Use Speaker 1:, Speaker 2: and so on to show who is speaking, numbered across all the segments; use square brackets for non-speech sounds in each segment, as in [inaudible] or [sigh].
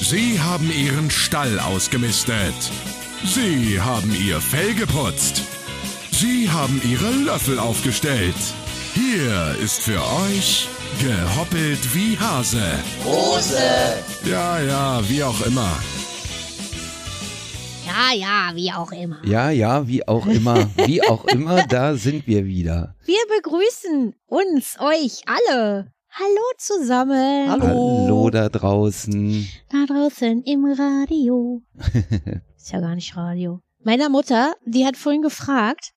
Speaker 1: Sie haben Ihren Stall ausgemistet. Sie haben Ihr Fell geputzt. Sie haben Ihre Löffel aufgestellt. Hier ist für euch gehoppelt wie Hase.
Speaker 2: Hose!
Speaker 1: Ja, ja, wie auch immer.
Speaker 2: Ja, ja, wie auch immer.
Speaker 3: Ja, ja, wie auch immer, wie auch immer, da sind wir wieder.
Speaker 2: Wir begrüßen uns, euch alle. Hallo zusammen.
Speaker 3: Hallo da draußen.
Speaker 2: Da draußen im
Speaker 3: [laughs]
Speaker 2: Radio. Ist ja gar nicht Radio. Meiner Mutter, die hat vorhin gefragt,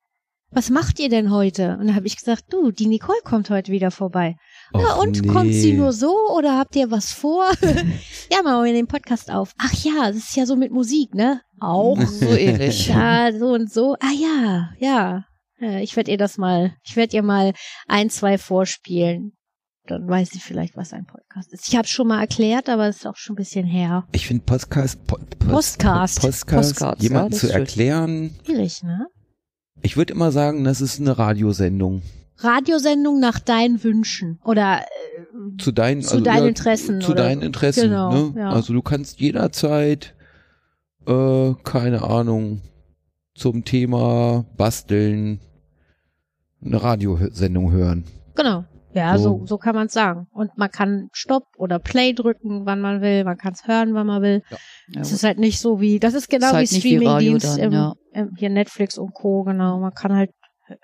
Speaker 2: was macht ihr denn heute? Und da habe ich gesagt, du, die Nicole kommt heute wieder vorbei. Na
Speaker 3: Och,
Speaker 2: und
Speaker 3: nee.
Speaker 2: kommt sie nur so oder habt ihr was
Speaker 3: [laughs]
Speaker 2: vor? ja, machen wir den Podcast auf. Ach ja, das ist ja so mit Musik, ne? Auch.
Speaker 3: [laughs]
Speaker 4: So [laughs] ähnlich.
Speaker 2: Ja, so und so. Ah ja, ja. Äh, Ich werde ihr das mal, ich werde ihr mal ein, zwei vorspielen. Dann weiß sie vielleicht, was ein Podcast ist. Ich habe schon mal erklärt, aber es ist auch schon ein bisschen her.
Speaker 3: Ich finde Podcast, po, Post-
Speaker 2: Postcast.
Speaker 3: Postcast,
Speaker 4: Postcards, ja,
Speaker 3: jemanden
Speaker 4: das
Speaker 3: zu
Speaker 4: ist schön.
Speaker 3: erklären.
Speaker 2: Schwierig, ne?
Speaker 3: Ich würde immer sagen, das ist eine Radiosendung.
Speaker 2: Radiosendung nach deinen Wünschen. Oder äh,
Speaker 3: Zu deinen,
Speaker 2: Zu
Speaker 3: also,
Speaker 2: deinen
Speaker 3: ja,
Speaker 2: Interessen
Speaker 3: Zu
Speaker 2: oder
Speaker 3: deinen
Speaker 2: so.
Speaker 3: Interessen.
Speaker 2: Genau,
Speaker 3: ne?
Speaker 2: ja.
Speaker 3: Also du kannst jederzeit, äh, keine Ahnung, zum Thema Basteln eine Radiosendung hören.
Speaker 2: genau. Ja,
Speaker 3: So.
Speaker 2: so, so kann man es sagen. Und man kann Stopp oder Play drücken, wann man will. Man kann es hören, wann man will.
Speaker 4: Ja,
Speaker 2: Es ist halt nicht so wie, das ist genau
Speaker 4: Ist halt
Speaker 2: wie
Speaker 4: nicht wie Radio
Speaker 2: Streamingdienst
Speaker 4: dann,
Speaker 2: im,
Speaker 4: ja.
Speaker 2: im, hier Netflix und Co. Genau, man kann halt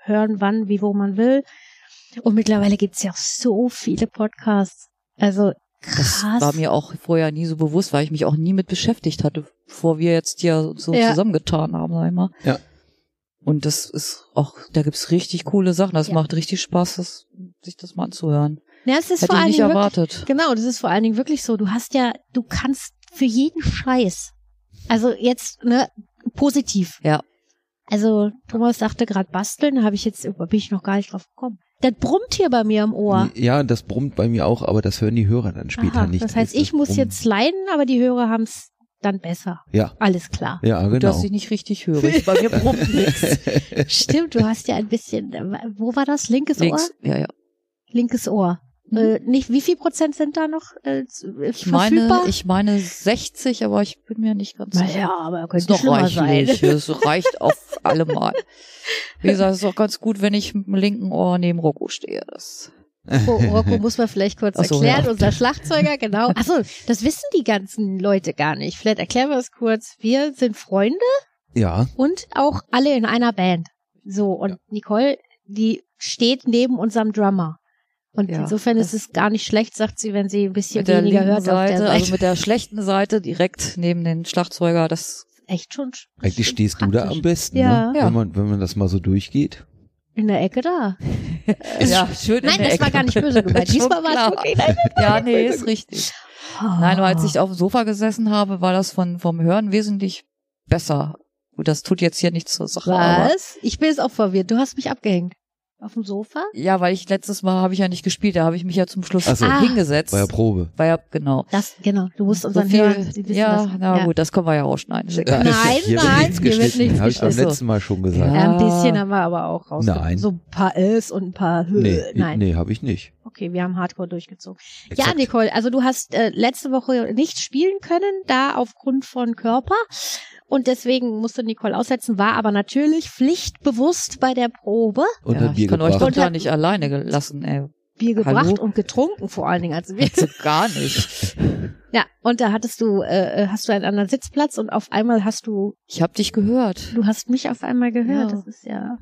Speaker 2: hören, wann, wie, wo man will. Und mittlerweile gibt's ja auch so viele Podcasts. Also
Speaker 4: das
Speaker 2: krass.
Speaker 4: war mir auch vorher nie so bewusst, weil ich mich auch nie mit beschäftigt hatte, bevor wir jetzt hier so
Speaker 2: Ja.
Speaker 4: zusammengetan haben, sag ich mal.
Speaker 3: Ja.
Speaker 4: Und das ist auch, da gibt's richtig coole Sachen. Das
Speaker 2: Ja.
Speaker 4: macht richtig Spaß, das, sich das mal anzuhören.
Speaker 2: ja, es ist
Speaker 4: Hätte
Speaker 2: vor
Speaker 4: ich
Speaker 2: allen
Speaker 4: nicht
Speaker 2: Dingen wirklich,
Speaker 4: erwartet.
Speaker 2: genau, das ist vor allen Dingen wirklich so. Du hast ja, du kannst für jeden Scheiß. Also jetzt, ne, positiv.
Speaker 4: Ja.
Speaker 2: Also Thomas sagte gerade basteln, habe ich jetzt, bin ich noch gar nicht drauf gekommen. Das brummt hier bei mir im Ohr.
Speaker 4: Mhm.
Speaker 3: Ja, das brummt bei mir auch, aber das hören die Hörer dann später
Speaker 2: Aha,
Speaker 3: nicht.
Speaker 2: Das
Speaker 3: Dann
Speaker 2: heißt,
Speaker 3: ist
Speaker 2: ich muss
Speaker 4: Oh.
Speaker 3: Brummen.
Speaker 2: jetzt leiden, aber die Hörer haben es dann besser.
Speaker 3: Ja,
Speaker 2: Alles
Speaker 4: [laughs]
Speaker 2: klar.
Speaker 3: ja,
Speaker 4: Dass
Speaker 3: genau.
Speaker 4: ich nicht richtig höre. Ich, bei
Speaker 3: [laughs]
Speaker 4: mir brummt nichts.
Speaker 2: Stimmt, du hast ja ein bisschen, äh, wo war das? Linkes
Speaker 4: Links.
Speaker 2: Ohr?
Speaker 4: Ja, ja.
Speaker 2: Linkes Ohr.
Speaker 4: Mhm.
Speaker 2: Äh, nicht, wie viel Prozent sind da noch äh, zu- äh,
Speaker 4: Ich meine,
Speaker 2: verfügbar?
Speaker 4: ich meine 60, aber ich bin mir nicht ganz
Speaker 2: Na ja, aber könnte
Speaker 4: Ist noch
Speaker 2: schlimmer sein. [laughs]
Speaker 4: reichlich. Es reicht auf alle Mal. Wie gesagt, es ist auch ganz gut, wenn ich mit dem linken Ohr neben Rocco stehe. Das [laughs]
Speaker 2: Rocco, Oh, Rocco muss man vielleicht kurz
Speaker 4: Ach so,
Speaker 2: erklären,
Speaker 4: ja.
Speaker 2: unser Schlagzeuger, genau.
Speaker 4: [laughs]
Speaker 2: Achso, das wissen die ganzen Leute gar nicht. Vielleicht erklären wir es kurz. Wir sind Freunde
Speaker 3: Ja,
Speaker 2: und auch alle in einer Band. So, und
Speaker 3: Ja.
Speaker 2: Nicole, die steht neben unserem Drummer. Und
Speaker 4: Ja,
Speaker 2: insofern ist
Speaker 4: das-
Speaker 2: es gar nicht schlecht, sagt sie, wenn sie ein bisschen
Speaker 4: mit der
Speaker 2: weniger
Speaker 4: linken
Speaker 2: hört
Speaker 4: Seite,
Speaker 2: auf der Seite.
Speaker 4: also mit der schlechten Seite direkt neben den Schlagzeuger, das
Speaker 2: Echt schon. sch-
Speaker 3: eigentlich
Speaker 2: schon
Speaker 3: stehst du da
Speaker 2: praktisch.
Speaker 3: am besten,
Speaker 2: Ja.
Speaker 3: ne?
Speaker 4: Ja.
Speaker 3: Wenn, man, wenn man das mal so durchgeht.
Speaker 2: In der Ecke da. Äh,
Speaker 4: ist ja, schön
Speaker 2: Nein,
Speaker 4: in der
Speaker 2: das war
Speaker 4: Ecke.
Speaker 2: gar nicht
Speaker 4: [laughs]
Speaker 2: böse gemeint.
Speaker 4: Schon
Speaker 2: Diesmal war
Speaker 4: klar.
Speaker 2: es wirklich. Nein, Oh,
Speaker 4: Ja, nee, ist richtig. Nein, nur als ich auf dem Sofa gesessen habe, war das von, vom Hören wesentlich besser. Gut, das tut jetzt hier nichts zur Sache. Aber,
Speaker 2: Was? Ich bin jetzt auch verwirrt. Du hast mich abgehängt. Auf dem Sofa?
Speaker 4: ja, weil ich letztes Mal habe ich ja nicht gespielt, da habe ich mich ja zum Schluss
Speaker 3: Ach so.
Speaker 2: Ah.
Speaker 4: hingesetzt.
Speaker 3: Bei der Probe.
Speaker 4: War ja, genau.
Speaker 2: Das, genau. Du musst
Speaker 4: So
Speaker 2: unseren
Speaker 4: viel,
Speaker 2: Hörern, die wissen
Speaker 4: ja,
Speaker 2: das.
Speaker 4: na gut, das können wir ja rausschneiden.
Speaker 2: Ja. Nein,
Speaker 3: [laughs] hier
Speaker 2: nein,
Speaker 3: wird nichts
Speaker 2: hier wird
Speaker 3: geschnitten.
Speaker 2: nichts
Speaker 3: Habe ich beim
Speaker 4: geschnitten.
Speaker 3: letzten Mal schon gesagt.
Speaker 4: Ja.
Speaker 2: Ja, ein bisschen Ähm, haben wir aber auch raus.
Speaker 3: Nein.
Speaker 2: So ein paar Ls und ein paar Hö.
Speaker 3: Nee,
Speaker 2: Äh, Nein.
Speaker 3: nee, habe ich nicht.
Speaker 2: Okay, wir haben Hardcore durchgezogen. Ja,
Speaker 3: Exakt.
Speaker 2: Nicole, also du hast äh, letzte Woche nicht spielen können, da aufgrund von Körper. Und deswegen musste Nicole aussetzen, war aber natürlich pflichtbewusst bei der Probe
Speaker 3: Und
Speaker 4: ja,
Speaker 3: hat Bier
Speaker 4: ich kann euch
Speaker 3: gebracht.
Speaker 4: doch
Speaker 2: Und
Speaker 4: da
Speaker 2: hat-
Speaker 4: nicht alleine
Speaker 2: [laughs]
Speaker 4: gelassen, ey.
Speaker 2: Bier gebracht
Speaker 4: Hallo?
Speaker 2: und getrunken vor allen Dingen. Also wir,
Speaker 4: Also gar nicht.
Speaker 2: ja, und da hattest du, äh, hast du einen anderen Sitzplatz und auf einmal hast du,
Speaker 4: Ich hab dich gehört.
Speaker 2: du hast mich auf einmal gehört.
Speaker 4: Ja.
Speaker 2: Das ist ja,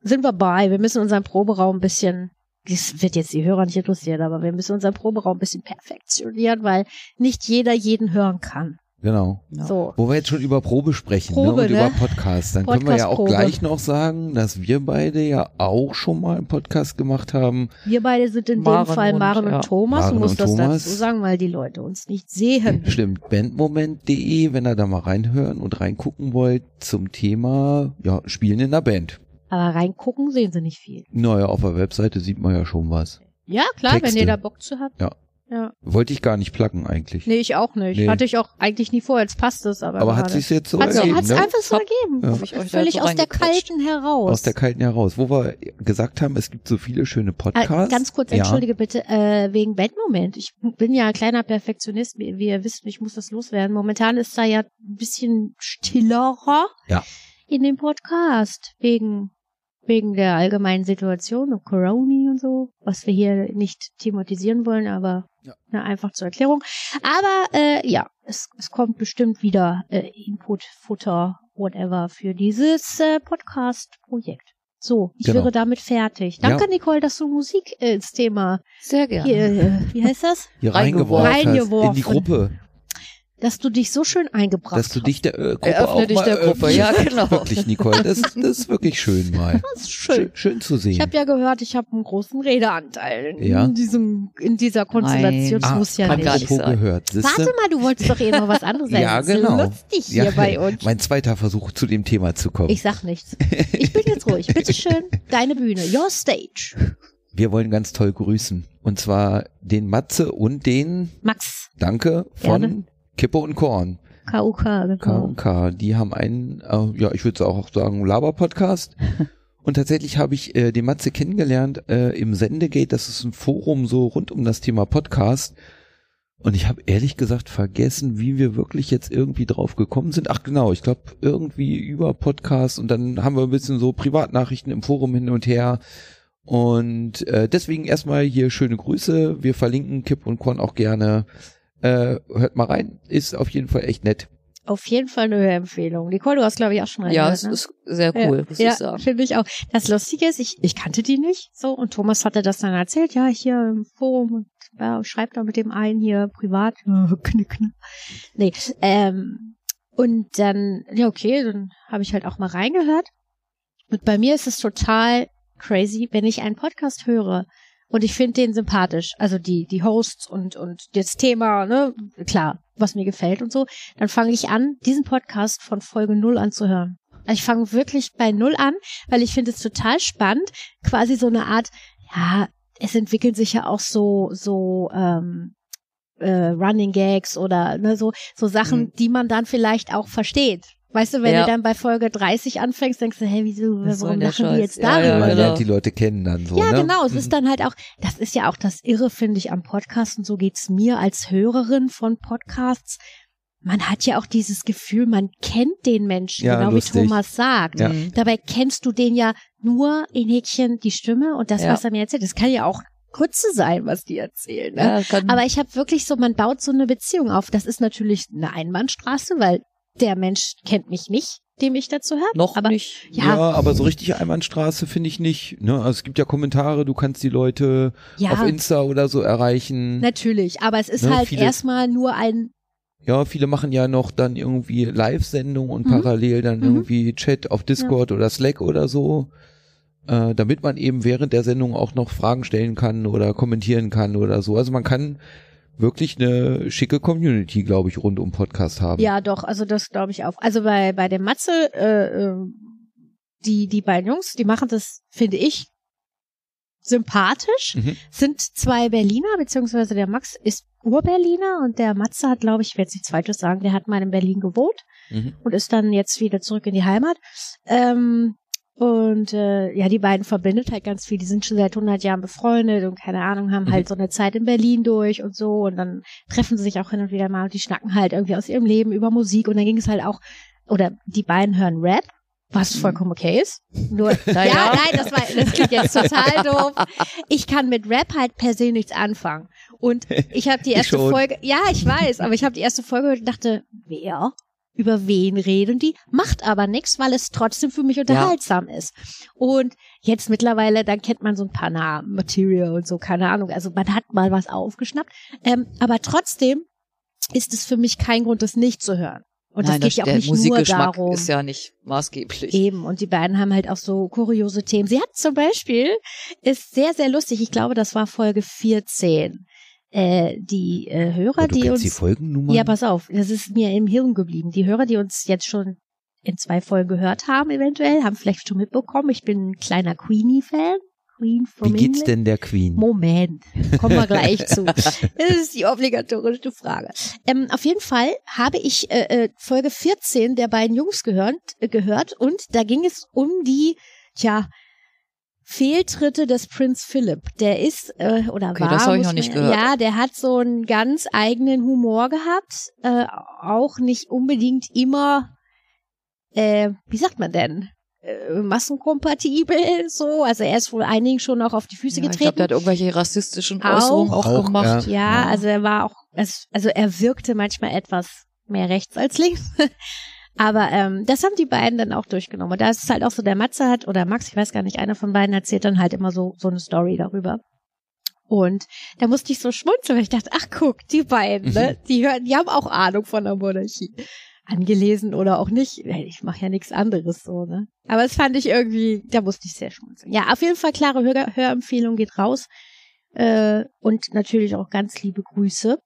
Speaker 2: sind wir bei. Wir müssen unseren Proberaum ein bisschen, das wird jetzt die Hörer nicht interessieren, aber wir müssen unseren Proberaum ein bisschen perfektionieren, weil nicht jeder jeden hören kann.
Speaker 3: Genau.
Speaker 4: Ja.
Speaker 2: So.
Speaker 3: Wo wir jetzt schon über Probe sprechen
Speaker 2: Probe,
Speaker 3: ne? und
Speaker 2: ne?
Speaker 3: über Podcasts, dann können wir ja auch
Speaker 2: Podcast-Probe.
Speaker 3: gleich noch sagen, dass wir beide ja auch schon mal einen Podcast gemacht haben.
Speaker 2: Wir beide sind in
Speaker 4: Maren
Speaker 2: dem Fall
Speaker 4: und-
Speaker 2: Maren und,
Speaker 4: ja.
Speaker 2: Thomas.
Speaker 3: Maren
Speaker 2: du musst
Speaker 3: und
Speaker 2: das
Speaker 3: Thomas.
Speaker 2: dazu sagen, weil die Leute uns nicht [laughs] sehen.
Speaker 3: Stimmt, bandmoment.de, wenn ihr da mal reinhören und reingucken wollt zum Thema ja, Spielen in der Band.
Speaker 2: Aber reingucken sehen sie nicht viel.
Speaker 3: Naja, auf der Webseite sieht man ja schon was.
Speaker 2: Ja, klar, wenn
Speaker 3: Texte.
Speaker 2: ihr da Bock zu habt.
Speaker 3: Ja.
Speaker 2: Ja.
Speaker 3: Wollte ich gar nicht placken eigentlich.
Speaker 2: Nee, ich auch nicht.
Speaker 3: Nee.
Speaker 2: Hatte ich auch eigentlich nie vor, jetzt passt es aber.
Speaker 3: Aber hat
Speaker 2: gerade.
Speaker 3: sich's jetzt so
Speaker 2: Hat sie-
Speaker 3: ergeben,
Speaker 2: hat's
Speaker 3: ne?
Speaker 2: einfach so
Speaker 4: Hab-
Speaker 2: ergeben.
Speaker 3: Ja.
Speaker 4: Hab ich euch da
Speaker 2: Völlig
Speaker 4: so
Speaker 2: aus der
Speaker 4: reingequetscht.
Speaker 2: Kalten heraus.
Speaker 3: Aus der kalten heraus, wo wir gesagt haben, es gibt so viele schöne
Speaker 2: Ah,
Speaker 3: Podcasts.
Speaker 2: Ganz kurz,
Speaker 3: ja.
Speaker 2: entschuldige bitte, äh, wegen Bettmoment. Ich bin ja kleiner Perfektionist, wie wie ihr wisst, ich muss das loswerden. Momentan ist da ja ein bisschen stillerer
Speaker 3: Ja.
Speaker 2: in dem Podcast, wegen, wegen der allgemeinen Situation und Corona und so, was wir hier nicht thematisieren wollen, aber
Speaker 3: Ja.
Speaker 2: na, einfach zur Erklärung. Aber äh, ja, es, es kommt bestimmt wieder äh, Input, Futter, whatever für dieses äh, Podcast-Projekt. So, ich
Speaker 3: Genau.
Speaker 2: wäre damit fertig.
Speaker 3: Ja.
Speaker 2: Danke, Nicole, dass du Musik äh, ins Thema
Speaker 4: Sehr gerne.
Speaker 2: hier, äh, wie heißt das?
Speaker 3: Hier reingeworfen,
Speaker 2: Reingeworfen. Oh
Speaker 3: hast, in die Gruppe,
Speaker 2: Dass du dich so schön eingebracht
Speaker 3: dass du dich der äh, Gruppe
Speaker 4: Eröffne
Speaker 3: auch
Speaker 4: dich
Speaker 3: mal
Speaker 4: der Gruppe,
Speaker 3: öffnest.
Speaker 4: ja,
Speaker 3: [laughs]
Speaker 4: genau.
Speaker 3: Wirklich, Nicole, das, das ist wirklich schön
Speaker 2: [laughs]
Speaker 3: mal.
Speaker 2: hast. Das ist schön.
Speaker 3: schön zu sehen.
Speaker 2: Ich habe ja gehört, ich habe einen großen Redeanteil in
Speaker 3: Ja.
Speaker 2: diesem, in dieser Konstellation.
Speaker 4: Nein.
Speaker 2: Das
Speaker 4: Ah,
Speaker 2: muss ja
Speaker 4: kann
Speaker 2: nicht.
Speaker 4: gar nicht
Speaker 3: apropos
Speaker 4: sein.
Speaker 3: gehört. siehste?
Speaker 2: Warte mal, du wolltest doch eben noch was anderes sagen.
Speaker 3: Ja,
Speaker 2: Das ist
Speaker 3: genau.
Speaker 2: Lustig hier
Speaker 3: Ja, [laughs]
Speaker 2: bei uns.
Speaker 3: Mein zweiter Versuch, zu dem Thema zu kommen.
Speaker 2: Ich sag nichts. Ich bin jetzt ruhig. Bitteschön, deine Bühne. Your stage.
Speaker 3: Wir wollen ganz toll grüßen. Und zwar den Matze und den
Speaker 2: Max,
Speaker 3: Danke von
Speaker 2: Gerne.
Speaker 3: Kippe und Korn.
Speaker 2: K.U.K.
Speaker 3: K
Speaker 2: Genau.
Speaker 3: und K. Die haben einen, äh, ja, ich würde auch sagen, Laber-Podcast. Und tatsächlich habe ich äh, den Matze kennengelernt äh, im Sendegate. Das ist ein Forum so rund um das Thema Podcast. Und ich habe ehrlich gesagt vergessen, wie wir wirklich jetzt irgendwie drauf gekommen sind. Ach genau, ich glaube irgendwie über Podcast und dann haben wir ein bisschen so Privatnachrichten im Forum hin und her. Und äh, deswegen erstmal hier schöne Grüße. Wir verlinken Kipp und Korn auch gerne. Äh, hört mal rein, ist auf jeden Fall echt nett.
Speaker 2: Auf jeden Fall eine Hörempfehlung. Nicole, du hast, glaube ich, auch schon
Speaker 4: Ja,
Speaker 2: reingehört,
Speaker 4: es
Speaker 2: ne?
Speaker 4: ist sehr cool, muss
Speaker 2: ja,
Speaker 4: ich sagen.
Speaker 2: finde ich auch. Das Lustige ist, ich, ich kannte die nicht so und Thomas hatte das dann erzählt, ja, hier im Forum und ja, schreibt da mit dem einen hier privat. [laughs] knick, knick. Nee, ähm, und dann, ja, okay, dann habe ich halt auch mal reingehört. Und bei mir ist es total crazy, wenn ich einen Podcast höre und ich finde den sympathisch, also die, die Hosts und, und das Thema, ne, klar, was mir gefällt und so, dann fange ich an, diesen Podcast von Folge 0 anzuhören. Also ich fange wirklich bei Null an, weil ich finde es total spannend, quasi so eine Art, ja, es entwickeln sich ja auch so, so, ähm, äh, Running Gags oder ne, so, so Sachen,
Speaker 4: Mhm.
Speaker 2: die man dann vielleicht auch versteht. Weißt du, wenn
Speaker 4: Ja.
Speaker 2: du dann bei Folge 30 anfängst, denkst du, hä, wieso,
Speaker 4: Was soll
Speaker 2: warum
Speaker 4: der
Speaker 2: machen die
Speaker 4: Scheiß?
Speaker 2: jetzt
Speaker 4: Ja,
Speaker 2: darüber?
Speaker 4: ja,
Speaker 3: Man
Speaker 4: genau.
Speaker 3: lernt die Leute kennen dann so.
Speaker 2: Ja,
Speaker 3: ne?
Speaker 2: genau. Es
Speaker 3: Mhm.
Speaker 2: ist dann halt auch, das ist ja auch das Irre, finde ich, am Podcast. Und so geht's mir als Hörerin von Podcasts. Man hat ja auch dieses Gefühl, man kennt den Menschen,
Speaker 3: Ja,
Speaker 2: genau wie
Speaker 3: lustig.
Speaker 2: Thomas sagt.
Speaker 3: Ja.
Speaker 4: Mhm.
Speaker 2: Dabei kennst du den ja nur in Häkchen die Stimme und das,
Speaker 4: Ja.
Speaker 2: was er mir erzählt. Das kann ja auch Kurze sein, was die erzählen. Ne?
Speaker 4: Ja, kann,
Speaker 2: Aber ich habe wirklich so, man baut so eine Beziehung auf. Das ist natürlich eine Einbahnstraße, weil der Mensch kennt mich nicht, dem ich dazu höre.
Speaker 4: noch
Speaker 2: aber-
Speaker 4: nicht.
Speaker 3: Ja.
Speaker 2: Ja,
Speaker 3: aber so richtig Einbahnstraße finde ich nicht. Ne? Also es gibt ja Kommentare, du kannst die Leute
Speaker 2: ja,
Speaker 3: auf Insta oder so erreichen.
Speaker 2: natürlich. Aber es ist
Speaker 3: Ne,
Speaker 2: halt
Speaker 3: viele-
Speaker 2: erstmal nur ein
Speaker 3: Ja, viele machen ja noch dann irgendwie Live-Sendungen und
Speaker 2: Mhm.
Speaker 3: parallel dann
Speaker 2: Mhm.
Speaker 3: irgendwie Chat auf Discord oder Slack oder so, äh, damit man eben während der Sendung auch noch Fragen stellen kann oder kommentieren kann oder so. Also man kann wirklich eine schicke Community, glaube ich, rund um Podcast haben.
Speaker 2: Ja, doch, also das glaube ich auch. Also bei, bei dem Matze, äh, ähm, die, die beiden Jungs, die machen das, finde ich, sympathisch.
Speaker 3: Mhm.
Speaker 2: Sind zwei Berliner, beziehungsweise der Max ist Urberliner und der Matze hat, glaube ich, ich werde jetzt nichts Falsches sagen, der hat mal in Berlin gewohnt
Speaker 3: Mhm.
Speaker 2: und ist dann jetzt wieder zurück in die Heimat. Ähm, und äh, ja, die beiden verbindet halt ganz viel. Die sind schon seit 100 Jahren befreundet und keine Ahnung, haben
Speaker 3: Mhm.
Speaker 2: halt so eine Zeit in Berlin durch und so. Und dann treffen sie sich auch hin und wieder mal und die schnacken halt irgendwie aus ihrem Leben über Musik. Und dann ging es halt auch, oder die beiden hören Rap, was
Speaker 4: Mhm.
Speaker 2: vollkommen okay ist.
Speaker 3: [laughs]
Speaker 2: Nur, ja,
Speaker 4: Naja.
Speaker 2: nein, das, war, das klingt jetzt total doof. Ich kann mit Rap halt per se nichts anfangen. Und ich habe die
Speaker 3: [laughs] Ich
Speaker 2: erste
Speaker 3: schon.
Speaker 2: Folge, ja, ich weiß, aber ich habe die erste Folge gehört und dachte, wer? über wen reden die, macht aber nichts, weil es trotzdem für mich unterhaltsam ist. Und jetzt mittlerweile, dann kennt man so ein paar Namen, Material und so, keine Ahnung. Also man hat mal was aufgeschnappt. Ähm, aber trotzdem ist es für mich kein Grund, das nicht zu hören. Und
Speaker 4: Nein,
Speaker 2: das geht ja auch
Speaker 4: der
Speaker 2: nicht nur
Speaker 4: Musikgeschmack
Speaker 2: darum.
Speaker 4: ist ja nicht maßgeblich.
Speaker 2: Eben, und die beiden haben halt auch so kuriose Themen. Sie hat zum Beispiel, ist sehr, sehr lustig, ich glaube, das war Folge 14. Äh, die äh, Hörer,
Speaker 3: Ja, Oh, du
Speaker 2: die
Speaker 3: kennst
Speaker 2: uns.
Speaker 3: die Folgennummer?
Speaker 2: Ja, pass auf, das ist mir im Hirn geblieben. Die Hörer, die uns jetzt schon in zwei Folgen gehört haben, eventuell, haben vielleicht schon mitbekommen, ich bin ein kleiner Queenie-Fan. Queen from
Speaker 3: Wie geht's
Speaker 2: England.
Speaker 3: denn der Queen?
Speaker 2: Moment, kommen wir gleich zu. Das ist die obligatorische Frage. Ähm, auf jeden Fall habe ich äh, äh, Folge 14 der beiden Jungs gehört, äh, gehört und da ging es um die, tja, Fehltritte des Prinz Philip. Der ist, äh, oder
Speaker 4: Okay,
Speaker 2: war,
Speaker 4: das habe ich
Speaker 2: muss
Speaker 4: noch nicht
Speaker 2: man,
Speaker 4: gehört.
Speaker 2: Ja, der hat so einen ganz eigenen Humor gehabt, äh, auch nicht unbedingt immer, äh, wie sagt man denn? Äh, massenkompatibel, so. Also er ist wohl einigen schon auch auf die Füße
Speaker 4: Ja, ich glaube,
Speaker 2: getreten.
Speaker 4: der hat irgendwelche rassistischen
Speaker 2: Auch.
Speaker 4: Äußerungen auch,
Speaker 3: Auch,
Speaker 4: gemacht.
Speaker 2: Ja,
Speaker 4: Ja.
Speaker 2: also er war auch, es- also er wirkte manchmal etwas mehr rechts als links. [laughs] Aber ähm, das haben die beiden dann auch durchgenommen. Und da ist es halt auch so, der Matze hat, oder Max, ich weiß gar nicht, einer von beiden erzählt dann halt immer so, so eine Story darüber. Und da musste ich so schmunzeln, weil ich dachte, ach guck, die beiden, ne?
Speaker 3: Mhm.
Speaker 2: die, hören, die haben auch Ahnung von der Monarchie. Angelesen oder auch nicht. Ich mache ja nichts anderes so, ne? Aber das fand ich irgendwie, da musste ich sehr schmunzeln. Ja, auf jeden Fall klare Hör Hörempfehlung geht raus. Äh, und natürlich auch ganz liebe Grüße.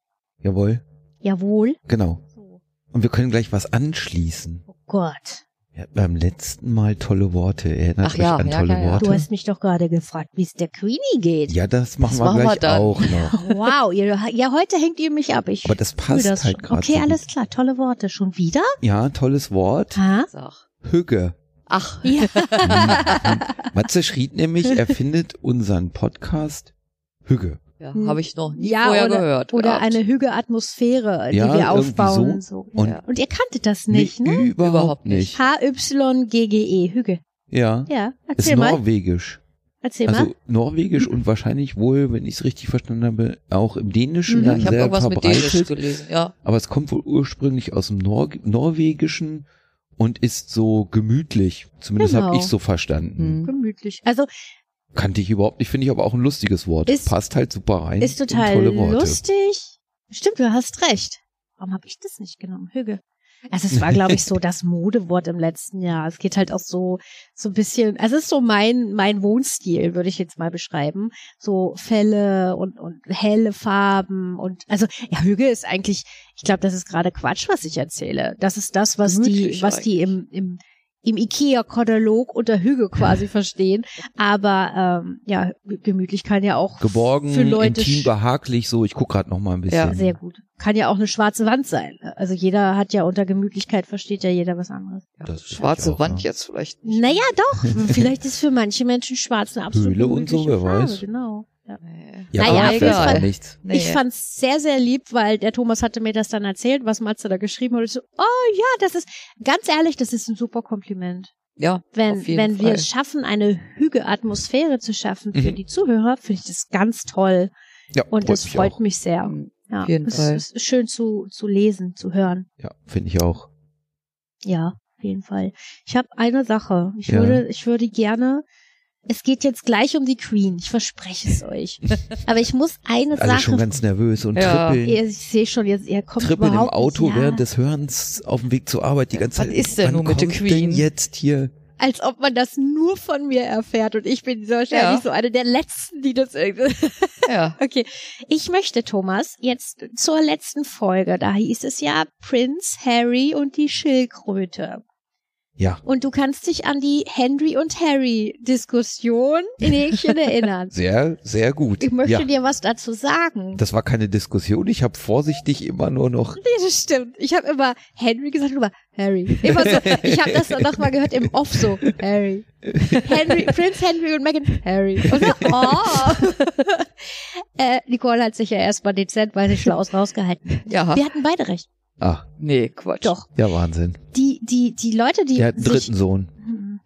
Speaker 3: Jawohl,
Speaker 2: Jawohl.
Speaker 3: genau.
Speaker 2: So.
Speaker 3: Und wir können gleich was anschließen.
Speaker 2: Oh Gott.
Speaker 3: Ja, beim letzten Mal tolle Worte. Erinnert
Speaker 4: Ach
Speaker 3: euch
Speaker 4: ja,
Speaker 3: an
Speaker 4: ja,
Speaker 3: tolle
Speaker 4: ja, ja.
Speaker 3: Worte?
Speaker 2: Du hast mich doch gerade gefragt, wie es der Queenie geht.
Speaker 3: ja, das machen
Speaker 4: Das
Speaker 3: wir
Speaker 4: machen wir
Speaker 3: gleich
Speaker 4: dann.
Speaker 3: auch noch.
Speaker 2: Wow, ihr, ja, heute hängt ihr mich ab. Ich
Speaker 3: Aber
Speaker 2: [laughs]
Speaker 3: das passt
Speaker 2: fühl das
Speaker 3: halt
Speaker 2: schon.
Speaker 3: gerade.
Speaker 2: Okay,
Speaker 3: so
Speaker 2: alles
Speaker 3: gut.
Speaker 2: klar. Tolle Worte. Schon wieder?
Speaker 3: Ja, tolles Wort.
Speaker 2: Ha?
Speaker 4: Sag.
Speaker 2: [laughs]
Speaker 3: Hügge.
Speaker 4: Ach,
Speaker 2: Ja.
Speaker 3: Mhm. Matze schrieb nämlich,
Speaker 2: [laughs]
Speaker 3: er findet unseren Podcast Hügge.
Speaker 4: ja,
Speaker 2: Hm.
Speaker 4: habe ich noch nie
Speaker 2: Ja,
Speaker 4: vorher
Speaker 2: oder-
Speaker 4: gehört.
Speaker 2: Oder
Speaker 4: gehabt.
Speaker 2: eine Hüge-Atmosphäre, die
Speaker 3: Ja,
Speaker 2: wir
Speaker 3: irgendwie
Speaker 2: aufbauen. So.
Speaker 3: Und
Speaker 4: Ja.
Speaker 2: Und ihr kanntet das nicht,
Speaker 3: Nee,
Speaker 2: ne?
Speaker 3: Überhaupt
Speaker 4: Überhaupt
Speaker 3: nicht.
Speaker 2: H-Y-G-G-E, E, Hüge.
Speaker 3: Ja.
Speaker 2: Ja,
Speaker 3: Ist
Speaker 2: erzähl mal.
Speaker 3: norwegisch.
Speaker 2: Erzähl mal.
Speaker 3: Also norwegisch und wahrscheinlich wohl, wenn ich es richtig verstanden habe, auch im Dänischen
Speaker 2: Mhm.
Speaker 3: dann
Speaker 4: ich habe
Speaker 3: sehr
Speaker 4: irgendwas mit Dänisch
Speaker 3: verbreitet.
Speaker 4: gelesen. Ja,
Speaker 3: Aber es kommt wohl ursprünglich aus dem Nor Norwegischen und ist so gemütlich. Zumindest
Speaker 2: Genau.
Speaker 3: habe ich so verstanden.
Speaker 4: Hm.
Speaker 2: Gemütlich. Also
Speaker 3: Kannte ich überhaupt nicht, finde ich aber auch ein lustiges Wort.
Speaker 2: Ist-
Speaker 3: Passt halt super rein.
Speaker 2: Ist
Speaker 3: in
Speaker 2: total
Speaker 3: tolle Worte.
Speaker 2: lustig. Stimmt, du hast recht. Warum habe ich das nicht genommen? Hüge. Also es war, glaube ich,
Speaker 3: [laughs]
Speaker 2: so das Modewort im letzten Jahr. Es geht halt auch so, so ein bisschen, also es ist so mein, mein Wohnstil, würde ich jetzt mal beschreiben. So Fälle und, und helle Farben und, also, ja, Hüge ist eigentlich, ich glaube, das ist gerade Quatsch, was ich erzähle. Das ist das, was die,
Speaker 4: Gemütlich
Speaker 2: was die im, im, im IKEA-Katalog unter Hüge
Speaker 3: [laughs]
Speaker 2: quasi verstehen. Aber, ähm, ja, gemütlich kann ja auch
Speaker 3: Geborgen,
Speaker 2: für Leute
Speaker 3: intim, behaglich, so. Ich gucke gerade noch mal ein bisschen.
Speaker 4: Ja.
Speaker 2: sehr gut. Kann ja auch eine schwarze Wand sein. Also jeder hat ja unter Gemütlichkeit versteht ja jeder was anderes.
Speaker 4: ja.
Speaker 3: Das ist
Speaker 4: schwarze
Speaker 3: auch, ne?
Speaker 4: Wand
Speaker 3: ja.
Speaker 4: jetzt vielleicht. nicht.
Speaker 2: Naja, doch.
Speaker 3: [laughs]
Speaker 2: Vielleicht ist für manche Menschen schwarz eine absolute
Speaker 3: Höhle und so,
Speaker 2: gemütliche
Speaker 3: wer
Speaker 2: Farbe,
Speaker 3: weiß.
Speaker 2: Genau. Ja.
Speaker 4: Nee.
Speaker 3: Ja,
Speaker 2: Naja,
Speaker 3: aber
Speaker 2: auf
Speaker 3: das
Speaker 2: jeden
Speaker 3: ist
Speaker 2: Fall.
Speaker 3: auch nichts.
Speaker 4: Nee.
Speaker 2: Ich fand's sehr, sehr lieb, weil der Thomas hatte mir das dann erzählt, was Matze da geschrieben hat. Ich so, oh ja, das ist, ganz ehrlich, das ist ein super Kompliment.
Speaker 4: ja,
Speaker 2: Wenn,
Speaker 4: Auf jeden
Speaker 2: wenn wir
Speaker 4: Fall.
Speaker 2: es schaffen, eine Hüge-Atmosphäre zu schaffen für
Speaker 3: Mhm.
Speaker 2: die Zuhörer, finde ich das ganz toll.
Speaker 3: Ja,
Speaker 2: Und das
Speaker 3: mich
Speaker 2: freut
Speaker 3: auch.
Speaker 2: mich sehr. Ja,
Speaker 4: Auf jeden
Speaker 2: es
Speaker 4: Fall.
Speaker 2: ist schön zu, zu lesen, zu hören.
Speaker 3: Ja, finde ich auch.
Speaker 2: Ja, auf jeden Fall. Ich habe eine Sache. Ich
Speaker 3: Ja.
Speaker 2: würde, ich würde gerne. Es geht jetzt gleich um die Queen. Ich verspreche es
Speaker 3: [laughs]
Speaker 2: euch. Aber ich muss eine
Speaker 3: Alle
Speaker 2: Sache.
Speaker 3: Also schon ganz nervös und
Speaker 4: Ja.
Speaker 3: trippeln.
Speaker 2: Ihr- ich sehe schon jetzt, er kommt
Speaker 3: Trippeln im
Speaker 2: überhaupt
Speaker 3: Auto
Speaker 2: nicht, ja,
Speaker 3: während des Hörens auf dem Weg zur Arbeit die ganze
Speaker 4: Was
Speaker 3: Zeit.
Speaker 4: ist denn
Speaker 3: Wann
Speaker 4: nun mit der
Speaker 3: kommt
Speaker 4: Queen?
Speaker 3: Denn jetzt hier.
Speaker 2: Als ob man das nur von mir erfährt und ich bin wahrscheinlich
Speaker 4: Ja.
Speaker 2: so eine der letzten, die das irgendwie.
Speaker 4: Ja.
Speaker 2: Okay, ich möchte Thomas jetzt zur letzten Folge. Da hieß es ja Prinz Harry und die Schildkröte.
Speaker 3: Ja,
Speaker 2: Und du kannst dich an die Henry und Harry Diskussion in Häkchen erinnern.
Speaker 3: sehr, sehr gut.
Speaker 2: Ich möchte
Speaker 3: ja.
Speaker 2: dir was dazu sagen.
Speaker 3: Das war keine Diskussion. Ich habe vorsichtig immer nur noch.
Speaker 2: Nee, das stimmt. Ich habe immer Henry gesagt, immer Harry. Immer so. Ich habe das dann nochmal gehört im Off so. Harry. Henry, Prince Henry und Meghan Harry. Und so, oh. äh, Nicole hat sich ja erstmal dezent, weil sie schlau ist, rausgehalten.
Speaker 4: Ja.
Speaker 2: Wir hatten beide recht.
Speaker 3: Ah,
Speaker 4: Nee, Quatsch.
Speaker 2: Doch.
Speaker 3: ja, Wahnsinn.
Speaker 2: Die, die, die Leute, die
Speaker 3: Der hat einen
Speaker 2: sich
Speaker 3: dritten Sohn.
Speaker 2: Hm.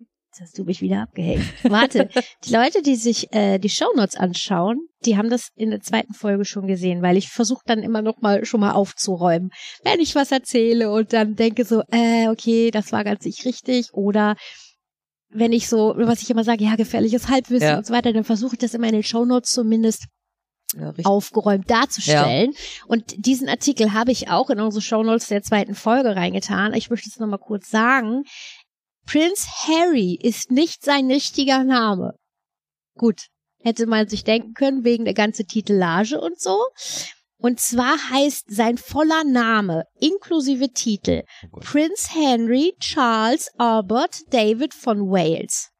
Speaker 2: Jetzt hast du mich wieder abgehängt.
Speaker 3: [laughs]
Speaker 2: Warte, die Leute, die sich äh, die Shownotes anschauen, die haben das in der zweiten Folge schon gesehen, weil ich versuche dann immer noch mal schon mal aufzuräumen, wenn ich was erzähle und dann denke so, äh, okay, das war ganz nicht richtig oder wenn ich so, was ich immer sage, ja, gefährliches Halbwissen
Speaker 4: Ja.
Speaker 2: und so weiter, dann versuche ich das immer in den Shownotes zumindest
Speaker 4: Ja, richtig.
Speaker 2: aufgeräumt darzustellen. Und diesen Artikel habe ich auch in unsere Shownotes der zweiten Folge reingetan. Ich möchte es nochmal kurz sagen. Prince Harry ist nicht sein richtiger Name. Gut, hätte man sich denken können, wegen der ganzen Titellage und so. Und zwar heißt sein voller Name inklusive Titel
Speaker 3: Oh Gott.
Speaker 2: Prince Henry Charles Albert David von Wales.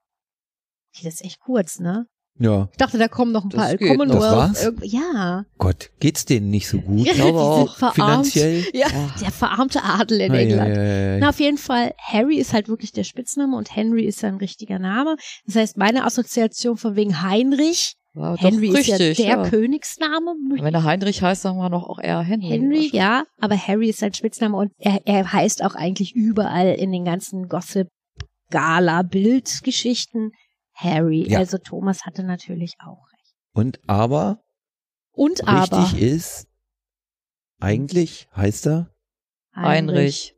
Speaker 2: Die ist echt kurz, ne?
Speaker 3: Ja.
Speaker 2: Ich dachte, da kommen noch ein
Speaker 4: Das
Speaker 2: paar
Speaker 4: geht noch.
Speaker 3: Das war's?
Speaker 2: Commonwealth. irgend- Ja.
Speaker 3: Gott, geht's denen nicht so gut?
Speaker 2: Ja,
Speaker 3: Ich glaube
Speaker 2: die sind
Speaker 3: auch
Speaker 2: verarmt.
Speaker 3: finanziell.
Speaker 2: [laughs] Ja,
Speaker 3: Ah.
Speaker 2: der verarmte Adel in
Speaker 3: Ei, ei,
Speaker 2: England.
Speaker 3: ei, ei.
Speaker 2: Na, auf jeden Fall, Harry ist halt wirklich der Spitzname und Henry ist sein richtiger Name. Das heißt, meine Assoziation von wegen Heinrich,
Speaker 3: Oh,
Speaker 4: War doch
Speaker 2: Henry
Speaker 4: richtig.
Speaker 2: ist ja der
Speaker 4: ja.
Speaker 2: Königsname.
Speaker 4: Wenn er Heinrich heißt, sagen wir noch auch eher Henry.
Speaker 2: Henry, ja, aber Harry ist sein Spitzname und er, er heißt auch eigentlich überall in den ganzen Gossip-Gala-Bildgeschichten Harry.
Speaker 3: Ja.
Speaker 2: Also Thomas hatte natürlich auch recht.
Speaker 3: Und aber,
Speaker 2: Und aber
Speaker 3: richtig ist, eigentlich heißt er,
Speaker 4: Heinrich.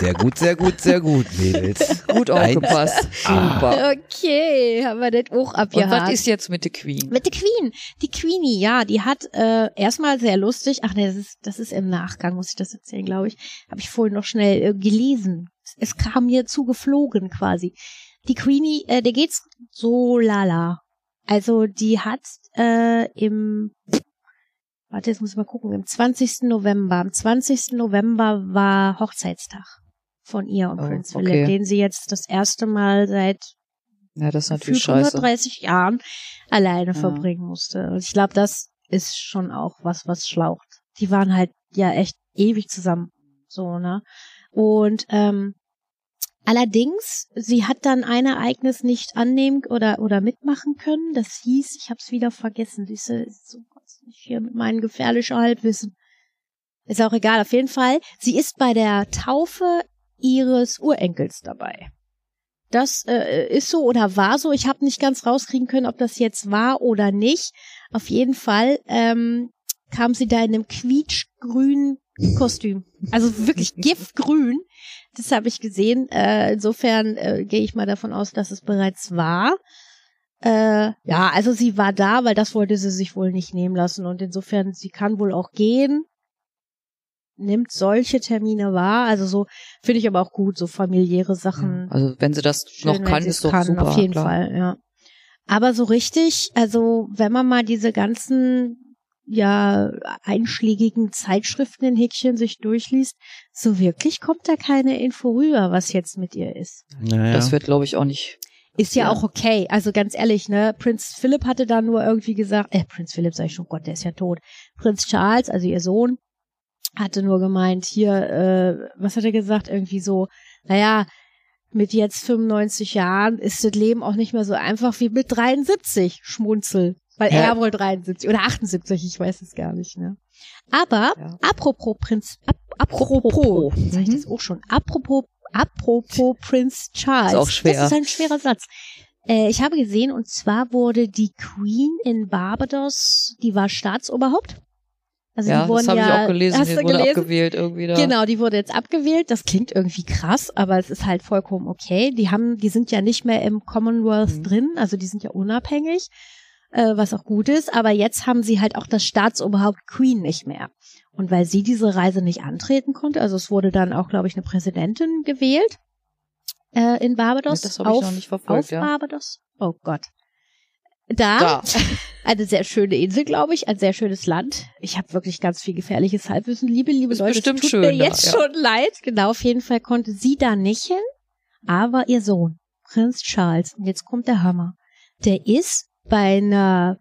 Speaker 3: sehr gut, sehr gut, sehr
Speaker 2: [laughs]
Speaker 3: gut, Mädels.
Speaker 4: Gut
Speaker 3: Ein-
Speaker 4: aufgepasst. Super.
Speaker 2: Okay, haben Ah. wir das auch
Speaker 4: Und was
Speaker 2: abgehakt.
Speaker 4: ist jetzt mit der Queen?
Speaker 2: Mit der Queen. Die Queenie, ja, die hat äh, erstmal sehr lustig, ach ne, das ist, das ist im Nachgang, muss ich das erzählen, glaube ich. Habe ich vorhin noch schnell äh, gelesen. Es, es kam mir zugeflogen quasi. Die Queenie, äh, der geht's so lala. Also die hat äh, im Warte, jetzt muss ich mal gucken. Im 20. November. Am 20. November war Hochzeitstag von ihr und
Speaker 4: Oh,
Speaker 2: Prinz
Speaker 4: okay.
Speaker 2: Philipp, den sie jetzt das erste Mal seit
Speaker 4: Ja, das ist natürlich
Speaker 2: gefühlt
Speaker 4: scheiße.
Speaker 2: 130 Jahren alleine
Speaker 4: Ja.
Speaker 2: verbringen musste. Und ich glaube, das ist schon auch was, was schlaucht. Die waren halt ja echt ewig zusammen. So, ne? Und ähm, allerdings, sie hat dann ein Ereignis nicht annehmen oder, oder mitmachen können. Das hieß, ich hab's wieder vergessen. Diese, so was ich hier mit meinem gefährlichen Halbwissen. Ist auch egal, auf jeden Fall. Sie ist bei der Taufe ihres Urenkels dabei. Das äh, ist so oder war so. Ich habe nicht ganz rauskriegen können, ob das jetzt war oder nicht. Auf jeden Fall ähm, kam sie da in einem quietschgrünen Kostüm. Also wirklich giftgrün. Das habe ich gesehen. Äh, insofern äh, gehe ich mal davon aus, dass es bereits war. Äh, ja, also sie war da, weil das wollte sie sich wohl nicht nehmen lassen. Und insofern, sie kann wohl auch gehen. Nimmt solche Termine wahr. Also so finde ich aber auch gut, so familiäre Sachen.
Speaker 4: Also wenn sie das
Speaker 2: Schön,
Speaker 4: noch
Speaker 2: wenn
Speaker 4: kann,
Speaker 2: sie es
Speaker 4: ist doch
Speaker 2: kann,
Speaker 4: super.
Speaker 2: Auf jeden
Speaker 4: klar.
Speaker 2: Fall, ja. Aber so richtig, also wenn man mal diese ganzen ja einschlägigen Zeitschriften in Häkchen sich durchliest, so wirklich kommt da keine Info rüber, was jetzt mit ihr ist.
Speaker 3: Naja.
Speaker 4: Das wird, glaube ich, auch nicht.
Speaker 2: Ist ja,
Speaker 4: Ja.
Speaker 2: auch okay. Also ganz ehrlich, ne? Prinz Philipp hatte da nur irgendwie gesagt, äh, Prinz Philipp sag ich schon, Gott, der ist ja tot. Prinz Charles, also ihr Sohn, hatte nur gemeint, hier, äh, was hat er gesagt? Irgendwie so, naja, mit jetzt 95 Jahren ist das Leben auch nicht mehr so einfach wie mit 73, Schmunzel. Weil
Speaker 3: Ja.
Speaker 2: er wohl 73 oder 78, ich weiß es gar nicht, ne? Aber,
Speaker 4: Ja.
Speaker 2: apropos Prinz, ap apropos, jetzt sag ich das auch schon, apropos, apropos Prinz Charles.
Speaker 4: Ist auch schwer.
Speaker 2: Das ist ein schwerer Satz. Äh, ich habe gesehen, und zwar wurde die Queen in Barbados, die war Staatsoberhaupt. Also
Speaker 4: ja,
Speaker 2: die wurden
Speaker 4: das habe
Speaker 2: ja,
Speaker 4: ich auch gelesen.
Speaker 2: Hast
Speaker 4: Die
Speaker 2: du
Speaker 4: wurde
Speaker 2: gelesen?
Speaker 4: abgewählt irgendwie da.
Speaker 2: Genau, die wurde jetzt abgewählt. Das klingt irgendwie krass, aber es ist halt vollkommen okay. Die haben, die sind ja nicht mehr im Commonwealth
Speaker 4: Mhm.
Speaker 2: drin, also die sind ja unabhängig, äh, was auch gut ist. Aber jetzt haben sie halt auch das Staatsoberhaupt Queen nicht mehr. Und weil sie diese Reise nicht antreten konnte, also es wurde dann auch, glaube ich, eine Präsidentin gewählt äh, in Barbados.
Speaker 4: Das habe ich
Speaker 2: auf,
Speaker 4: noch nicht verfolgt,
Speaker 2: Auf
Speaker 4: ja.
Speaker 2: Barbados. Oh Gott.
Speaker 4: Da.
Speaker 2: Eine sehr schöne Insel, glaube ich, ein sehr schönes Land. Ich habe wirklich ganz viel gefährliches Halbwissen. Liebe, liebe
Speaker 4: Ist
Speaker 2: Leute,
Speaker 4: bestimmt
Speaker 2: es tut
Speaker 4: schön
Speaker 2: mir
Speaker 4: da,
Speaker 2: jetzt
Speaker 4: ja.
Speaker 2: schon leid. Genau, auf jeden Fall konnte sie da nicht hin, aber ihr Sohn, Prinz Charles, und jetzt kommt der Hammer, der ist bei einer,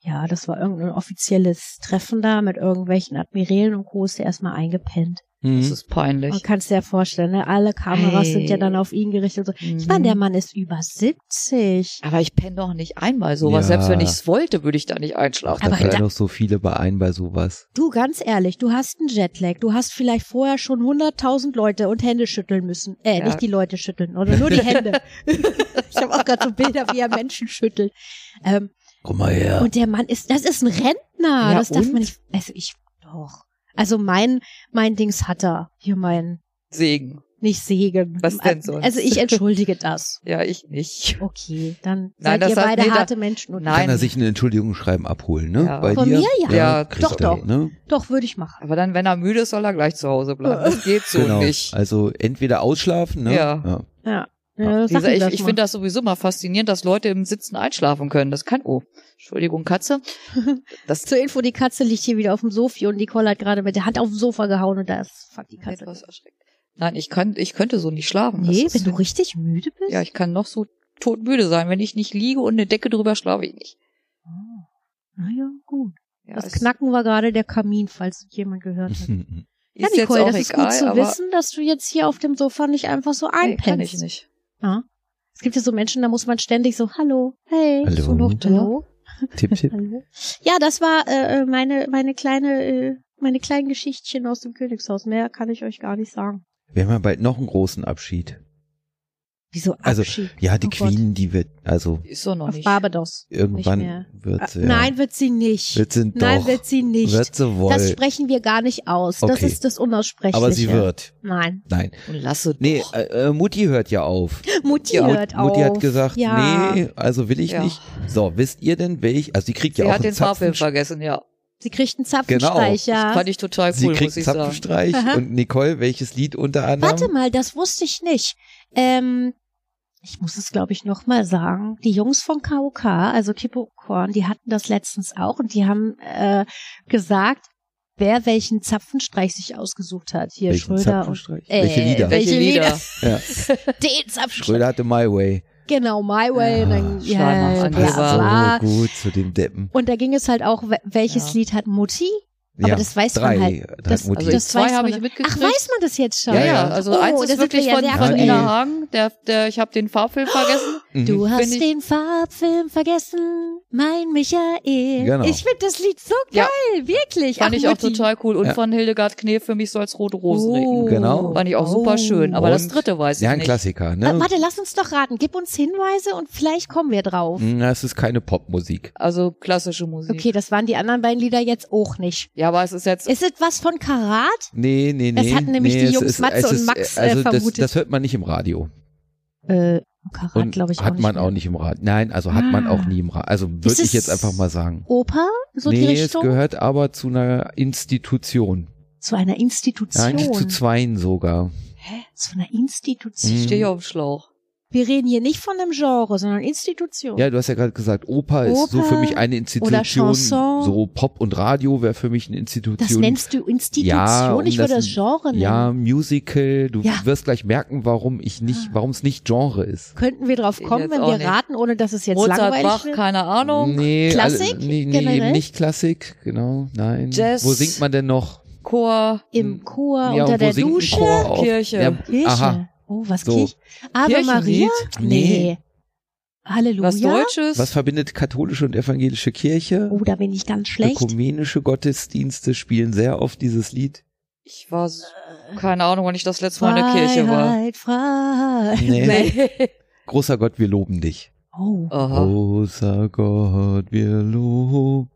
Speaker 2: ja, das war irgendein offizielles Treffen da mit irgendwelchen Admirälen und Co. ist er erstmal eingepennt.
Speaker 4: Das
Speaker 3: Mhm.
Speaker 4: ist peinlich.
Speaker 2: Man kann es dir ja vorstellen, ne? alle Kameras
Speaker 4: Ei.
Speaker 2: sind ja dann auf ihn gerichtet. und so. Ich
Speaker 4: Mhm.
Speaker 2: meine, der Mann ist über 70.
Speaker 4: Aber ich penne doch nicht einmal sowas.
Speaker 3: Ja.
Speaker 4: Selbst wenn ich es wollte, würde ich da nicht
Speaker 3: Ach,
Speaker 4: einschlafen.
Speaker 3: da
Speaker 2: Aber
Speaker 3: fallen
Speaker 2: da-
Speaker 3: noch so viele bei ein bei sowas.
Speaker 2: Du, ganz ehrlich, du hast einen Jetlag. Du hast vielleicht vorher schon 100.000 Leute und Hände schütteln müssen. Äh,
Speaker 4: Ja.
Speaker 2: nicht die Leute schütteln, oder nur die
Speaker 4: [laughs]
Speaker 2: Hände. ich habe auch gerade so Bilder, wie er Menschen schüttelt. Ähm,
Speaker 3: Komm mal her.
Speaker 2: Und der Mann ist, das ist ein Rentner.
Speaker 4: Ja,
Speaker 2: das darf
Speaker 4: und?
Speaker 2: man nicht. Also ich, doch. Also mein, mein Dings hat er. Hier mein,
Speaker 4: Segen.
Speaker 2: nicht Segen.
Speaker 4: Was denn sonst?
Speaker 2: Also
Speaker 4: [laughs]
Speaker 2: ich entschuldige das.
Speaker 4: Ja, ich nicht.
Speaker 2: Okay, dann
Speaker 4: Nein, das
Speaker 2: seid ihr
Speaker 4: heißt,
Speaker 2: beide
Speaker 4: nee, da-
Speaker 2: harte Menschen. Und
Speaker 4: Nein.
Speaker 3: Kann er sich eine Entschuldigung schreiben abholen, ne?
Speaker 4: Ja.
Speaker 3: Bei
Speaker 2: Von
Speaker 3: dir?
Speaker 2: mir ja.
Speaker 4: Ja,
Speaker 3: kriegt
Speaker 2: doch,
Speaker 3: er,
Speaker 2: doch.
Speaker 3: Ne?
Speaker 2: Doch, würde ich machen.
Speaker 4: Aber dann, wenn er müde ist, soll er gleich zu Hause
Speaker 3: [laughs]
Speaker 4: bleiben. Das geht so
Speaker 3: genau.
Speaker 4: nicht.
Speaker 3: Also entweder ausschlafen, ne?
Speaker 4: Ja.
Speaker 2: Ja.
Speaker 3: Ja. [laughs]
Speaker 2: ja sag
Speaker 4: Dieser,
Speaker 2: ihm
Speaker 4: ich
Speaker 2: das
Speaker 4: ich
Speaker 2: mal.
Speaker 4: finde das sowieso mal faszinierend, dass Leute im Sitzen einschlafen können. Das kann, oh,
Speaker 2: [laughs]
Speaker 4: Entschuldigung, Katze. Das
Speaker 2: Zur Info, die Katze liegt hier wieder auf dem Sofi und Nicole hat gerade mit der Hand auf dem Sofa gehauen und da ist fuck die Katze.
Speaker 4: etwas erschreckt. Nein, ich kann, ich könnte so nicht schlafen. Das
Speaker 2: Nee,
Speaker 4: ist-
Speaker 2: wenn du richtig müde bist.
Speaker 4: ja, ich kann noch so todmüde sein. Wenn ich nicht liege und eine Decke drüber schlafe ich nicht.
Speaker 2: Ah. Na ja, gut.
Speaker 4: Ja,
Speaker 2: Das
Speaker 4: es
Speaker 2: Knacken war gerade der Kamin, falls jemand gehört
Speaker 3: [laughs]
Speaker 2: hat.
Speaker 4: Ist
Speaker 2: Ja,
Speaker 4: jetzt
Speaker 2: Nicole,
Speaker 4: auch
Speaker 2: das ist
Speaker 4: egal,
Speaker 2: gut zu
Speaker 4: aber
Speaker 2: wissen, dass du jetzt hier auf dem Sofa nicht einfach so
Speaker 4: nee, kann ich
Speaker 2: einpennst.
Speaker 4: nicht.
Speaker 2: Ja. Es gibt ja so Menschen, da muss man ständig so, hallo, hey,
Speaker 3: Hallo.
Speaker 2: bist du noch da?
Speaker 4: Hallo.
Speaker 3: Tipp, tipp.
Speaker 2: Hallo. Ja, das war äh, äh, meine, meine kleine, äh, meine kleinen Geschichtchen aus dem Königshaus. Mehr kann ich euch gar nicht sagen.
Speaker 3: Wir haben ja bald noch einen großen Abschied.
Speaker 2: Wieso
Speaker 3: Also,
Speaker 2: Abschied?
Speaker 3: Ja, die
Speaker 2: Oh Gott.
Speaker 3: Queen, die wird, also
Speaker 4: Ist so noch
Speaker 2: Auf
Speaker 4: nicht.
Speaker 2: Barbados. Nicht
Speaker 3: irgendwann
Speaker 2: mehr.
Speaker 3: wird sie.
Speaker 2: Äh,
Speaker 3: Ja,
Speaker 2: Nein, wird sie nicht.
Speaker 3: wird sie
Speaker 2: Nein,
Speaker 3: doch.
Speaker 2: wird sie nicht.
Speaker 3: Wird sie wohl.
Speaker 2: das sprechen wir gar nicht aus. Das
Speaker 3: Okay.
Speaker 2: ist das Unaussprechliche.
Speaker 3: aber sie wird.
Speaker 2: Nein.
Speaker 3: Nein.
Speaker 4: Und lasse doch.
Speaker 3: Nee, äh, äh, Mutti hört ja auf.
Speaker 2: [laughs] Mutti
Speaker 4: Ja.
Speaker 2: Oh. hört
Speaker 3: Mut-
Speaker 2: auf.
Speaker 3: Mutti hat gesagt,
Speaker 2: ja.
Speaker 3: nee, also will ich
Speaker 4: Ja.
Speaker 3: nicht. So, wisst ihr denn, welch, also die kriegt
Speaker 4: Sie
Speaker 3: ja auch
Speaker 4: hat den
Speaker 3: einen
Speaker 4: Farbfilm
Speaker 3: Zapfenstreich.
Speaker 4: vergessen, ja.
Speaker 2: Sie kriegt einen
Speaker 3: Genau.
Speaker 2: Zapfenstreich, ja.
Speaker 4: Fand ich total
Speaker 3: Sie
Speaker 4: cool,
Speaker 3: kriegt
Speaker 4: muss
Speaker 3: einen
Speaker 4: ich sagen.
Speaker 3: Zapfenstreich
Speaker 2: Aha.
Speaker 3: und Nicole, welches Lied unter anderem?
Speaker 2: Warte mal, das wusste ich nicht. Ähm, ich muss es, glaube ich, nochmal sagen. Die Jungs von KOK, also Kippo Korn, die hatten das letztens auch und die haben äh, gesagt, wer welchen Zapfenstreich sich ausgesucht hat. Hier
Speaker 3: Welchen
Speaker 2: Schröder und
Speaker 3: Zapfenstreich?
Speaker 2: Äh,
Speaker 3: Welche Lieder?
Speaker 2: welche Lieder?
Speaker 3: Ja.
Speaker 2: [laughs] den Zapfenstreich.
Speaker 3: Schröder hatte My Way.
Speaker 2: Genau, My Way.
Speaker 3: Ah,
Speaker 2: dann,
Speaker 4: schau
Speaker 2: ja,
Speaker 4: mal,
Speaker 2: Äh, ja,
Speaker 4: an die
Speaker 2: bla, bla.
Speaker 3: so Oh, gut zu dem Deppen.
Speaker 2: Und da ging es halt auch, we- welches
Speaker 4: Ja.
Speaker 2: Lied hat Mutti? Aber
Speaker 3: ja,
Speaker 2: das weiß
Speaker 3: drei,
Speaker 2: man halt.
Speaker 3: hat
Speaker 2: Das,
Speaker 3: Mutti.
Speaker 4: Also
Speaker 2: das
Speaker 4: ich- zwei
Speaker 2: weiß man
Speaker 4: habe ich
Speaker 2: noch.
Speaker 4: mitgekriegt.
Speaker 2: Ach, weiß man das jetzt schon?
Speaker 4: Ja, ja, also
Speaker 2: oh,
Speaker 4: eins
Speaker 2: da
Speaker 4: ist
Speaker 2: sind wir
Speaker 4: wirklich
Speaker 2: ja
Speaker 4: von,
Speaker 2: sehr Ah,
Speaker 4: von
Speaker 3: aktuell.
Speaker 4: Ina Hagen, der, der, ich habe den Farbfilm vergessen.
Speaker 3: Mhm.
Speaker 2: Du hast
Speaker 4: ich-
Speaker 2: den Farbfilm vergessen, mein Michael.
Speaker 3: Genau.
Speaker 2: Ich finde das Lied so geil,
Speaker 4: Ja.
Speaker 2: wirklich.
Speaker 4: Fand
Speaker 2: Ach,
Speaker 4: ich auch
Speaker 2: Mutti.
Speaker 4: total cool. Und
Speaker 3: Ja.
Speaker 4: von Hildegard Knef, für mich soll's rote
Speaker 2: Oh.
Speaker 4: Rosen regnen.
Speaker 3: Genau.
Speaker 4: Fand ich auch super schön. Aber das
Speaker 3: Und-
Speaker 4: dritte weiß
Speaker 3: ja,
Speaker 4: ich
Speaker 3: ein
Speaker 4: nicht.
Speaker 3: Klassiker,
Speaker 2: Äh,
Speaker 3: ne?
Speaker 2: warte, lass uns doch raten. Gib uns Hinweise und vielleicht kommen wir drauf.
Speaker 4: Mhm.
Speaker 3: Hm, Das ist keine Popmusik.
Speaker 4: Also klassische Musik.
Speaker 2: Okay, das waren die anderen beiden Lieder jetzt auch nicht.
Speaker 4: Ja, aber es ist jetzt
Speaker 2: Ist es was von Karat?
Speaker 3: Nee, nee, nee.
Speaker 2: Das hatten nämlich
Speaker 3: nee,
Speaker 2: die
Speaker 3: es
Speaker 2: Jungs
Speaker 3: ist-
Speaker 2: Matze
Speaker 3: es
Speaker 2: und
Speaker 3: ist-
Speaker 2: Max, äh,
Speaker 3: also das,
Speaker 2: vermutet.
Speaker 3: das hört man nicht im Radio.
Speaker 2: Äh, Karat,
Speaker 3: Und
Speaker 2: glaube ich, auch
Speaker 3: hat
Speaker 2: nicht.
Speaker 3: man
Speaker 2: mehr.
Speaker 3: auch nicht im Radio. Nein, also hat man
Speaker 2: Ah.
Speaker 3: auch nie im Radio. Also
Speaker 2: Ist
Speaker 3: würde
Speaker 2: es-
Speaker 3: ich jetzt einfach mal sagen.
Speaker 2: Oper? So die
Speaker 3: nee, es
Speaker 2: Richtung?
Speaker 3: gehört aber zu einer Institution.
Speaker 2: Zu einer Institution.
Speaker 3: Eigentlich zu zweien sogar.
Speaker 2: zu einer Institution.
Speaker 3: Mhm.
Speaker 4: stehe ich auf dem Schlauch.
Speaker 2: Wir reden hier nicht von einem Genre, sondern Institution.
Speaker 3: Hm. Ja, du hast ja gerade gesagt, Oper ist so
Speaker 2: Oper
Speaker 3: für mich eine
Speaker 2: oder
Speaker 3: Institution.
Speaker 2: Chanson.
Speaker 3: So Pop und Radio wäre für mich eine
Speaker 2: das
Speaker 3: Institution.
Speaker 2: nennst du Institution?
Speaker 3: Ja, um
Speaker 2: ich würde
Speaker 3: das-
Speaker 2: das Genre nennen.
Speaker 3: ja, Musical. Du
Speaker 2: Ja.
Speaker 3: wirst gleich merken, warum ich nicht,
Speaker 2: Ah.
Speaker 3: warum es nicht Genre ist.
Speaker 2: Könnten wir drauf
Speaker 4: Ich
Speaker 2: kommen,
Speaker 4: jetzt
Speaker 2: wenn
Speaker 4: auch
Speaker 2: wir
Speaker 4: nicht.
Speaker 2: raten, ohne dass es jetzt
Speaker 4: Mozart,
Speaker 2: langweilig
Speaker 4: Bach,
Speaker 2: wird?
Speaker 4: keine Ahnung.
Speaker 3: Nee, alle-
Speaker 2: Klassik
Speaker 3: nee, nee
Speaker 2: generell?
Speaker 3: eben nicht Klassik, genau, nein.
Speaker 4: Jazz.
Speaker 3: Wo singt man denn noch?
Speaker 4: Chor,
Speaker 2: Im Chor,
Speaker 3: ja,
Speaker 2: Ah, unter
Speaker 3: und wo
Speaker 2: der
Speaker 3: singt ein
Speaker 2: Dusche?
Speaker 3: Chor auch?
Speaker 4: Kirche.
Speaker 3: Ja,
Speaker 2: Kirche.
Speaker 3: Aha.
Speaker 2: Oh, was
Speaker 3: So.
Speaker 2: Kirche? Ave
Speaker 4: Kirchenlied?
Speaker 2: Maria?
Speaker 3: Nee.
Speaker 2: Halleluja?
Speaker 4: was Deutsches.
Speaker 3: Was verbindet katholische und evangelische Kirche?
Speaker 2: Oh, da bin ich ganz schlecht.
Speaker 3: Ökumenische Gottesdienste spielen sehr oft dieses
Speaker 2: [laughs]
Speaker 3: Lied.
Speaker 4: ich war, so- keine Ahnung, wann ich das letzte Mal in der Kirche war.
Speaker 2: Freiheit, Freiheit.
Speaker 3: Nee. Großer Gott, wir loben dich.
Speaker 2: Oh.
Speaker 4: Aha.
Speaker 3: Großer Gott, wir loben dich.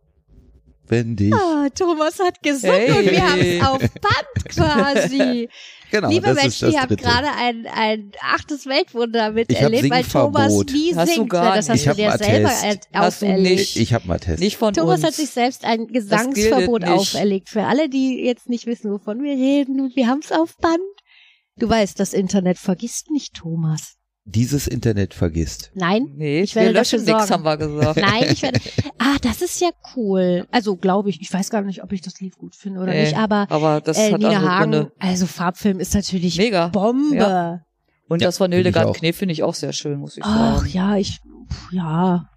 Speaker 3: Genau,
Speaker 2: Ah, Thomas hat gesungen
Speaker 4: Hey.
Speaker 2: und wir haben es auf Band quasi.
Speaker 3: [laughs] Genau,
Speaker 2: Liebe
Speaker 3: das ist
Speaker 2: Menschen,
Speaker 3: das
Speaker 2: ihr habt
Speaker 3: Dritte.
Speaker 2: gerade ein, ein achtes Weltwunder mit
Speaker 3: Ich hab
Speaker 2: erlebt, weil Thomas
Speaker 3: Singverbot.
Speaker 2: nie
Speaker 4: Hast du
Speaker 2: singt.
Speaker 4: gar
Speaker 2: Na, das hast
Speaker 3: nicht.
Speaker 2: du
Speaker 3: Ich
Speaker 2: dir
Speaker 3: hab einen
Speaker 2: selber
Speaker 3: Attest.
Speaker 2: au-
Speaker 4: Hast du
Speaker 2: auferlegt.
Speaker 4: nicht.
Speaker 3: Ich hab mal Test.
Speaker 4: Nicht von
Speaker 2: Thomas
Speaker 4: uns.
Speaker 2: hat sich selbst ein
Speaker 4: gilt
Speaker 2: Gesangsverbot
Speaker 4: nicht.
Speaker 2: auferlegt. Für alle, die jetzt nicht wissen, wovon wir reden, und wir haben es auf Band. Du weißt, das Internet vergisst nicht Thomas.
Speaker 3: Dieses Internet vergisst.
Speaker 2: Nein,
Speaker 4: Nee,
Speaker 2: Ich
Speaker 4: wir
Speaker 2: werde
Speaker 4: löschen
Speaker 2: dafür
Speaker 4: nichts,
Speaker 2: sorgen.
Speaker 4: haben wir
Speaker 2: [laughs]
Speaker 4: gesagt.
Speaker 2: nein,
Speaker 3: [laughs]
Speaker 2: ich werde. Ah, das ist ja cool. Also glaube ich. Ich weiß gar nicht, ob ich das Lied gut finde oder
Speaker 4: Nee.
Speaker 2: nicht. Aber
Speaker 4: Aber das
Speaker 2: äh,
Speaker 4: hat
Speaker 2: Nina
Speaker 4: andere
Speaker 2: Hagen,
Speaker 4: Gründe.
Speaker 2: also Farbfilm ist natürlich
Speaker 4: Mega.
Speaker 2: Bombe.
Speaker 4: Ja. Und
Speaker 3: Ja,
Speaker 4: das von
Speaker 3: find ich
Speaker 4: Hildegard
Speaker 3: auch.
Speaker 4: Knef finde ich auch sehr schön, muss ich
Speaker 2: Ach
Speaker 4: sagen.
Speaker 2: ja, ich pf, ja.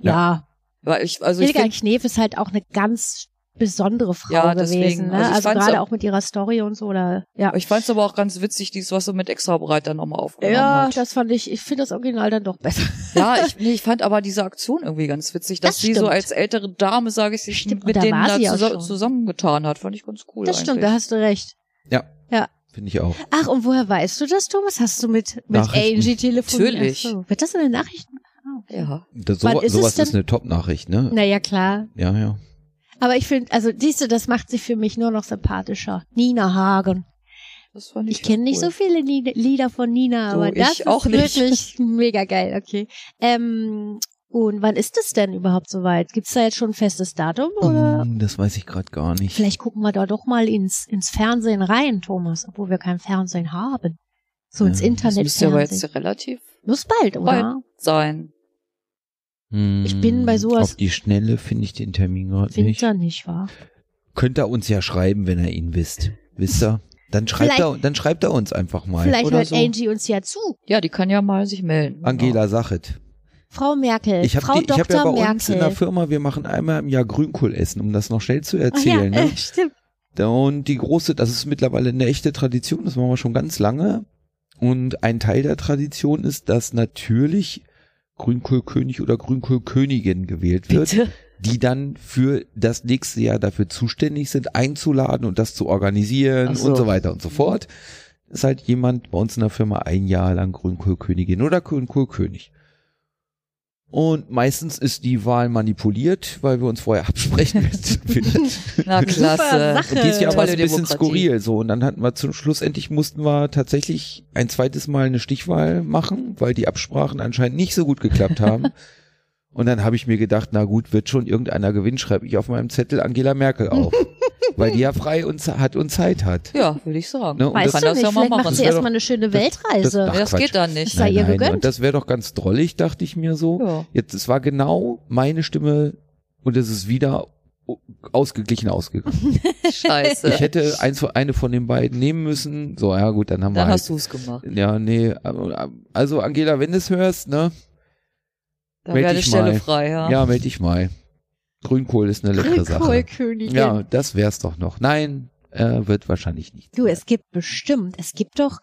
Speaker 3: Ja.
Speaker 2: Ja.
Speaker 4: Weil ich, also ich
Speaker 2: Hildegard
Speaker 4: find,
Speaker 2: Knef ist halt auch eine ganz besondere Frau
Speaker 4: Ja, deswegen.
Speaker 2: gewesen. Ne?
Speaker 4: Also ich
Speaker 2: Also,
Speaker 4: fand's
Speaker 2: gerade
Speaker 4: auch-
Speaker 2: auch mit ihrer Story und so oder ja.
Speaker 4: ich fand's aber auch ganz witzig, dieses, was sie mit extra breit dann nochmal aufgenommen
Speaker 2: Ja,
Speaker 4: hat.
Speaker 2: das fand ich, ich finde das Original dann doch besser.
Speaker 4: Ja, ich, nee, ich fand aber diese Aktion irgendwie ganz witzig, dass
Speaker 2: Das
Speaker 4: sie so
Speaker 2: stimmt.
Speaker 4: als ältere Dame, sage ich, sich
Speaker 2: Stimmt, und
Speaker 4: mit
Speaker 2: da
Speaker 4: denen
Speaker 2: war
Speaker 4: da
Speaker 2: sie ja
Speaker 4: zusa-
Speaker 2: schon.
Speaker 4: zusammengetan hat. Fand ich ganz cool.
Speaker 2: Das stimmt, da
Speaker 4: eigentlich.
Speaker 2: hast du recht.
Speaker 3: Finde ich auch.
Speaker 2: Ach, und woher weißt du das, Thomas? Hast du mit, mit
Speaker 3: Nachrichten.
Speaker 2: Angie telefoniert?
Speaker 4: Natürlich.
Speaker 2: Ach So. Wird das in den Nachrichten? Ah, okay.
Speaker 4: Ja.
Speaker 3: Das, so,
Speaker 2: Wann ist es
Speaker 3: sowas
Speaker 2: denn?
Speaker 3: ist eine Top-Nachricht, ne?
Speaker 2: Naja, klar.
Speaker 3: Ja, ja.
Speaker 2: Aber ich finde, also siehst du, das macht sie für mich nur noch sympathischer. Nina Hagen.
Speaker 4: Das fand ich
Speaker 2: Ich kenne nicht
Speaker 4: cool.
Speaker 2: so viele Lieder, Lieder von Nina,
Speaker 4: So,
Speaker 2: aber das
Speaker 4: ich auch
Speaker 2: ist
Speaker 4: nicht.
Speaker 2: wirklich [laughs] mega geil, okay. Ähm, und wann ist es denn überhaupt soweit? Gibt's da jetzt schon ein festes Datum oder?
Speaker 3: Hm, Das weiß ich gerade gar nicht.
Speaker 2: Vielleicht gucken wir da doch mal ins, ins Fernsehen rein, Thomas, obwohl wir kein Fernsehen haben. So ins
Speaker 3: Ja, das
Speaker 4: Das
Speaker 2: Internet.
Speaker 4: müsste aber jetzt relativ
Speaker 2: Muss bald, oder?
Speaker 4: sein.
Speaker 3: Hm,
Speaker 2: ich bin bei sowas-
Speaker 3: Auf die Schnelle finde ich den Termin gerade nicht.
Speaker 2: Winter nicht, wahr?
Speaker 3: Könnt ihr uns ja schreiben, wenn ihr ihn wisst. Wisst ihr? Dann schreibt,
Speaker 2: Vielleicht-
Speaker 3: er, dann schreibt er uns einfach mal.
Speaker 2: Vielleicht
Speaker 3: oder
Speaker 2: hört
Speaker 3: so.
Speaker 2: Angie uns ja zu.
Speaker 4: Ja, die kann ja mal sich melden.
Speaker 3: Angela Sachet.
Speaker 2: Frau Merkel,
Speaker 3: Ich
Speaker 2: Äh, Frau
Speaker 3: habe
Speaker 2: Dr.
Speaker 3: hab ja bei
Speaker 2: Merkel.
Speaker 3: uns in der Firma, wir machen einmal im Jahr Grünkohl essen, um das noch schnell zu
Speaker 2: Ach ja, [laughs]
Speaker 3: erzählen. ne?
Speaker 2: äh, stimmt.
Speaker 3: Da- Und die große, das ist mittlerweile eine echte Tradition, das machen wir schon ganz lange. Und ein Teil der Tradition ist, dass natürlich Grünkohlkönig oder Grünkohlkönigin gewählt wird,
Speaker 4: Bitte.
Speaker 3: die dann für das nächste Jahr dafür zuständig sind, einzuladen und das zu organisieren
Speaker 4: Ach so.
Speaker 3: und so weiter und so fort. Ist halt jemand bei uns in der Firma ein Jahr lang Grünkohlkönigin oder Grünkohlkönig. Und meistens ist die Wahl manipuliert, weil wir uns vorher [laughs] absprechen, wer
Speaker 4: [laughs]
Speaker 3: es wird.
Speaker 4: Na
Speaker 2: Super
Speaker 4: klasse.
Speaker 2: Sache.
Speaker 3: Und dieses Jahr war es
Speaker 4: Äh, Tolle
Speaker 3: ein bisschen
Speaker 4: Demokratie.
Speaker 3: skurril so. Und dann hatten wir zum schlussendlich mussten wir tatsächlich ein zweites Mal eine Stichwahl machen, weil die Absprachen anscheinend nicht so gut geklappt
Speaker 4: [laughs]
Speaker 3: haben. Und dann habe ich mir gedacht, na gut, wird schon irgendeiner gewinnen, schreibe ich auf meinem Zettel Angela Merkel auf.
Speaker 4: [laughs]
Speaker 3: weil die ja frei und ze- hat und Zeit hat.
Speaker 4: Ja, würde ich sagen.
Speaker 3: Ne, und
Speaker 4: Man
Speaker 2: Weißt
Speaker 4: kann
Speaker 2: du
Speaker 4: das
Speaker 2: nicht,
Speaker 4: ja mal
Speaker 2: vielleicht
Speaker 4: machen.
Speaker 2: macht
Speaker 3: Das
Speaker 2: sie
Speaker 3: wär
Speaker 2: erstmal eine schöne Weltreise.
Speaker 3: das-
Speaker 4: Ja, das
Speaker 3: Quatsch.
Speaker 4: geht dann
Speaker 2: Ist
Speaker 3: [laughs]
Speaker 4: nicht.
Speaker 2: sei ihr gegönnt.
Speaker 3: Und das wäre doch ganz drollig, dachte ich mir so.
Speaker 4: Ja.
Speaker 3: Jetzt, es war genau meine Stimme und es ist wieder o- ausgeglichen ausgegangen.
Speaker 4: Scheiße. [laughs]
Speaker 3: Ich hätte eins, von- eine von den beiden nehmen müssen. So, ja gut, dann haben
Speaker 4: Dann
Speaker 3: wir
Speaker 4: hast du es gemacht.
Speaker 3: halt. Ja, nee. aber- Also Angela, wenn du es hörst, ne?
Speaker 4: Da
Speaker 3: Meld
Speaker 4: wäre eine
Speaker 3: dich
Speaker 4: Stelle
Speaker 3: mal.
Speaker 4: frei, ja.
Speaker 3: Ja, meld dich mal. Grünkohl ist eine leckere Sache.
Speaker 2: Grünkohlkönigin.
Speaker 3: Ja, das wär's doch noch. Nein, äh, wird wahrscheinlich nicht.
Speaker 2: Du, es gibt bestimmt, es gibt doch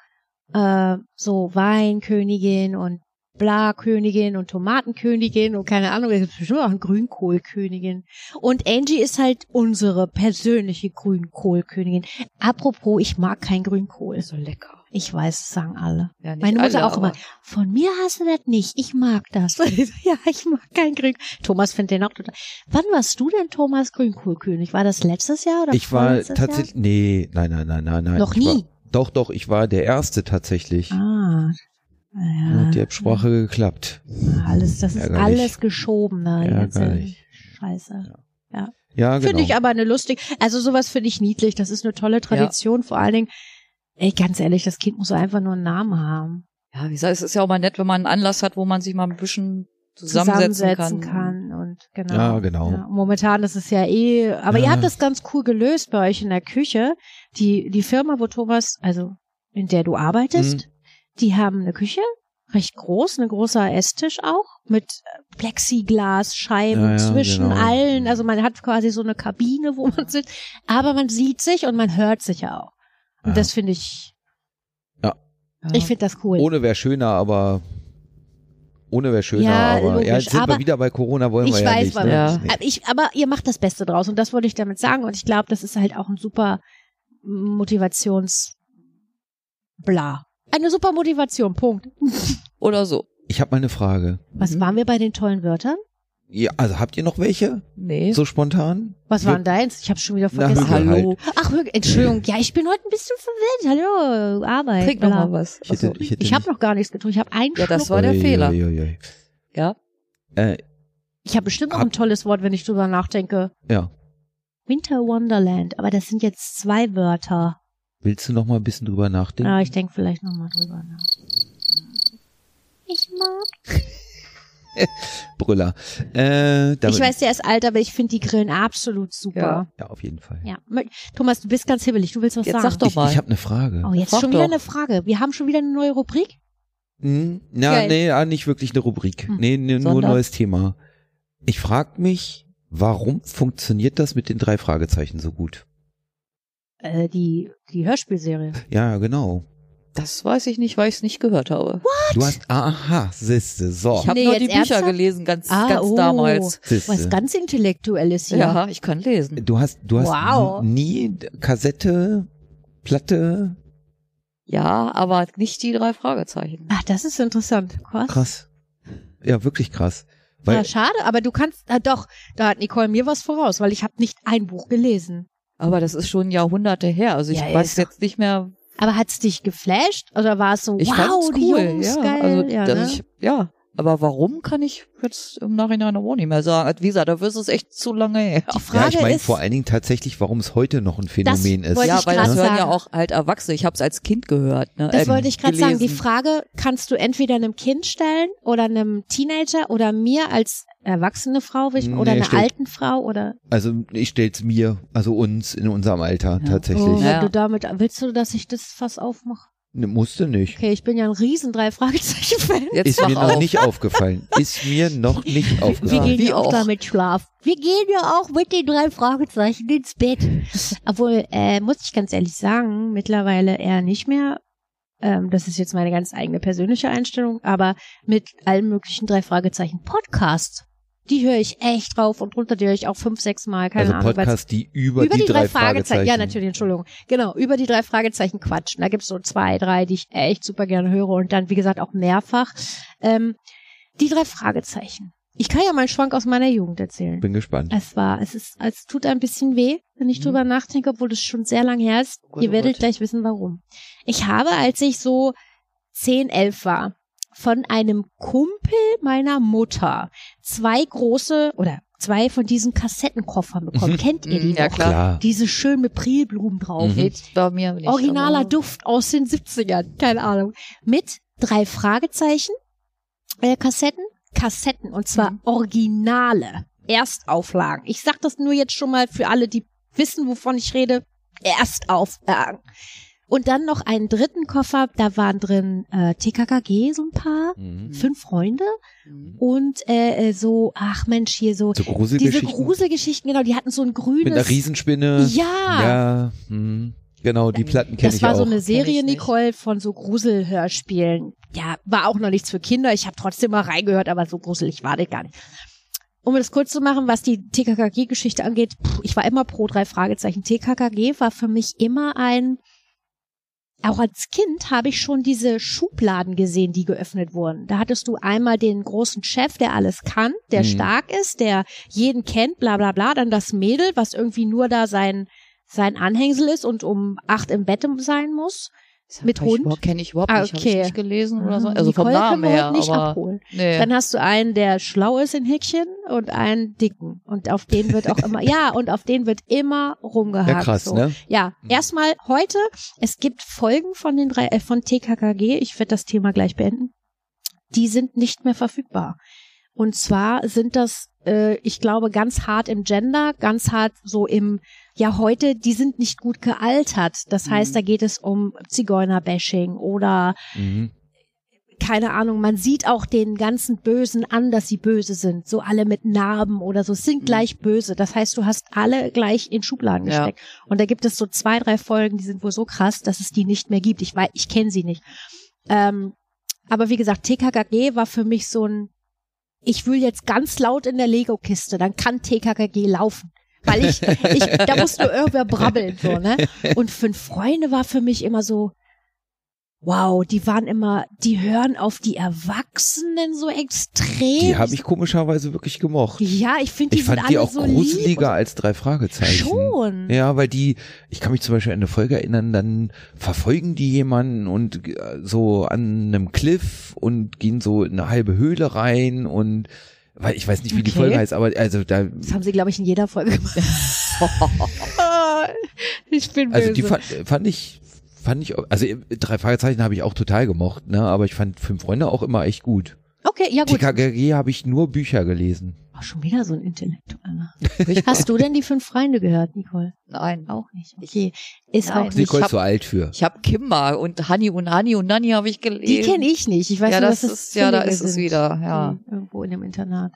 Speaker 2: äh, so Weinkönigin und Blakönigin und Tomatenkönigin und keine Ahnung, es gibt bestimmt auch eine Grünkohlkönigin. Und Angie ist halt unsere persönliche Grünkohlkönigin. Apropos, ich mag kein Grünkohl.
Speaker 4: So lecker.
Speaker 2: Ich weiß, das sagen alle.
Speaker 4: Ja, nicht
Speaker 2: Meine Mutter
Speaker 4: alle,
Speaker 2: auch immer.
Speaker 4: aber-
Speaker 2: Von mir hast du das nicht. Ich mag das. [laughs] ja, ich mag kein Grünkohl. Thomas findet den auch total. Wann warst du denn Thomas Grünkohlkönig? War das letztes Jahr oder
Speaker 3: Ich war
Speaker 2: vorletztes Jahr?
Speaker 3: tatsächlich. Nee, nein, nein, nein, nein, nein.
Speaker 2: Noch
Speaker 3: Ich war,
Speaker 2: nie?
Speaker 3: doch, doch, ich war der Erste tatsächlich.
Speaker 2: Ah.
Speaker 3: Dann
Speaker 2: Ja.
Speaker 3: Hat die Absprache geklappt.
Speaker 2: Alles, das ist
Speaker 3: Ärgerlich.
Speaker 2: alles geschoben. Ne? Die ganze
Speaker 3: Ärgerlich.
Speaker 2: Scheiße.
Speaker 3: Ja, genau.
Speaker 2: Finde ich aber eine lustig. Also sowas finde ich niedlich. Das ist eine tolle Tradition. Vor allen Dingen, ey, ganz ehrlich, das Kind muss doch einfach nur einen Namen haben.
Speaker 4: Ja, wie gesagt, es ist ja auch mal nett, wenn man einen Anlass hat, wo man sich mal ein bisschen zusammensetzen,
Speaker 2: Zusammensetzen kann. und genau.
Speaker 3: Ja, genau.
Speaker 2: Ja, momentan ist es ja eh, aber ihr
Speaker 3: Ja.
Speaker 2: habt das ganz cool gelöst bei euch in der Küche. Die, die Firma, wo Thomas, also in der du arbeitest,
Speaker 3: Mhm.
Speaker 2: die haben eine Küche, recht groß, ein großer Esstisch auch, mit äh, Plexiglasscheiben
Speaker 3: Ja, ja,
Speaker 2: zwischen
Speaker 3: genau.
Speaker 2: allen. Also man hat quasi so eine Kabine, wo man sitzt, aber man sieht sich und man hört sich ja auch. Und
Speaker 3: Ja.
Speaker 2: das finde ich,
Speaker 4: Ja.
Speaker 2: ich finde das cool.
Speaker 3: Ohne wäre schöner, aber ohne wäre schöner,
Speaker 2: Ja,
Speaker 3: aber ja,
Speaker 2: logisch,
Speaker 3: jetzt sind
Speaker 2: aber-
Speaker 3: wir wieder bei Corona, wollen
Speaker 2: Ich
Speaker 3: wir ja
Speaker 2: weiß,
Speaker 3: nicht.
Speaker 2: weil-
Speaker 3: ne?
Speaker 4: Ja.
Speaker 3: Nee.
Speaker 2: Aber, ich, aber ihr macht das Beste draus und das wollte ich damit sagen und ich glaube, das ist halt auch ein super Motivations bla. Eine super Motivation, Punkt.
Speaker 4: oder so.
Speaker 3: Ich habe mal eine Frage.
Speaker 2: Was
Speaker 4: Mhm.
Speaker 2: waren wir bei den tollen Wörtern?
Speaker 3: Ja, also habt ihr noch welche?
Speaker 4: Nee.
Speaker 3: So spontan?
Speaker 2: Was
Speaker 3: Wir-
Speaker 2: waren deins? Ich habe schon wieder
Speaker 3: Na,
Speaker 2: vergessen.
Speaker 3: Hügel halt.
Speaker 4: Hallo.
Speaker 2: Ach, Hügel, Entschuldigung. Ja, ich bin heute ein bisschen verwirrt. Hallo, Arbeit.
Speaker 4: Trink noch
Speaker 2: bla.
Speaker 4: mal was.
Speaker 3: halt. Ich hätte,
Speaker 4: Achso.
Speaker 3: ich hätte
Speaker 2: Ich habe noch gar nichts getrunken. Ich habe einen
Speaker 4: Ja, das
Speaker 2: Schluck.
Speaker 4: war der Fehler.
Speaker 3: Uiuiui.
Speaker 4: Ja.
Speaker 3: Äh,
Speaker 2: Ich habe bestimmt noch
Speaker 3: Hab-
Speaker 2: ein tolles Wort, wenn ich drüber nachdenke.
Speaker 3: ja.
Speaker 2: Winter Wonderland. Aber das sind jetzt zwei Wörter.
Speaker 3: Willst du noch mal ein bisschen drüber nachdenken?
Speaker 2: Ah, ich denke vielleicht nochmal drüber nach. Ich mag.
Speaker 3: Brüller. Äh, damit,
Speaker 2: Ich weiß, der ist alt, aber ich finde die Grillen absolut super.
Speaker 3: Ja, auf jeden Fall.
Speaker 2: Ja. Mö- Thomas, du bist ganz hibbelig. Du willst was
Speaker 4: Jetzt
Speaker 2: sagen.
Speaker 4: sag doch
Speaker 3: Ich,
Speaker 4: mal.
Speaker 3: ich habe eine Frage.
Speaker 2: Oh, jetzt
Speaker 4: Frag
Speaker 2: schon wieder
Speaker 4: doch.
Speaker 2: eine Frage. Wir haben schon wieder eine neue Rubrik.
Speaker 3: Hm? Na,
Speaker 2: Geil.
Speaker 3: nee, ah, nicht wirklich eine Rubrik.
Speaker 2: Hm.
Speaker 3: Nee, nee nur ein
Speaker 4: Sondern?
Speaker 3: neues Thema. Ich frage mich, warum funktioniert das mit den drei Fragezeichen so gut?
Speaker 2: Äh, die, die Hörspielserie.
Speaker 3: Ja, genau.
Speaker 4: Das weiß ich nicht, weil ich es nicht gehört habe.
Speaker 3: Du hast, aha, siehste, so.
Speaker 4: Ich habe
Speaker 2: Nee,
Speaker 4: nur
Speaker 2: jetzt
Speaker 4: die Bücher
Speaker 2: ernsthaft?
Speaker 4: gelesen, ganz,
Speaker 2: Ah,
Speaker 4: ganz
Speaker 2: oh.
Speaker 4: damals.
Speaker 2: Was
Speaker 3: siehste.
Speaker 2: ganz Intellektuelles hier.
Speaker 4: Ja, ich kann lesen.
Speaker 3: Du hast, du hast
Speaker 2: Wow.
Speaker 3: n- nie Kassette, Platte,
Speaker 4: Ja, aber nicht die drei Fragezeichen.
Speaker 2: Ach, Ah, das ist interessant. Krass.
Speaker 3: krass. Ja, wirklich krass. Weil,
Speaker 2: Ja, schade, aber du kannst, ah, doch, da hat Nicole mir was voraus, weil ich habe nicht ein Buch gelesen.
Speaker 4: Aber das ist schon Jahrhunderte her. Also ich
Speaker 2: Ja, ja,
Speaker 4: weiß
Speaker 2: ist doch-
Speaker 4: jetzt nicht mehr.
Speaker 2: Aber hat's dich geflasht? Oder war es so,
Speaker 4: Ich
Speaker 2: wow,
Speaker 4: fand's
Speaker 2: die
Speaker 4: cool.
Speaker 2: Jungs,
Speaker 4: ja,
Speaker 2: geil.
Speaker 4: also
Speaker 2: ja,
Speaker 4: dass
Speaker 2: ne?
Speaker 4: ich, ja, Aber warum kann ich jetzt im Nachhinein auch nicht mehr sagen? Wie gesagt, da ist es echt zu lange her.
Speaker 2: Die Frage
Speaker 3: ja, ich meine
Speaker 2: ist,
Speaker 3: vor allen Dingen tatsächlich, warum es heute noch ein Phänomen ist.
Speaker 2: wollte
Speaker 4: ja,
Speaker 2: ich
Speaker 4: weil
Speaker 2: grad
Speaker 4: das hören ja
Speaker 2: sagen.
Speaker 4: auch halt Erwachsene. Ich habe es als Kind gehört. Ne?
Speaker 2: das
Speaker 3: Ähm,
Speaker 4: äh,
Speaker 2: wollte ich gerade sagen. Die
Speaker 4: gelesen.
Speaker 2: Frage kannst du entweder einem Kind stellen oder einem Teenager oder mir als erwachsene Frau will ich- oder
Speaker 3: Nee,
Speaker 2: einer
Speaker 3: stimmt.
Speaker 2: alten Frau oder
Speaker 3: Also ich stell's mir, also uns in unserem Alter
Speaker 4: Ja.
Speaker 3: tatsächlich.
Speaker 2: oh, wenn
Speaker 4: Ja.
Speaker 2: du damit willst du, dass ich das Fass aufmache?
Speaker 3: Ne, musste nicht.
Speaker 2: Okay, ich bin ja ein riesen drei Fragezeichen Fan.
Speaker 4: Jetzt
Speaker 3: Ist
Speaker 4: mach
Speaker 3: mir
Speaker 4: auf.
Speaker 3: noch nicht aufgefallen. Ist mir noch nicht
Speaker 2: Wir
Speaker 3: aufgefallen.
Speaker 2: gehen
Speaker 4: Wie
Speaker 2: ja auch,
Speaker 4: auch.
Speaker 2: damit schlafen. Wir gehen ja auch mit den drei Fragezeichen ins Bett. Obwohl, äh, muss ich ganz ehrlich sagen, mittlerweile eher nicht mehr. Ähm, das ist jetzt meine ganz eigene persönliche Einstellung, aber mit allen möglichen drei Fragezeichen Podcasts. Die höre ich echt drauf und runter, die höre ich auch fünf, sechs Mal, keine
Speaker 3: also
Speaker 2: Ahnung. weil's-
Speaker 3: Podcasts, die über,
Speaker 2: über die, drei Fragezeichen.
Speaker 3: Fragezeichen.
Speaker 2: Ja, natürlich, Entschuldigung. Genau, über die drei Fragezeichen quatschen. Da gibt's so zwei, drei, die ich echt super gerne höre und dann, wie gesagt, auch mehrfach. Ähm, die drei Fragezeichen. Ich kann ja meinen Schwank aus meiner Jugend erzählen.
Speaker 3: Bin gespannt.
Speaker 2: Es war, es ist, es tut ein bisschen weh, wenn ich
Speaker 4: Mhm.
Speaker 2: drüber nachdenke, obwohl das schon sehr lang her ist.
Speaker 4: Gott,
Speaker 2: Ihr
Speaker 4: oh
Speaker 2: werdet
Speaker 4: Gott.
Speaker 2: gleich wissen, warum. Ich habe, als ich so 10, 11 war, von einem Kumpel meiner Mutter zwei große oder zwei von diesen Kassettenkoffern bekommen.
Speaker 4: [laughs]
Speaker 3: Mhm.
Speaker 2: Kennt ihr die
Speaker 4: Mhm, ja,
Speaker 2: noch?
Speaker 4: klar.
Speaker 2: Diese schön mit Prilblumen drauf.
Speaker 3: Mhm.
Speaker 4: Jetzt bei mir nicht,
Speaker 2: Originaler
Speaker 4: aber-
Speaker 2: Duft aus den 70ern, keine Ahnung. Mit drei Fragezeichen, äh, Kassetten, Kassetten und zwar
Speaker 4: Mhm.
Speaker 2: originale Erstauflagen. Ich sag das nur jetzt schon mal für alle, die wissen, wovon ich rede. Erstauflagen. Und dann noch einen dritten Koffer, da waren drin äh, TKKG so ein paar,
Speaker 3: Mhm.
Speaker 2: fünf Freunde
Speaker 4: Mhm.
Speaker 2: und äh, äh, so, ach Mensch, hier so,
Speaker 3: So
Speaker 2: diese
Speaker 3: Gruselgeschichten.
Speaker 2: Gruselgeschichten, genau, die hatten so ein grünes...
Speaker 3: mit einer Riesenspinne.
Speaker 2: ja,
Speaker 3: Ja, hm. genau, die Platten kenne
Speaker 2: Das
Speaker 3: ich
Speaker 2: war
Speaker 3: auch.
Speaker 2: so eine
Speaker 4: Kenn
Speaker 2: Serie,
Speaker 4: ich nicht.
Speaker 2: Nicole, von so Gruselhörspielen. Ja, war auch noch nichts für Kinder. Ich habe trotzdem mal reingehört, aber so gruselig war das gar nicht. Um es kurz zu machen, was die TKKG-Geschichte angeht, pff, ich war immer pro drei Fragezeichen. TKKG war für mich immer ein, auch als Kind habe ich schon diese Schubladen gesehen, die geöffnet wurden. Da hattest du einmal den großen Chef, der alles kann, der
Speaker 3: Mhm.
Speaker 2: stark ist, der jeden kennt, bla bla bla. Dann das Mädel, was irgendwie nur da sein, sein Anhängsel ist und um acht im Bett sein muss.
Speaker 4: Das
Speaker 2: Mit
Speaker 4: hab ich
Speaker 2: Hund?
Speaker 4: überhaupt- Kenn ich überhaupt
Speaker 2: Ah,
Speaker 4: nicht. Hab
Speaker 2: okay.
Speaker 4: ich nicht gelesen oder so.
Speaker 2: Ah,
Speaker 4: Also vom
Speaker 2: Nicole können
Speaker 4: Namen
Speaker 2: wir heute
Speaker 4: her.
Speaker 2: nicht
Speaker 4: aber
Speaker 2: abholen.
Speaker 4: nee.
Speaker 2: Dann hast du einen, der schlau ist in Häkchen und einen dicken. Und auf den wird auch
Speaker 4: [laughs]
Speaker 2: immer, ja, und auf den wird immer rumgehakt.
Speaker 3: ja, krass,
Speaker 2: so.
Speaker 3: ne?
Speaker 2: Ja,
Speaker 3: Mhm.
Speaker 2: erstmal heute, es gibt Folgen von den drei, äh, von TKKG, ich werde das Thema gleich beenden, die sind nicht mehr verfügbar. Und zwar sind das, äh, ich glaube, ganz hart im Gender, ganz hart so im, ja heute, die sind nicht gut gealtert. Das heißt,
Speaker 4: Mhm.
Speaker 2: da geht es um Zigeunerbashing oder
Speaker 3: Mhm.
Speaker 2: keine Ahnung, man sieht auch den ganzen Bösen an, dass sie böse sind. So alle mit Narben oder so, Es sind
Speaker 4: Mhm.
Speaker 2: gleich böse. Das heißt, du hast alle gleich in Schubladen
Speaker 4: Ja.
Speaker 2: gesteckt. Und da gibt es so zwei, drei Folgen, die sind wohl so krass, dass es die nicht mehr gibt. Ich weiß, ich kenne sie nicht. Ähm, aber wie gesagt, TKKG war für mich so ein, ich will jetzt ganz laut in der Lego-Kiste, dann kann TKKG laufen. Weil ich, ich, da muss nur irgendwer brabbeln, so, ne? Und fünf Freunde war für mich immer so, wow, die waren immer, die hören auf die Erwachsenen so extrem.
Speaker 3: Die habe ich komischerweise wirklich gemocht.
Speaker 2: ja, ich finde, die
Speaker 3: Ich
Speaker 2: sind
Speaker 3: fand
Speaker 2: alle
Speaker 3: die auch
Speaker 2: so lieb.
Speaker 3: gruseliger
Speaker 2: und-
Speaker 3: als drei Fragezeichen.
Speaker 2: Schon.
Speaker 3: Ja, weil die, ich kann mich zum Beispiel an eine Folge erinnern, dann verfolgen die jemanden und äh, so an einem Cliff und gehen so in eine halbe Höhle rein und weil ich weiß nicht, wie die
Speaker 2: Okay.
Speaker 3: Folge heißt, aber also da,
Speaker 2: Das haben sie, glaube ich, in jeder Folge
Speaker 3: [laughs]
Speaker 2: gemacht. ich bin böse.
Speaker 3: also die fand, fand ich, fand ich, also äh, drei Fragezeichen habe ich auch total gemocht, ne, aber ich fand fünf Freunde auch immer echt gut.
Speaker 2: okay, ja gut.
Speaker 3: TKKG habe ich nur Bücher gelesen.
Speaker 2: Oh, schon wieder so ein
Speaker 3: [laughs]
Speaker 2: Intellektueller. Hast du denn die fünf Freunde gehört, Nicole?
Speaker 4: Nein.
Speaker 2: Auch nicht. Okay, ist
Speaker 4: Nein.
Speaker 2: auch nicht.
Speaker 4: Sie-
Speaker 3: Nicole
Speaker 4: hab-
Speaker 3: ist zu alt für.
Speaker 4: Ich habe Kimba und Hani und Hani und Nani habe ich gelesen.
Speaker 2: Die kenne ich nicht. Ich weiß
Speaker 4: ja,
Speaker 2: nur,
Speaker 4: das
Speaker 2: dass
Speaker 4: ist, ja, da
Speaker 2: Zwillinge
Speaker 4: ist es
Speaker 2: sind.
Speaker 4: wieder, ja.
Speaker 2: Mhm, Irgendwo in einem Internat.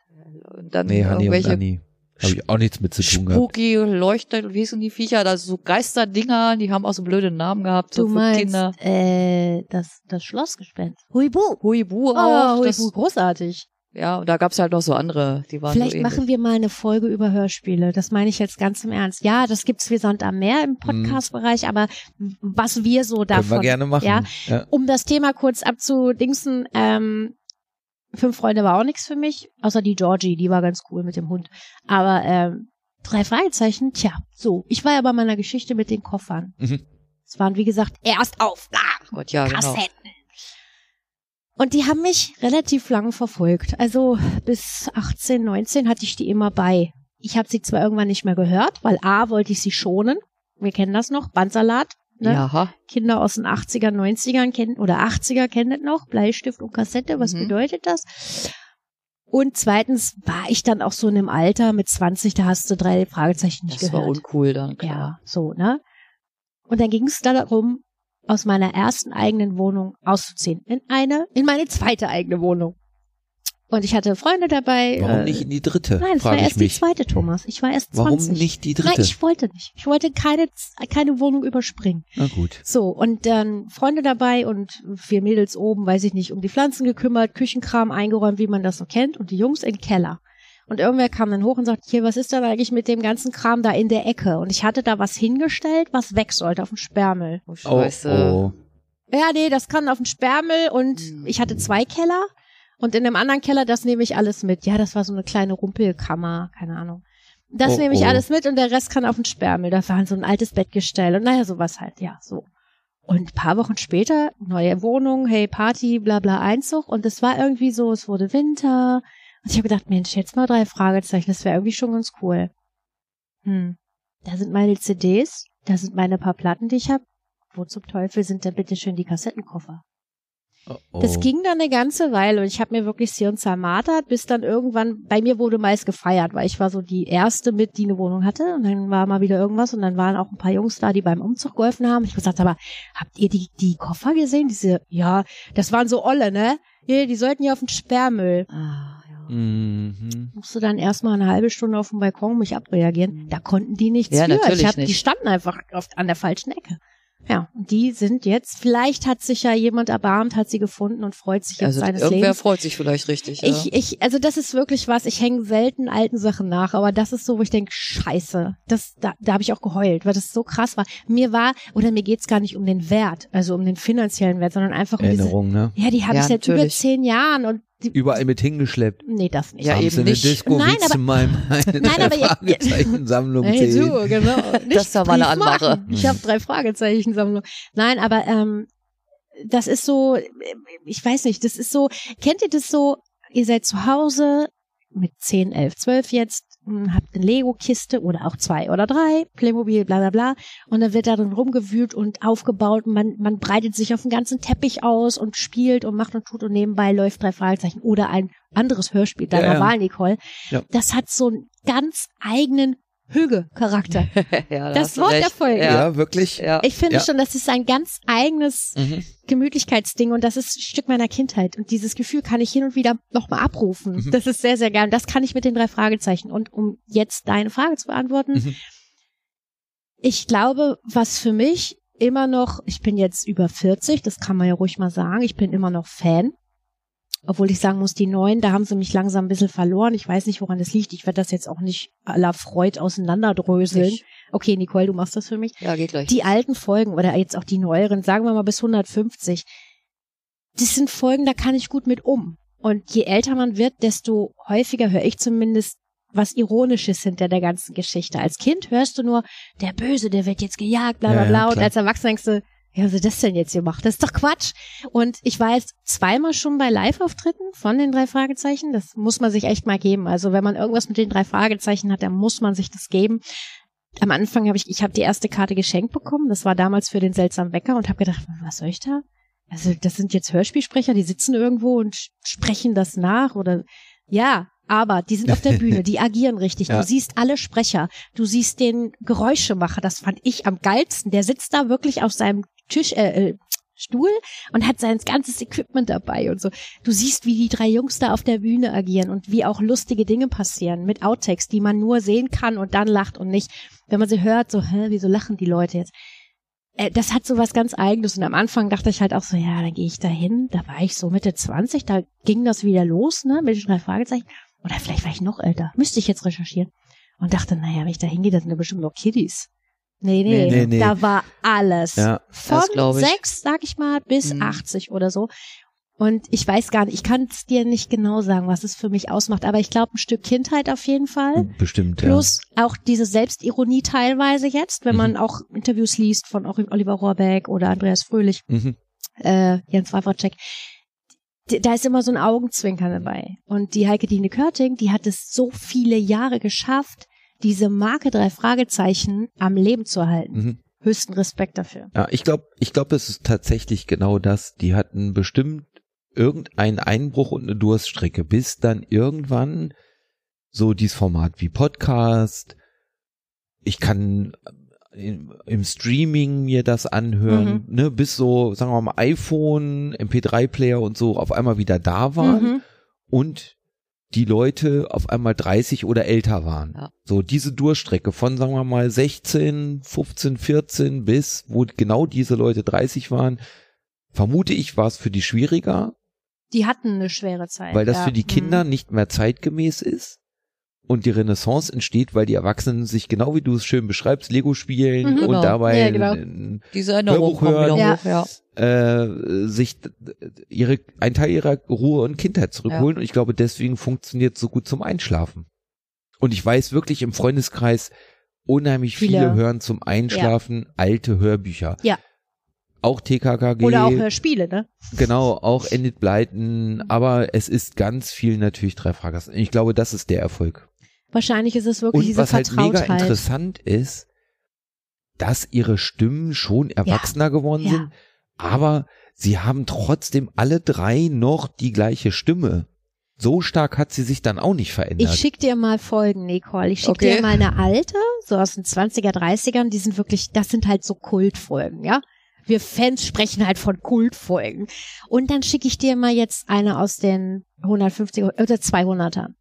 Speaker 4: Und dann
Speaker 3: Nee, Hanni und
Speaker 4: irgendwelche
Speaker 3: Anni. Habe ich auch nichts mit zu tun gehabt.
Speaker 4: spooky Leuchter, wie sind die Viecher, da so Geisterdinger, die haben auch so blöde Namen gehabt, so
Speaker 2: Du
Speaker 4: für
Speaker 2: meinst
Speaker 4: Kinder.
Speaker 2: äh, das, das Schlossgespenst. Huibu.
Speaker 4: Huibu auch.
Speaker 2: Oh,
Speaker 4: das,
Speaker 2: Huibu, großartig.
Speaker 4: Ja, und da gab's halt noch so andere, die waren
Speaker 2: Vielleicht
Speaker 4: so ähnlich.
Speaker 2: machen wir mal eine Folge über Hörspiele. Das meine ich jetzt ganz im Ernst. Ja, das gibt's wie Sand am Meer im Podcast-Bereich, aber was wir so
Speaker 3: Mhm. Können wir
Speaker 2: davon
Speaker 3: gerne machen.
Speaker 2: Ja.
Speaker 3: Ja.
Speaker 2: um das Thema kurz abzudingsen, ähm, Fünf Freunde war auch nichts für mich, außer die Georgie, die war ganz cool mit dem Hund. Aber ähm, drei Fragezeichen, tja, so. Ich war ja bei meiner Geschichte mit den Koffern.
Speaker 3: Mhm.
Speaker 4: Oh genau.
Speaker 2: Es waren, wie gesagt, Erstauflagen,
Speaker 4: Gott, ja, genau.
Speaker 2: Kassetten. Und die haben mich relativ lang verfolgt. Also bis 18, 19 hatte ich die immer bei. Ich habe sie zwar irgendwann nicht mehr gehört, weil A wollte ich sie schonen. Wir kennen das noch, Bandsalat. Ne?
Speaker 4: Ja.
Speaker 2: Kinder aus den 80er, 90ern kennen oder 80er kennen das noch, Bleistift und Kassette, was
Speaker 4: Mhm.
Speaker 2: bedeutet das? Und zweitens war ich dann auch so in einem Alter mit 20, da hast du drei Fragezeichen nicht
Speaker 4: Das war
Speaker 2: gehört.
Speaker 4: uncool dann,
Speaker 2: ja,
Speaker 4: klar.
Speaker 2: so, ne? Und dann ging es darum, aus meiner ersten eigenen Wohnung auszuziehen in eine in meine zweite eigene Wohnung. Und ich hatte Freunde dabei.
Speaker 3: Warum
Speaker 2: äh,
Speaker 3: nicht in die dritte?
Speaker 2: Nein, es war
Speaker 3: frage ich
Speaker 2: erst die
Speaker 3: mich.
Speaker 2: zweite, Thomas. Ich war erst 20.
Speaker 3: Warum nicht die dritte?
Speaker 2: Nein, ich wollte nicht. Ich wollte keine keine Wohnung überspringen.
Speaker 3: Na gut.
Speaker 2: So, und dann Freunde dabei und wir Mädels oben, weiß ich nicht, um die Pflanzen gekümmert, Küchenkram eingeräumt, wie man das so kennt, und die Jungs im Keller. Und irgendwer kam dann hoch und sagt, hier, was ist denn eigentlich mit dem ganzen Kram da in der Ecke? Und ich hatte da was hingestellt, was weg sollte auf dem Sperrmüll.
Speaker 4: Oh,
Speaker 3: Oh,
Speaker 4: Scheiße.
Speaker 3: oh.
Speaker 2: Ja, nee, das kann auf dem Sperrmüll und
Speaker 4: Hm.
Speaker 2: ich hatte zwei Keller und in dem anderen Keller, das nehme ich alles mit. Ja, das war so eine kleine Rumpelkammer, keine Ahnung. Das
Speaker 3: Oh,
Speaker 2: nehme ich
Speaker 3: oh.
Speaker 2: alles mit und der Rest kann auf den Sperrmüll. Da war so ein altes Bettgestell und naja, sowas halt, ja, so. Und ein paar Wochen später, neue Wohnung, hey, Party, bla bla Einzug. Und es war irgendwie so, es wurde Winter. Und ich habe gedacht, Mensch, jetzt mal drei Fragezeichen, das wäre irgendwie schon ganz cool. Hm. Da sind meine CDs, da sind meine paar Platten, die ich habe. Wo zum Teufel sind denn bitte schön die Kassettenkoffer?
Speaker 4: äh,
Speaker 3: Oh, oh.
Speaker 2: Das ging dann eine ganze Weile und ich habe mir wirklich sehr und zermartert, bis dann irgendwann, bei mir wurde meist gefeiert, weil ich war so die erste mit, die eine Wohnung hatte und dann war mal wieder irgendwas und dann waren auch ein paar Jungs da, die beim Umzug geholfen haben. Ich hab gesagt, aber habt ihr die, die Koffer gesehen? Diese, ja, das waren so Olle, ne? Hier, die sollten hier auf den Sperrmüll.
Speaker 4: Ah, ja.
Speaker 3: Mhm.
Speaker 2: Musste dann erstmal eine halbe Stunde auf dem Balkon mich abreagieren. Da konnten die nichts
Speaker 4: Mhm. Ja,
Speaker 2: für.
Speaker 4: natürlich
Speaker 2: ich hab, Die
Speaker 4: nicht.
Speaker 2: standen einfach auf, an der falschen Ecke. Ja, und die sind jetzt, vielleicht hat sich ja jemand erbarmt, hat sie gefunden und freut sich jetzt
Speaker 4: Also
Speaker 2: seines
Speaker 4: irgendwer
Speaker 2: Lebens.
Speaker 4: freut sich vielleicht richtig.
Speaker 2: Ich,
Speaker 4: ja.
Speaker 2: ich, also das ist wirklich was, ich hänge selten alten Sachen nach, aber das ist so, wo ich denke, scheiße, das, da, da habe ich auch geheult, weil das so krass war. Mir war, oder mir geht's gar nicht um den Wert, also um den finanziellen Wert, sondern einfach um diese,
Speaker 3: Erinnerung, ne?
Speaker 2: ja, die habe
Speaker 4: Ja,
Speaker 2: ich seit über
Speaker 4: natürlich.
Speaker 2: zehn Jahren und die,
Speaker 3: Überall mit hingeschleppt.
Speaker 2: nee, das nicht.
Speaker 4: Ja,
Speaker 3: Abends
Speaker 4: eben
Speaker 3: in der
Speaker 4: nicht.
Speaker 3: Disco
Speaker 2: Nein,
Speaker 3: willst
Speaker 2: aber-
Speaker 3: du mal
Speaker 2: [laughs]
Speaker 3: meine
Speaker 2: Nein, aber ja-
Speaker 3: Fragezeichen-Sammlung
Speaker 2: Hey,
Speaker 3: sehen.
Speaker 4: [laughs]
Speaker 2: so, genau. Nicht
Speaker 4: Das soll man
Speaker 2: Brief
Speaker 4: anmachen.
Speaker 2: machen. Ich habe drei Fragezeichen-Sammlung. Nein, aber ähm, das ist so, ich weiß nicht, das ist so, kennt ihr das so, ihr seid zu Hause mit 10, 11, 12 jetzt, hm, habt eine Lego-Kiste oder auch zwei oder drei, Playmobil, bla bla bla, und dann wird darin rumgewühlt und aufgebaut und man, man breitet sich auf den ganzen Teppich aus und spielt und macht und tut und nebenbei läuft drei Fragezeichen oder ein anderes Hörspiel deiner
Speaker 3: Ja, ja.
Speaker 2: Wahl, Nicole.
Speaker 3: Ja.
Speaker 2: Das hat so einen ganz eigenen Hüge-Charakter.
Speaker 4: [laughs] ja, da
Speaker 2: das
Speaker 4: hast du
Speaker 2: Wort der
Speaker 4: recht.
Speaker 2: Folge.
Speaker 3: Ja,
Speaker 4: Ja.
Speaker 3: wirklich.
Speaker 4: Ja.
Speaker 2: Ich finde
Speaker 3: Ja.
Speaker 2: schon, das ist ein ganz eigenes
Speaker 3: Mhm.
Speaker 2: Gemütlichkeitsding und das ist ein Stück meiner Kindheit. Und dieses Gefühl kann ich hin und wieder nochmal abrufen.
Speaker 3: Mhm.
Speaker 2: Das ist sehr, sehr gern. Das kann ich mit den drei Fragezeichen. Und um jetzt deine Frage zu beantworten,
Speaker 3: Mhm.
Speaker 2: ich glaube, was für mich immer noch, ich bin jetzt über 40, das kann man ja ruhig mal sagen, ich bin immer noch Fan. Obwohl ich sagen muss, die Neuen, da haben sie mich langsam ein bisschen verloren. Ich weiß nicht, woran das liegt. Ich werde das jetzt auch nicht à la Freud auseinanderdröseln.
Speaker 4: Ich-
Speaker 2: Okay, Nicole, du machst das für mich.
Speaker 4: Ja, geht gleich.
Speaker 2: Die alten Folgen oder jetzt auch die neueren, sagen wir mal bis 150, das sind Folgen, da kann ich gut mit um. Und je älter man wird, desto häufiger höre ich zumindest was Ironisches hinter der ganzen Geschichte. Als Kind hörst du nur, der Böse, der wird jetzt gejagt, bla
Speaker 3: Ja,
Speaker 2: bla
Speaker 3: ja,
Speaker 2: bla. und
Speaker 3: klar.
Speaker 2: als Erwachsener denkst du, wie haben sie das denn jetzt gemacht? Das ist doch Quatsch. Und ich war jetzt zweimal schon bei Live-Auftritten von den drei Fragezeichen. Das muss man sich echt mal geben. Also wenn man irgendwas mit den drei Fragezeichen hat, dann muss man sich das geben. Am Anfang habe ich, ich habe die erste Karte geschenkt bekommen. Das war damals für den seltsamen Wecker und habe gedacht, was soll ich da? Also das sind jetzt Hörspielsprecher, die sitzen irgendwo und sch- sprechen das nach oder ja, aber die sind auf der Bühne, die agieren richtig.
Speaker 3: Ja.
Speaker 2: Du siehst alle Sprecher, du siehst den Geräuschemacher, das fand ich am geilsten. Der sitzt da wirklich auf seinem Tisch, äh, äh, Stuhl und hat sein ganzes Equipment dabei und so. Du siehst, wie die drei Jungs da auf der Bühne agieren und wie auch lustige Dinge passieren mit Outtakes, die man nur sehen kann und dann lacht und nicht, wenn man sie hört, so, hä, wieso lachen die Leute jetzt? Äh, Das hat so was ganz Eigenes. Und am Anfang dachte ich halt auch so, ja, dann gehe ich da hin. Da war ich so Mitte 20, da ging das wieder los, ne, mit den drei Fragezeichen. Oder vielleicht war ich noch älter. Müsste ich jetzt recherchieren. Und dachte, naja, wenn ich da hingehe, da sind da bestimmt noch Kiddies. Nee, nee,
Speaker 3: Nee, nee, nee.
Speaker 2: da war alles.
Speaker 3: Ja.
Speaker 2: Von
Speaker 4: Das glaub ich.
Speaker 2: sechs, sag ich mal, bis
Speaker 4: Mhm.
Speaker 2: 80 oder so. Und ich weiß gar nicht, ich kann es dir nicht genau sagen, was es für mich ausmacht, aber ich glaube, ein Stück Kindheit auf jeden
Speaker 4: Mhm.
Speaker 2: Fall.
Speaker 3: Bestimmt,
Speaker 2: Plus auch diese Selbstironie teilweise jetzt,
Speaker 4: Mhm.
Speaker 2: wenn man auch Interviews liest von Ori- Oliver Rohrbeck oder Andreas Fröhlich,
Speaker 3: ja. Mhm.
Speaker 2: äh, Jens Wawracek. d- da ist immer so ein Augenzwinkern dabei. Und die Heike Dine Körting, die hat es so viele Jahre geschafft, diese Marke drei Fragezeichen am Leben zu erhalten.
Speaker 3: Mhm.
Speaker 2: Höchsten Respekt dafür.
Speaker 3: Ja, ich glaube, ich glaube, es ist tatsächlich genau das. Die hatten bestimmt irgendeinen Einbruch und eine Durststrecke, bis dann irgendwann so dieses Format wie Podcast, ich kann äh, im, im Streaming mir das anhören, ne, bis so, sagen wir mal, iPhone, MP3-Player und so auf einmal wieder da waren
Speaker 2: Mhm.
Speaker 3: und die Leute auf einmal 30 oder älter waren.
Speaker 4: Ja.
Speaker 3: So diese Durchstrecke von, sagen wir mal, 16, 15, 14 bis, wo genau diese Leute 30 waren, vermute ich, war es für die schwieriger,
Speaker 2: Die hatten eine schwere Zeit.
Speaker 3: weil das
Speaker 2: ja.
Speaker 3: für die
Speaker 2: Mhm.
Speaker 3: Kinder nicht mehr zeitgemäß ist. Und die Renaissance entsteht, weil die Erwachsenen sich genau wie du es schön beschreibst, Lego spielen
Speaker 2: Mhm.
Speaker 3: und
Speaker 4: Genau.
Speaker 3: dabei
Speaker 2: Ja, genau.
Speaker 3: ein-
Speaker 4: Diese Erinnerungen
Speaker 3: Hörbuch
Speaker 4: kommen wieder
Speaker 2: hören.
Speaker 4: hoch, ja.
Speaker 3: äh, sich d- d- ihre, ein Teil ihrer Ruhe und Kindheit zurückholen. Und ich glaube, deswegen funktioniert so gut zum Einschlafen. Und ich weiß wirklich im Freundeskreis, unheimlich viele,
Speaker 2: Viele.
Speaker 3: hören zum Einschlafen alte Hörbücher.
Speaker 2: Ja.
Speaker 3: Auch TKKG,
Speaker 2: Oder auch Hörspiele, Mhm. ne?
Speaker 3: genau, auch Enid Blyton, aber es ist ganz viel natürlich drei Fragezeichen. Ich glaube, das ist der Erfolg.
Speaker 2: Wahrscheinlich ist es wirklich
Speaker 3: und
Speaker 2: diese
Speaker 3: was halt mega
Speaker 2: Vertrautheit.
Speaker 3: interessant ist, dass ihre Stimmen schon erwachsener geworden
Speaker 2: Ja.
Speaker 3: sind, aber sie haben trotzdem alle drei noch die gleiche Stimme. So stark hat sie sich dann auch nicht
Speaker 2: Ich
Speaker 3: verändert.
Speaker 2: schick dir mal Folgen, Nicole. Ich schick
Speaker 4: Okay.
Speaker 2: dir mal eine alte, so aus den 20er, 30ern. Die sind wirklich, das sind halt so Kultfolgen, ja? Wir Fans sprechen halt von Kultfolgen. Und dann schicke ich dir mal jetzt eine aus den 150er oder 200ern.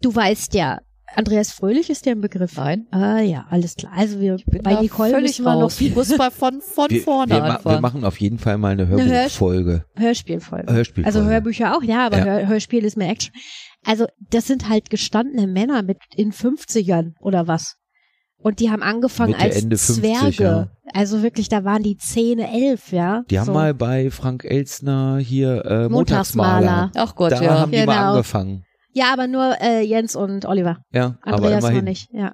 Speaker 2: Du weißt ja, Andreas Fröhlich ist dir ein Begriff.
Speaker 4: Nein.
Speaker 2: Ah ja, alles klar. Also wir
Speaker 4: Ich bin
Speaker 2: bei
Speaker 4: da
Speaker 2: Nicole
Speaker 4: völlig
Speaker 2: müssen wir noch
Speaker 4: raus. Ich
Speaker 2: viel
Speaker 4: muss mal von, von
Speaker 3: wir,
Speaker 4: vorne
Speaker 3: wir, ma-
Speaker 4: anfangen.
Speaker 3: wir machen auf jeden Fall mal eine
Speaker 2: Hörspiel-
Speaker 3: Hörbuchfolge.
Speaker 2: Hörspielfolgen.
Speaker 3: Hörspielfolge.
Speaker 2: Also Hörbücher auch, ja, aber
Speaker 3: Ja.
Speaker 2: Hör Hörspiel ist mehr Action. Also das sind halt gestandene Männer mit in 50ern oder was. Und die haben angefangen
Speaker 3: Mitte,
Speaker 2: als
Speaker 3: Ende 50,
Speaker 2: Zwerge.
Speaker 3: ja.
Speaker 2: Also wirklich, da waren die 10, 11, ja.
Speaker 3: Die haben
Speaker 2: so.
Speaker 3: mal bei Frank Elstner hier äh,
Speaker 2: Montagsmaler.
Speaker 3: Montagsmaler.
Speaker 4: Ach Gott,
Speaker 3: da
Speaker 4: ja.
Speaker 3: haben die mal
Speaker 2: Genau.
Speaker 3: angefangen.
Speaker 2: Ja, aber nur äh, Jens und Oliver.
Speaker 3: Ja, aber
Speaker 2: Andreas noch
Speaker 3: immerhin.
Speaker 2: nicht, ja.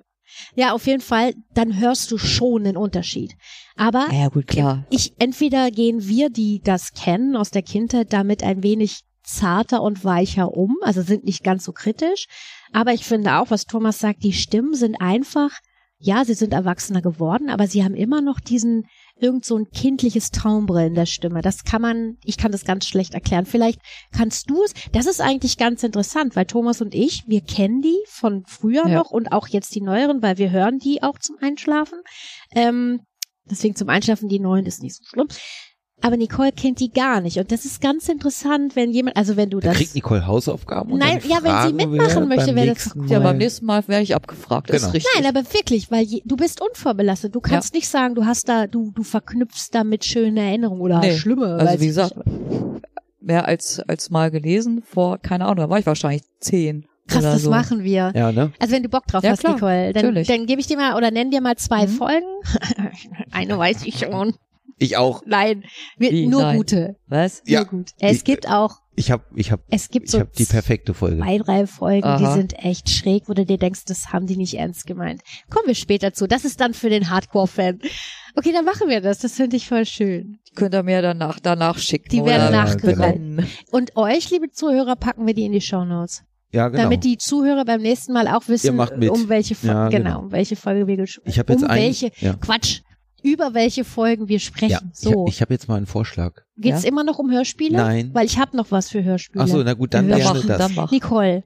Speaker 2: Ja, auf jeden Fall, dann hörst du schon den Unterschied. Aber
Speaker 4: Ja, ja, gut, klar.
Speaker 2: ich entweder gehen wir, die das kennen aus der Kindheit, damit ein wenig zarter und weicher um, also sind nicht ganz so kritisch. Aber ich finde auch, was Thomas sagt, die Stimmen sind einfach, ja, sie sind erwachsener geworden, aber sie haben immer noch diesen irgend so ein kindliches Traumbrill in der Stimme. Das kann man, ich kann das ganz schlecht erklären. Vielleicht kannst du es. Das ist eigentlich ganz interessant, weil Thomas und ich, wir kennen die von früher
Speaker 4: Ja.
Speaker 2: noch und auch jetzt die neueren, weil wir hören die auch zum Einschlafen. Ähm, deswegen zum Einschlafen die neuen ist nicht so schlimm. Aber Nicole kennt die gar nicht. Und das ist ganz interessant, wenn jemand, also wenn du
Speaker 3: Da
Speaker 2: das.
Speaker 3: kriegt Nicole Hausaufgaben und
Speaker 2: Nein,
Speaker 3: dann
Speaker 2: ja, wenn sie
Speaker 3: fragen wir
Speaker 2: mitmachen möchte,
Speaker 3: beim
Speaker 2: wäre das
Speaker 3: nächsten
Speaker 2: doch
Speaker 4: Ja,
Speaker 3: Mal-
Speaker 4: beim nächsten Mal werde ich abgefragt.
Speaker 3: Genau.
Speaker 4: Ist richtig.
Speaker 2: Nein, aber wirklich, weil je, du bist unvorbelastet. Du kannst nicht sagen, du hast da, du, du verknüpfst damit schöne Erinnerungen oder
Speaker 4: Nee.
Speaker 2: schlimme. weiß
Speaker 4: also wie
Speaker 2: ich
Speaker 4: gesagt,
Speaker 2: nicht.
Speaker 4: mehr als, als mal gelesen vor, keine Ahnung, da war ich wahrscheinlich zehn.
Speaker 2: Krass,
Speaker 4: oder
Speaker 2: das
Speaker 4: so.
Speaker 2: machen wir.
Speaker 3: Ja, ne?
Speaker 2: Also wenn du Bock drauf
Speaker 4: Ja,
Speaker 2: hast,
Speaker 4: klar,
Speaker 2: Nicole, dann,
Speaker 4: natürlich.
Speaker 2: dann gebe ich dir mal oder nenn dir mal zwei
Speaker 4: Mhm.
Speaker 2: Folgen. [laughs] Eine weiß ich schon.
Speaker 3: Ich auch.
Speaker 2: Nein, wir,
Speaker 4: Wie?
Speaker 2: nur
Speaker 4: Nein.
Speaker 2: gute.
Speaker 4: Was?
Speaker 3: Ja.
Speaker 2: Nur gut. Es
Speaker 3: Ich-
Speaker 2: gibt auch,
Speaker 3: Ich habe ich hab,
Speaker 2: es gibt
Speaker 3: ich
Speaker 2: so
Speaker 3: hab die perfekte Folge.
Speaker 2: zwei, drei Folgen, die
Speaker 4: Aha.
Speaker 2: sind echt schräg, wo du dir denkst, das haben die nicht ernst gemeint. Kommen wir später zu. Das ist dann für den Hardcore-Fan. Okay, dann machen wir das. Das finde ich voll schön.
Speaker 4: Die könnt ihr mir danach, danach schicken.
Speaker 2: Die
Speaker 4: oder
Speaker 2: werden
Speaker 3: Ja, genau.
Speaker 2: nachgereiht.
Speaker 4: brennen.
Speaker 2: Und euch, liebe Zuhörer, packen wir die in die Shownotes.
Speaker 3: Ja, genau.
Speaker 2: Damit die Zuhörer beim nächsten Mal auch
Speaker 3: Ihr
Speaker 2: wissen,
Speaker 3: macht mit.
Speaker 2: um welche Folge,
Speaker 3: Ja,
Speaker 2: genau,
Speaker 3: genau.
Speaker 2: um welche Folge wir gesprochen
Speaker 3: ich habe jetzt
Speaker 2: um
Speaker 3: einen,
Speaker 2: welche
Speaker 3: ja.
Speaker 2: Quatsch, über welche Folgen wir
Speaker 3: Ja,
Speaker 2: sprechen.
Speaker 3: ich,
Speaker 2: so.
Speaker 3: ich habe jetzt mal einen Vorschlag.
Speaker 2: Geht's
Speaker 4: ja.
Speaker 2: immer noch um Hörspiele?
Speaker 3: Nein.
Speaker 2: Weil ich habe noch was für Hörspiele.
Speaker 3: Ach so, na gut, dann
Speaker 2: Ja,
Speaker 4: Dann
Speaker 3: gerne
Speaker 4: machen,
Speaker 3: das.
Speaker 4: dann machen.
Speaker 2: Nicole,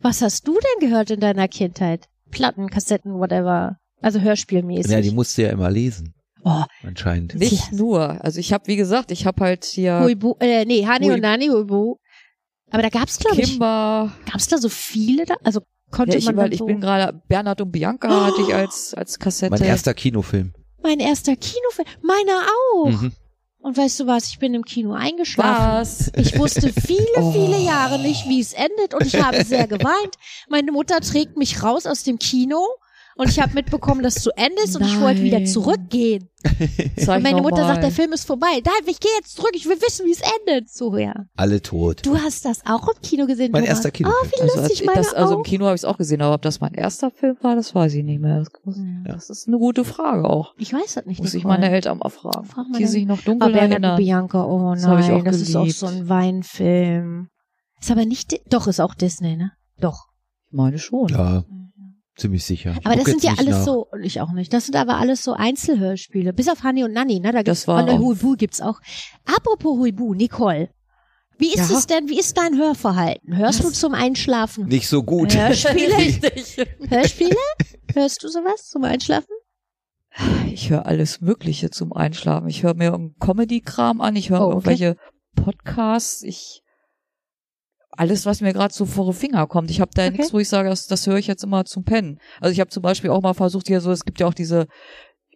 Speaker 2: was hast du denn gehört in deiner Kindheit? Platten, Kassetten, whatever. Also hörspielmäßig.
Speaker 3: ja, die musst du ja immer lesen,
Speaker 2: oh,
Speaker 3: anscheinend.
Speaker 4: Nicht nur. Also ich habe, wie gesagt, ich habe halt hier
Speaker 2: Huibu, äh, nee, Hani
Speaker 4: Hui-
Speaker 2: und Nani, Huibu. Aber da gab's, glaube ich,
Speaker 4: Kimber.
Speaker 2: gab's da so viele da? Also konnte
Speaker 4: Ja, ich,
Speaker 2: man
Speaker 4: über-
Speaker 2: dann
Speaker 4: ich
Speaker 2: so Oh!
Speaker 4: bin gerade Bernhard und Bianca hatte ich als als Kassette.
Speaker 3: Mein erster Kinofilm.
Speaker 2: mein erster Kinofilm, meiner auch.
Speaker 4: Hm.
Speaker 3: Mhm.
Speaker 2: Und weißt du was, ich bin im Kino eingeschlafen.
Speaker 4: Was?
Speaker 2: Ich wusste viele,
Speaker 4: [laughs] Oh.
Speaker 2: viele Jahre nicht, wie es endet und ich habe sehr geweint. Meine Mutter trägt mich raus aus dem Kino Und ich habe mitbekommen, dass es zu Ende ist und ich wollte wieder
Speaker 4: Nein.
Speaker 2: zurückgehen.
Speaker 4: Sag
Speaker 2: Und meine Mutter
Speaker 4: nochmal.
Speaker 2: sagt, der Film ist vorbei. Nein, ich gehe jetzt zurück, ich will wissen, wie es endet. So, ja.
Speaker 3: Alle tot.
Speaker 2: Du Oh, hast das auch im Kino gesehen,
Speaker 3: mein
Speaker 2: Thomas?
Speaker 3: erster Kino.
Speaker 4: Also,
Speaker 2: lustig,
Speaker 4: als- das,
Speaker 2: meine
Speaker 4: also
Speaker 2: auch.
Speaker 4: im Kino habe ich es auch gesehen, aber ob das mein erster Film war, das weiß ich nicht mehr. Das,
Speaker 2: Ja.
Speaker 4: das ist eine gute Frage auch.
Speaker 2: Ich weiß das nicht.
Speaker 4: Muss ich
Speaker 2: Nicole.
Speaker 4: meine Eltern mal fragen,
Speaker 2: Frag
Speaker 4: die
Speaker 2: meine-
Speaker 4: sich noch
Speaker 2: Oh,
Speaker 4: dunkel
Speaker 2: Bernhard und
Speaker 4: erinnern.
Speaker 2: Bianca, oh nein,
Speaker 4: Das
Speaker 2: das,
Speaker 4: hab ich auch
Speaker 2: ist auch
Speaker 4: geliebt.
Speaker 2: so ein Weinfilm. Ist aber nicht, Di- doch, ist auch Disney, ne? Doch.
Speaker 4: Ich meine schon.
Speaker 3: Ja, ziemlich sicher. Ich
Speaker 2: Aber
Speaker 3: guck
Speaker 2: das sind
Speaker 3: jetzt
Speaker 2: ja
Speaker 3: nicht
Speaker 2: alles
Speaker 3: nach.
Speaker 2: so, ich auch nicht, das sind aber alles so Einzelhörspiele. Bis auf Hanni und Nanni, ne? Da gibt's,
Speaker 4: Das war
Speaker 2: und
Speaker 4: auch-
Speaker 2: Huibu gibt's auch. Apropos Huibu, Nicole. Wie ist
Speaker 4: Ja?
Speaker 2: es denn, wie ist dein Hörverhalten? Hörst du zum Einschlafen
Speaker 3: Nicht so gut.
Speaker 2: Hörspiele?
Speaker 4: [laughs] Richtig.
Speaker 2: Hörspiele? Hörst du sowas zum Einschlafen?
Speaker 4: Ich höre alles Mögliche zum Einschlafen. Ich höre mir irgendeinen Comedy-Kram an, ich höre
Speaker 2: Oh, okay.
Speaker 4: irgendwelche Podcasts, ich alles, was mir gerade so vor die Finger kommt. Ich habe da
Speaker 2: Okay.
Speaker 4: nichts, wo ich sage, das, das höre ich jetzt immer zum Pennen. Also ich habe zum Beispiel auch mal versucht, hier so, es gibt ja auch diese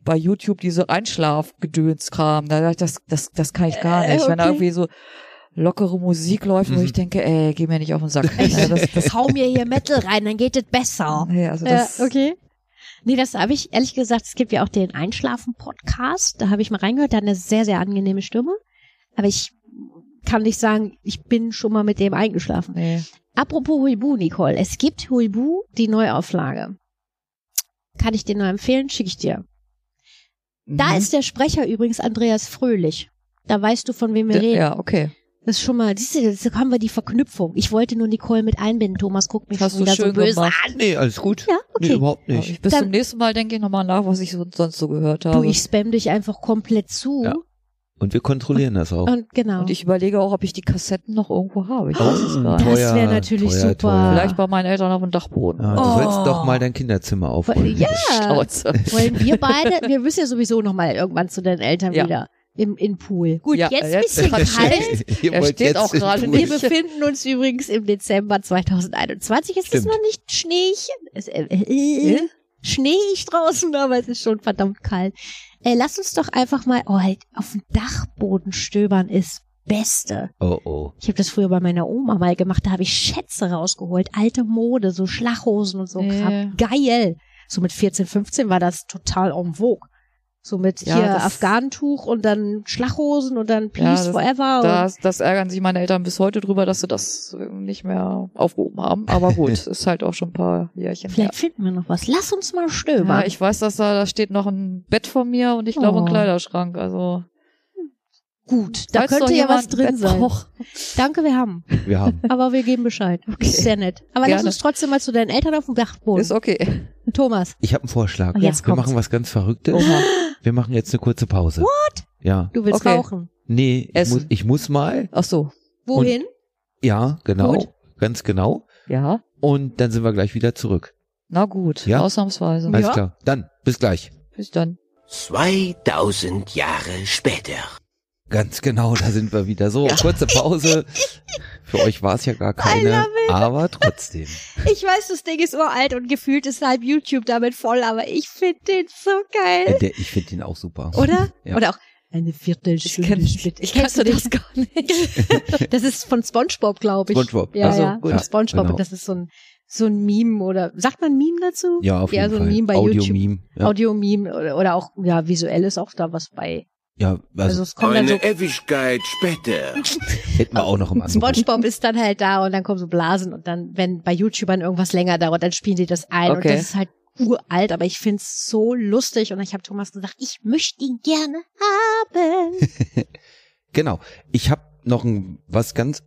Speaker 4: bei YouTube diese Einschlafgedönskram. Da dachte ich, das, das, das kann ich gar
Speaker 2: Äh,
Speaker 4: nicht. Wenn da
Speaker 2: okay.
Speaker 4: irgendwie so lockere Musik läuft, wo
Speaker 3: Mhm.
Speaker 4: ich denke, ey, geh mir nicht auf den Sack. [laughs] Also
Speaker 2: [laughs]
Speaker 4: das, das,
Speaker 2: Hau mir hier Metal rein, dann geht es besser.
Speaker 4: nee, also das,
Speaker 2: ja, Äh, okay. Nee, das habe ich ehrlich gesagt, es gibt ja auch den Einschlafen-Podcast, da habe ich mal reingehört, der hat eine sehr, sehr angenehme Stimme. Aber ich kann nicht sagen, ich bin schon mal mit dem eingeschlafen.
Speaker 4: nee.
Speaker 2: Apropos Huibu, Nicole, es gibt Huibu, die Neuauflage. Kann ich dir nur empfehlen, schicke ich dir. Da
Speaker 4: Mhm.
Speaker 2: ist der Sprecher übrigens Andreas Fröhlich. Da weißt du, von wem wir reden.
Speaker 4: ja, okay.
Speaker 2: Das ist schon mal, siehst du, jetzt haben wir die Verknüpfung. Ich wollte nur Nicole mit einbinden. Thomas guckt mich
Speaker 4: Hast
Speaker 2: schon
Speaker 4: du
Speaker 2: wieder so
Speaker 4: schön
Speaker 2: böse
Speaker 4: gemacht.
Speaker 2: an.
Speaker 3: [laughs] Nee, alles gut.
Speaker 2: Ja,
Speaker 3: Nee,
Speaker 2: okay.
Speaker 3: überhaupt
Speaker 4: Ja,
Speaker 3: nicht.
Speaker 4: Ich, bis
Speaker 2: Dann-
Speaker 4: zum nächsten Mal denke ich nochmal nach, was ich so, sonst so gehört habe.
Speaker 2: du, ich spam dich einfach komplett zu.
Speaker 3: Ja. Und wir kontrollieren das auch.
Speaker 2: Und genau.
Speaker 4: und ich überlege auch, ob ich die Kassetten noch irgendwo habe. Ich
Speaker 3: Oh,
Speaker 4: weiß es gar
Speaker 2: das
Speaker 4: nicht.
Speaker 3: Teuer,
Speaker 2: wäre natürlich
Speaker 3: teuer,
Speaker 2: super.
Speaker 3: teuer.
Speaker 4: Vielleicht bei meinen Eltern auf dem Dachboden.
Speaker 3: Ja, Ah, du
Speaker 2: Oh.
Speaker 3: sollst doch
Speaker 4: [laughs]
Speaker 3: mal dein Kinderzimmer aufräumen.
Speaker 2: Ja,
Speaker 4: Schnauze. [laughs]
Speaker 2: wollen wir beide, wir müssen ja sowieso nochmal irgendwann zu deinen Eltern
Speaker 4: Ja.
Speaker 2: wieder im, in Pool. Gut,
Speaker 4: Ja,
Speaker 2: jetzt ein
Speaker 4: jetzt-
Speaker 2: bisschen kalt.
Speaker 3: [laughs] Ihr
Speaker 4: Er
Speaker 3: wollt
Speaker 4: steht
Speaker 3: jetzt
Speaker 4: auch
Speaker 3: in
Speaker 4: gerade
Speaker 3: Ruhe.
Speaker 2: Wir befinden uns übrigens im Dezember 2021. Es
Speaker 3: Stimmt.
Speaker 2: ist noch nicht schneeig, es, äh, äh,
Speaker 4: Äh?
Speaker 2: schneeig draußen, aber es ist schon verdammt kalt. Äh, lass uns doch einfach mal, oh, halt, auf dem Dachboden stöbern ist Beste.
Speaker 3: Oh, oh.
Speaker 2: Ich habe das früher bei meiner Oma mal gemacht, da habe ich Schätze rausgeholt, alte Mode, so Schlachhosen und so
Speaker 4: Ja.
Speaker 2: Kram. Geil. So mit 14, 15 war das total en vogue. So mit
Speaker 4: Ja,
Speaker 2: hier
Speaker 4: das-
Speaker 2: Afghanentuch und dann Schlachhosen und dann Peace
Speaker 4: Ja, das-
Speaker 2: Forever.
Speaker 4: Das, das ärgern sich meine Eltern bis heute drüber, dass sie das äh, nicht mehr aufgehoben haben. Aber
Speaker 3: [laughs]
Speaker 4: gut, ist halt auch schon ein paar Jährchen
Speaker 2: und
Speaker 4: her.
Speaker 2: vielleicht finden wir noch was. Lass uns mal stöbern.
Speaker 4: Ja, ich weiß, dass da, da steht noch ein Bett von mir und ich glaube ein
Speaker 2: Oh.
Speaker 4: Kleiderschrank. Also
Speaker 2: Gut, da
Speaker 4: falls noch
Speaker 2: könnte ja
Speaker 4: jemand
Speaker 2: was drin
Speaker 4: Bett
Speaker 2: sein.
Speaker 4: braucht.
Speaker 2: Danke, wir haben.
Speaker 3: Wir haben.
Speaker 2: Aber wir geben
Speaker 4: [laughs]
Speaker 2: Bescheid. Ist sehr nett. Aber lass
Speaker 4: Gerne.
Speaker 2: uns trotzdem mal zu deinen Eltern auf dem Dachboden.
Speaker 4: Ist okay.
Speaker 2: Thomas,
Speaker 3: Ich habe einen Vorschlag.
Speaker 2: Und Oh, jetzt
Speaker 3: wir
Speaker 2: kommt's.
Speaker 3: machen was ganz Verrücktes.
Speaker 4: Oha.
Speaker 3: Wir machen jetzt eine kurze Pause. What? Ja.
Speaker 2: du willst
Speaker 4: Okay.
Speaker 2: rauchen.
Speaker 3: Nee, ich
Speaker 4: Essen.
Speaker 3: muss, ich muss mal.
Speaker 4: Ach so.
Speaker 2: Wohin?
Speaker 3: Ja, genau.
Speaker 2: Gut.
Speaker 3: Ganz genau.
Speaker 4: Ja.
Speaker 3: Und dann sind wir gleich wieder zurück.
Speaker 4: Na gut.
Speaker 3: Ja. Also
Speaker 4: Ausnahmsweise.
Speaker 3: Alles
Speaker 2: Ja.
Speaker 3: klar. Dann, bis gleich.
Speaker 4: Bis dann.
Speaker 5: 2000 Jahre später.
Speaker 3: Ganz genau, da sind wir wieder. So, kurze Pause. Für euch war es ja gar keine,
Speaker 2: [laughs]
Speaker 3: aber trotzdem.
Speaker 2: Ich weiß, das Ding ist uralt und gefühlt ist halb YouTube damit voll, aber ich finde den so geil.
Speaker 3: Äh, Der, ich finde ihn auch super.
Speaker 2: Oder?
Speaker 3: Ja.
Speaker 2: Oder auch eine Viertelstunde
Speaker 4: kenn-
Speaker 2: später.
Speaker 4: ich
Speaker 2: Kennst
Speaker 4: kannte
Speaker 2: du
Speaker 4: das gar
Speaker 2: nicht. [laughs] das ist von SpongeBob, glaube ich.
Speaker 3: SpongeBob.
Speaker 2: Ja,
Speaker 3: Also,
Speaker 2: ja.
Speaker 3: gut.
Speaker 2: Von SpongeBob.
Speaker 3: Genau.
Speaker 2: Und das ist so ein, so ein Meme oder, sagt man Meme dazu?
Speaker 3: Ja, auf jeden
Speaker 2: so ein
Speaker 3: Fall.
Speaker 2: Meme bei
Speaker 3: Audio
Speaker 2: YouTube.
Speaker 3: Meme. Ja.
Speaker 2: Audio-Meme oder, oder auch, ja, visuell ist auch da was bei.
Speaker 3: ja, also,
Speaker 2: Also es kommt dann so,
Speaker 5: Ewigkeit später.
Speaker 3: hätten
Speaker 2: äh,
Speaker 3: wir auch noch im Angebot.
Speaker 2: SpongeBob ist dann halt da und dann kommen so Blasen und dann, wenn bei YouTubern irgendwas länger dauert, dann spielen die das ein
Speaker 4: Okay.
Speaker 2: und das ist halt uralt, aber ich find's so lustig und ich habe Thomas gesagt, ich möchte ihn gerne
Speaker 3: [laughs]
Speaker 2: haben.
Speaker 3: Genau. Ich habe noch ein, was ganz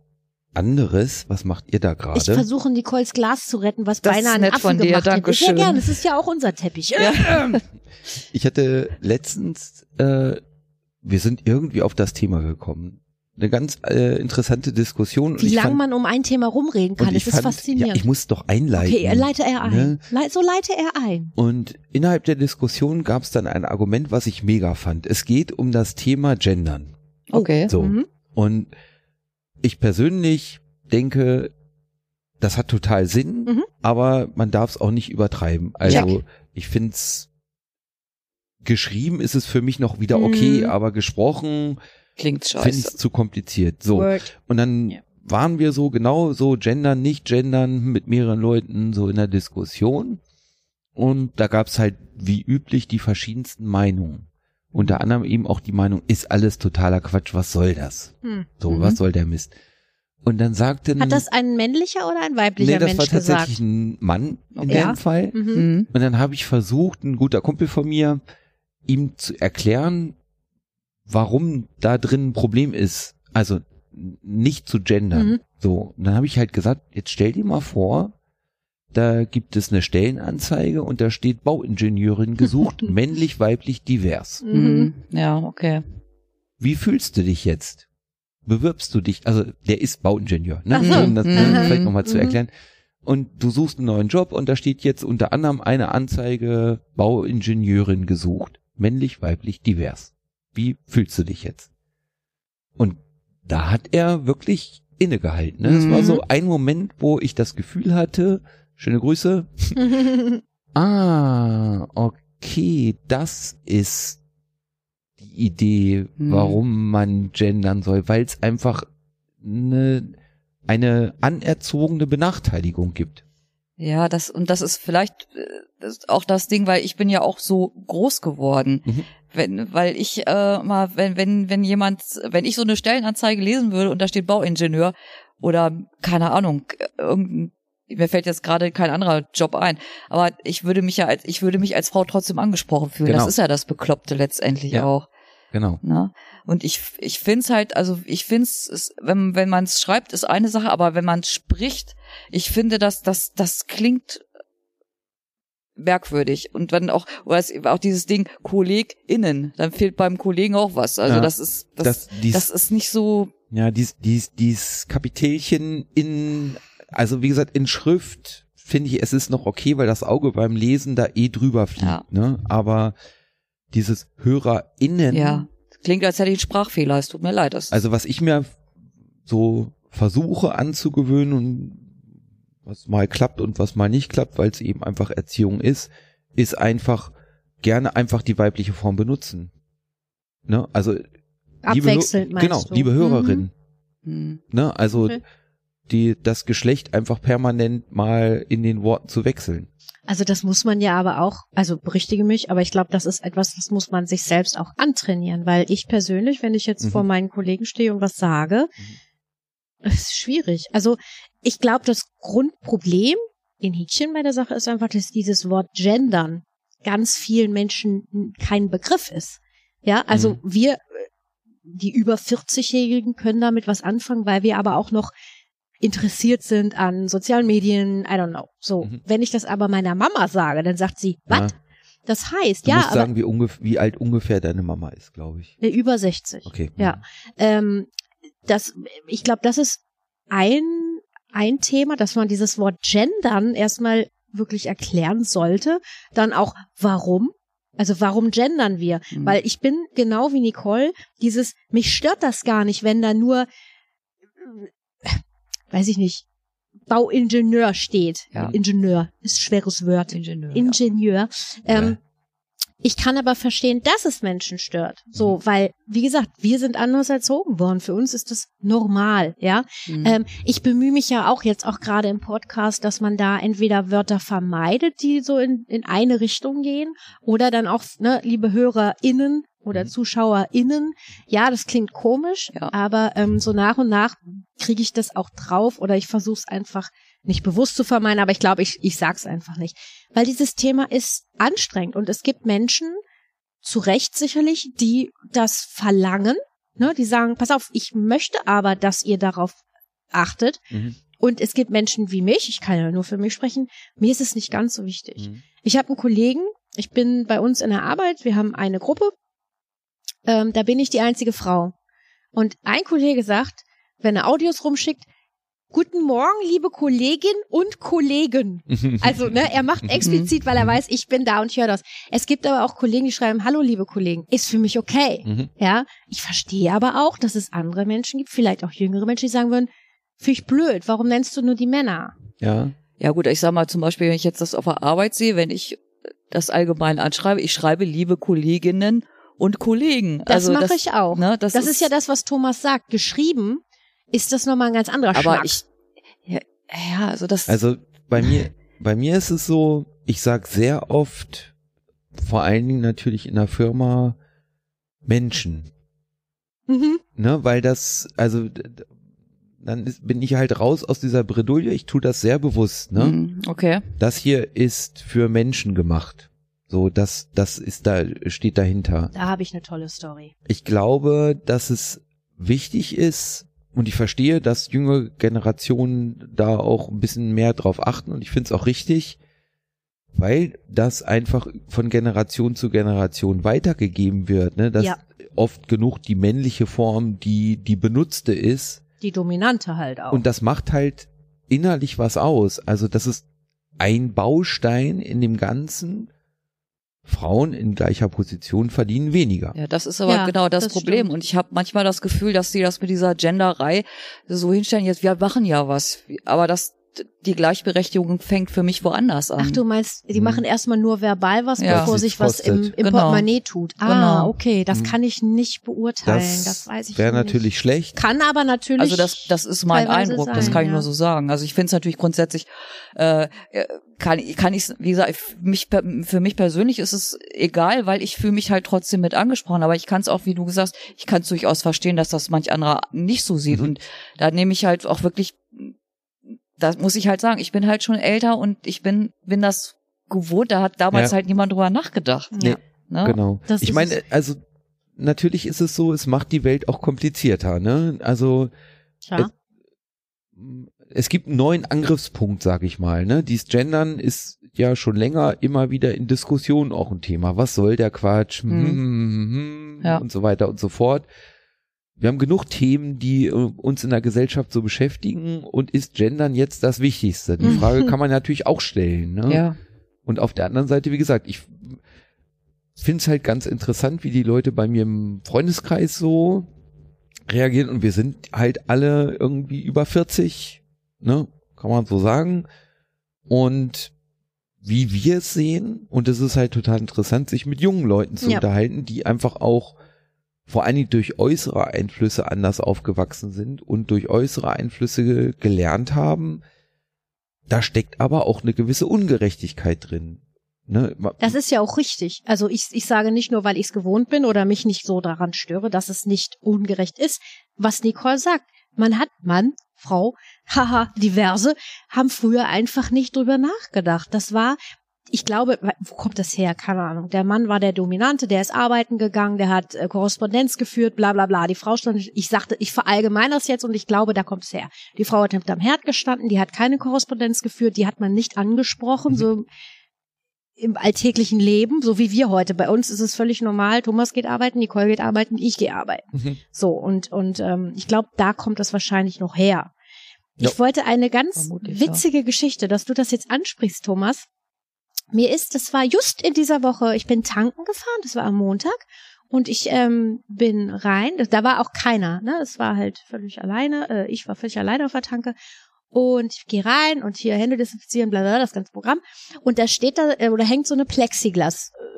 Speaker 3: anderes. Was macht ihr da
Speaker 2: Ich
Speaker 3: gerade?
Speaker 2: versuche Nicoles Glas zu retten, was
Speaker 4: Das
Speaker 2: beinahe
Speaker 4: ist
Speaker 2: ein
Speaker 4: nett
Speaker 2: Affe
Speaker 4: von dir,
Speaker 2: gemacht hätte. Ist ja
Speaker 4: Dankeschön.
Speaker 2: gern, es ist ja auch unser Teppich.
Speaker 3: Ich hatte letztens, äh, wir sind irgendwie auf das Thema gekommen. Eine ganz äh, interessante Diskussion. und
Speaker 2: Wie
Speaker 3: ich
Speaker 2: lang
Speaker 3: fand,
Speaker 2: man um ein Thema rumreden
Speaker 3: und
Speaker 2: kann,
Speaker 3: ich
Speaker 2: es ist
Speaker 3: fand, Ja,
Speaker 2: faszinierend.
Speaker 3: ich muss doch einleiten.
Speaker 2: okay, äh, leite er ein.
Speaker 3: Ne?
Speaker 2: Le so leite er ein.
Speaker 3: Und innerhalb der Diskussion gab es dann ein Argument, was ich mega fand. Es geht um das Thema Gendern.
Speaker 4: Okay.
Speaker 3: So.
Speaker 2: Mhm.
Speaker 3: Und ich persönlich denke, das hat total Sinn,
Speaker 2: Mhm.
Speaker 3: aber man darf es auch nicht übertreiben. Also
Speaker 2: Check.
Speaker 3: ich find's geschrieben ist es für mich noch wieder okay,
Speaker 2: Mhm.
Speaker 3: aber gesprochen
Speaker 4: Klingt scheiße.
Speaker 3: finde ich zu kompliziert. So.
Speaker 2: Word.
Speaker 3: Und dann
Speaker 4: Ja.
Speaker 3: waren wir so genau so gendern, nicht gendern mit mehreren Leuten so in der Diskussion. Und da gab's halt wie üblich die verschiedensten Meinungen. Unter anderem eben auch die Meinung, ist alles totaler Quatsch, was soll das?
Speaker 2: Hm.
Speaker 3: So,
Speaker 4: Mhm.
Speaker 3: was soll der Mist? Und dann sagte
Speaker 2: Hat das ein männlicher oder ein weiblicher
Speaker 3: Hm. nee, das
Speaker 2: Mensch
Speaker 3: war tatsächlich
Speaker 2: gesagt?
Speaker 3: ein Mann in
Speaker 4: Okay.
Speaker 3: dem Fall.
Speaker 2: Mhm.
Speaker 4: Mhm.
Speaker 3: Und dann habe ich versucht, ein guter Kumpel von mir, ihm zu erklären, warum da drin ein Problem ist. Also n- nicht zu gendern.
Speaker 2: Mhm.
Speaker 3: So, und dann habe ich halt gesagt, jetzt stell dir mal vor, da gibt es eine Stellenanzeige und da steht Bauingenieurin gesucht, männlich, weiblich, divers.
Speaker 2: Mhm.
Speaker 4: Mhm. Ja, okay.
Speaker 3: Wie fühlst du dich jetzt? Bewirbst du dich? Also der ist Bauingenieur, ne?
Speaker 2: Ach so.
Speaker 3: um das
Speaker 4: Mhm.
Speaker 3: ne, vielleicht nochmal zu
Speaker 2: Mhm.
Speaker 3: erklären. Und du suchst einen neuen Job und da steht jetzt unter anderem eine Anzeige Bauingenieurin gesucht. Männlich, weiblich, divers. Wie fühlst du dich jetzt? Und da hat er wirklich innegehalten. Ne? Es war
Speaker 4: Mhm.
Speaker 3: so ein Moment, wo ich das Gefühl hatte, schöne Grüße, Hm.
Speaker 2: Mhm. [laughs]
Speaker 3: Ah, okay, das ist die Idee,
Speaker 4: Hm.
Speaker 3: warum man gendern soll, weil es einfach eine, eine anerzogene Benachteiligung gibt.
Speaker 4: Ja, das und das ist vielleicht äh, das ist auch das Ding, weil ich bin ja auch so groß geworden,
Speaker 3: Mhm.
Speaker 4: wenn, weil ich äh, mal, wenn wenn wenn jemand, wenn ich so eine Stellenanzeige lesen würde und da steht Bauingenieur oder keine Ahnung, äh, irgendein mir fällt jetzt gerade kein anderer Job ein, aber ich würde mich ja als ich würde mich als Frau trotzdem angesprochen fühlen.
Speaker 3: Genau.
Speaker 4: Das ist ja das Bekloppte letztendlich
Speaker 3: Ja.
Speaker 4: auch.
Speaker 3: Genau.
Speaker 4: Ne? Und ich, ich find's halt, also ich find's, es- wenn, wenn man es schreibt, ist eine Sache, aber wenn man spricht, ich finde, dass das, das klingt merkwürdig. Und wenn auch, oder es, auch dieses Ding, KollegInnen, dann fehlt beim Kollegen auch was. Also
Speaker 3: Ja.
Speaker 4: das ist, das, das,
Speaker 3: dies,
Speaker 4: ist nicht so,
Speaker 3: ja, dies, dies, dies Kapitelchen in, also wie gesagt, in Schrift finde ich, es ist noch okay, weil das Auge beim Lesen da eh drüber fliegt,
Speaker 4: Ja.
Speaker 3: ne? Aber dieses HörerInnen,
Speaker 4: ja, klingt, als hätte ich einen Sprachfehler. Es tut mir leid. Das,
Speaker 3: Also was ich mir so versuche anzugewöhnen und was mal klappt und was mal nicht klappt, weil es eben einfach Erziehung ist, ist einfach gerne einfach die weibliche Form benutzen. Ne? Also liebe Hö-
Speaker 2: Abwechselnd meinst
Speaker 3: genau,
Speaker 2: du? Mhm.
Speaker 3: liebe Hörerin.
Speaker 4: hm,
Speaker 3: Ne? Also
Speaker 2: Okay.
Speaker 3: die das Geschlecht einfach permanent mal in den Worten zu wechseln.
Speaker 2: Also das muss man ja aber auch, also berichtige mich, aber ich glaube, das ist etwas, das muss man sich selbst auch antrainieren, weil ich persönlich, wenn ich jetzt
Speaker 3: Mhm.
Speaker 2: vor meinen Kollegen stehe und was sage, es ist schwierig. Also ich glaube, das Grundproblem in Häkchen bei der Sache ist einfach, dass dieses Wort gendern ganz vielen Menschen kein Begriff ist. Ja, also
Speaker 3: Mhm.
Speaker 2: wir, äh, die über 40-Jährigen können damit was anfangen, weil wir aber auch noch interessiert sind an sozialen Medien, I don't know. So,
Speaker 3: Mhm.
Speaker 2: wenn ich das aber meiner Mama sage, dann sagt sie,
Speaker 3: Ja.
Speaker 2: was? Das heißt,
Speaker 3: Ne? Du
Speaker 2: ja,
Speaker 3: musst
Speaker 2: aber
Speaker 3: sagen, wie, ungef wie alt ungefähr deine Mama ist, glaube ich.
Speaker 2: äh, über 60.
Speaker 3: Okay. Mhm.
Speaker 2: Ja. Ähm, das, ich glaube, das ist ein, ein Thema, dass man dieses Wort gendern erstmal wirklich erklären sollte. Dann auch, warum? Also warum gendern wir?
Speaker 4: hm.
Speaker 2: Weil ich bin genau wie Nicole, dieses, mich stört das gar nicht, wenn da nur, äh, weiß ich nicht, Bauingenieur steht.
Speaker 4: Ja.
Speaker 2: Ingenieur ist schweres Wort.
Speaker 4: Ingenieur. ja.
Speaker 2: Ingenieur.
Speaker 3: Äh.
Speaker 2: Ähm, ich kann aber verstehen, dass es Menschen stört. So,
Speaker 4: Mhm.
Speaker 2: weil, wie gesagt, wir sind anders erzogen worden. Für uns ist das normal, ja.
Speaker 4: Hm.
Speaker 2: Ähm, ich bemühe mich ja auch jetzt auch gerade im Podcast, dass man da entweder Wörter vermeidet, die so in, in eine Richtung gehen, oder dann auch, ne, liebe HörerInnen oder
Speaker 3: Mhm.
Speaker 2: ZuschauerInnen. Ja, das klingt komisch,
Speaker 4: Ja.
Speaker 2: aber ähm, so nach und nach kriege ich das auch drauf oder ich versuche es einfach nicht bewusst zu vermeiden, aber ich glaube, ich, ich sag's einfach nicht. Weil dieses Thema ist anstrengend und es gibt Menschen, zu Recht sicherlich, die das verlangen, ne, die sagen, pass auf, ich möchte aber, dass ihr darauf achtet.
Speaker 3: Mhm.
Speaker 2: Und es gibt Menschen wie mich, ich kann ja nur für mich sprechen, mir ist es nicht ganz so wichtig.
Speaker 3: Mhm.
Speaker 2: Ich habe einen Kollegen, ich bin bei uns in der Arbeit, wir haben eine Gruppe, ähm, da bin ich die einzige Frau. Und ein Kollege sagt, wenn er Audios rumschickt, Guten Morgen, liebe Kollegin und Kollegen. Also, ne, er macht explizit, weil er weiß, ich bin da und ich höre das. Es gibt aber auch Kollegen, die schreiben, hallo, liebe Kollegen, ist für mich okay.
Speaker 3: [laughs] Mhm.
Speaker 2: Ja, ich verstehe aber auch, dass es andere Menschen gibt, vielleicht auch jüngere Menschen, die sagen würden, finde ich blöd, warum nennst du nur die Männer?
Speaker 3: Ja.
Speaker 4: Ja gut, ich sag mal zum Beispiel, wenn ich jetzt das auf der Arbeit sehe, wenn ich das allgemein anschreibe, ich schreibe liebe Kolleginnen und Kollegen.
Speaker 2: Das
Speaker 4: also,
Speaker 2: mache ich auch.
Speaker 4: Ne, das,
Speaker 2: Das, ist ja das, was Thomas sagt. Geschrieben ist das nochmal ein ganz anderer
Speaker 4: Aber
Speaker 2: Schnack.
Speaker 4: ich, ja, ja, also das,
Speaker 3: Also bei mir, bei mir ist es so, ich sag sehr oft, vor allen Dingen natürlich in der Firma, Menschen.
Speaker 2: Mhm.
Speaker 3: Ne, weil das, also d- d- dann ist, bin ich halt raus aus dieser Bredouille. Ich tue das sehr bewusst. Ne?
Speaker 4: Mhm, Okay.
Speaker 3: Das hier ist für Menschen gemacht. So, das, das ist da, steht dahinter.
Speaker 2: Da habe ich eine tolle Story.
Speaker 3: Ich glaube, dass es wichtig ist und ich verstehe, dass jüngere Generationen da auch ein bisschen mehr drauf achten und ich finde es auch richtig, weil das einfach von Generation zu Generation weitergegeben wird, ne? dass
Speaker 2: Ja.
Speaker 3: oft genug die männliche Form, die die benutzte ist,
Speaker 2: Die Dominante halt auch.
Speaker 3: und das macht halt innerlich was aus. Also das ist ein Baustein in dem Ganzen. Frauen in gleicher Position verdienen weniger.
Speaker 4: Ja, das ist aber
Speaker 2: Ja,
Speaker 4: genau das,
Speaker 2: das
Speaker 4: Problem.
Speaker 2: stimmt.
Speaker 4: Und ich habe manchmal das Gefühl, dass sie das mit dieser Genderei so hinstellen, jetzt wir machen ja was. Aber das die Gleichberechtigung fängt für mich woanders an.
Speaker 2: Ach, du meinst, die
Speaker 3: Mhm.
Speaker 2: machen erstmal nur verbal was,
Speaker 4: Ja.
Speaker 2: bevor
Speaker 3: Was
Speaker 2: sich
Speaker 3: sie's
Speaker 2: was im,
Speaker 3: kostet.
Speaker 2: im
Speaker 4: Genau.
Speaker 2: Portemonnaie tut. Ah,
Speaker 4: Genau.
Speaker 2: okay, das
Speaker 3: Mhm.
Speaker 2: kann ich nicht beurteilen. Das, weiß ich
Speaker 3: wäre
Speaker 2: nicht.
Speaker 3: natürlich schlecht.
Speaker 2: Kann aber natürlich.
Speaker 4: Also das, das ist mein
Speaker 2: teilweise
Speaker 4: Eindruck,
Speaker 2: sein,
Speaker 4: das kann ich
Speaker 2: ja.
Speaker 4: nur so sagen. Also ich finde es natürlich grundsätzlich, äh, äh, kann, kann ich, wie gesagt, ich- mich, per- für mich persönlich ist es egal, weil ich fühle mich halt trotzdem mit angesprochen. Aber ich kann es auch, wie du gesagt hast, ich kann es durchaus verstehen, dass das manch anderer nicht so sieht.
Speaker 3: Mhm.
Speaker 4: Und da nehme ich halt auch wirklich, das muss ich halt sagen, ich bin halt schon älter und ich bin, bin das gewohnt, da hat damals
Speaker 3: Ja.
Speaker 4: halt niemand drüber nachgedacht.
Speaker 2: Ja.
Speaker 4: Ne?
Speaker 3: Genau.
Speaker 2: Das
Speaker 3: ich
Speaker 2: ist
Speaker 3: meine, also natürlich ist es so, es macht die Welt auch komplizierter. Ne? Also
Speaker 2: Tja.
Speaker 3: es gibt einen neuen Angriffspunkt, sag ich mal. Ne? Dies Gendern ist ja schon länger immer wieder in Diskussionen auch ein Thema. Was soll der Quatsch? Hm,
Speaker 4: Mhm.
Speaker 3: Mhm.
Speaker 4: Ja.
Speaker 3: Und so weiter und so fort. Wir haben genug Themen, die äh, uns in der Gesellschaft so beschäftigen und ist Gendern jetzt das Wichtigste? Die
Speaker 2: Mhm.
Speaker 3: Frage
Speaker 4: [laughs]
Speaker 3: kann man natürlich auch stellen. Ne?
Speaker 4: Ja.
Speaker 3: Und auf der anderen Seite, wie gesagt, ich finde es halt ganz interessant, wie die Leute bei mir im Freundeskreis so reagieren. Und wir sind halt alle irgendwie über 40, ne? Kann man so sagen. Und wie wir es sehen, und es ist halt total interessant, sich mit jungen Leuten zu
Speaker 2: Ja.
Speaker 3: unterhalten, die einfach auch vor allen Dingen durch äußere Einflüsse anders aufgewachsen sind und durch äußere Einflüsse ge- gelernt haben, da steckt aber auch eine gewisse Ungerechtigkeit drin. Ne? ma-
Speaker 2: Das ist ja auch richtig. Also ich, ich sage nicht nur, weil ich es gewohnt bin oder mich nicht so daran störe, dass es nicht ungerecht ist. Was Nicole sagt, man hat Mann, Frau, [laughs] haha, diverse, haben früher einfach nicht drüber nachgedacht. Das war, ich glaube, wo kommt das her? Keine Ahnung. Der Mann war der Dominante, der ist arbeiten gegangen, der hat äh, Korrespondenz geführt, bla bla bla. Die Frau stand, ich sagte, ich verallgemeine das jetzt und ich glaube, da kommt es her. Die Frau hat hinterm Herd gestanden, die hat keine Korrespondenz geführt, die hat man nicht angesprochen, so im alltäglichen Leben, so wie wir heute. Bei uns ist es völlig normal, Thomas geht arbeiten, Nicole geht arbeiten, ich gehe arbeiten.
Speaker 3: Mhm. [laughs]
Speaker 2: So, und, und ähm, ich glaube, da kommt das wahrscheinlich noch her. Ich
Speaker 3: Ja.
Speaker 2: wollte eine ganz
Speaker 4: Vermutlich, ja.
Speaker 2: witzige Geschichte, dass du das jetzt ansprichst, Thomas. Mir ist, das war just in dieser Woche, ich bin tanken gefahren, das war am Montag. Und ich ähm, bin rein, da war auch keiner, ne? Es war halt völlig alleine, äh, ich war völlig alleine auf der Tanke. Und ich gehe rein und hier Hände desinfizieren, bla bla, bla, das ganze Programm. Und da steht da äh, oder hängt so eine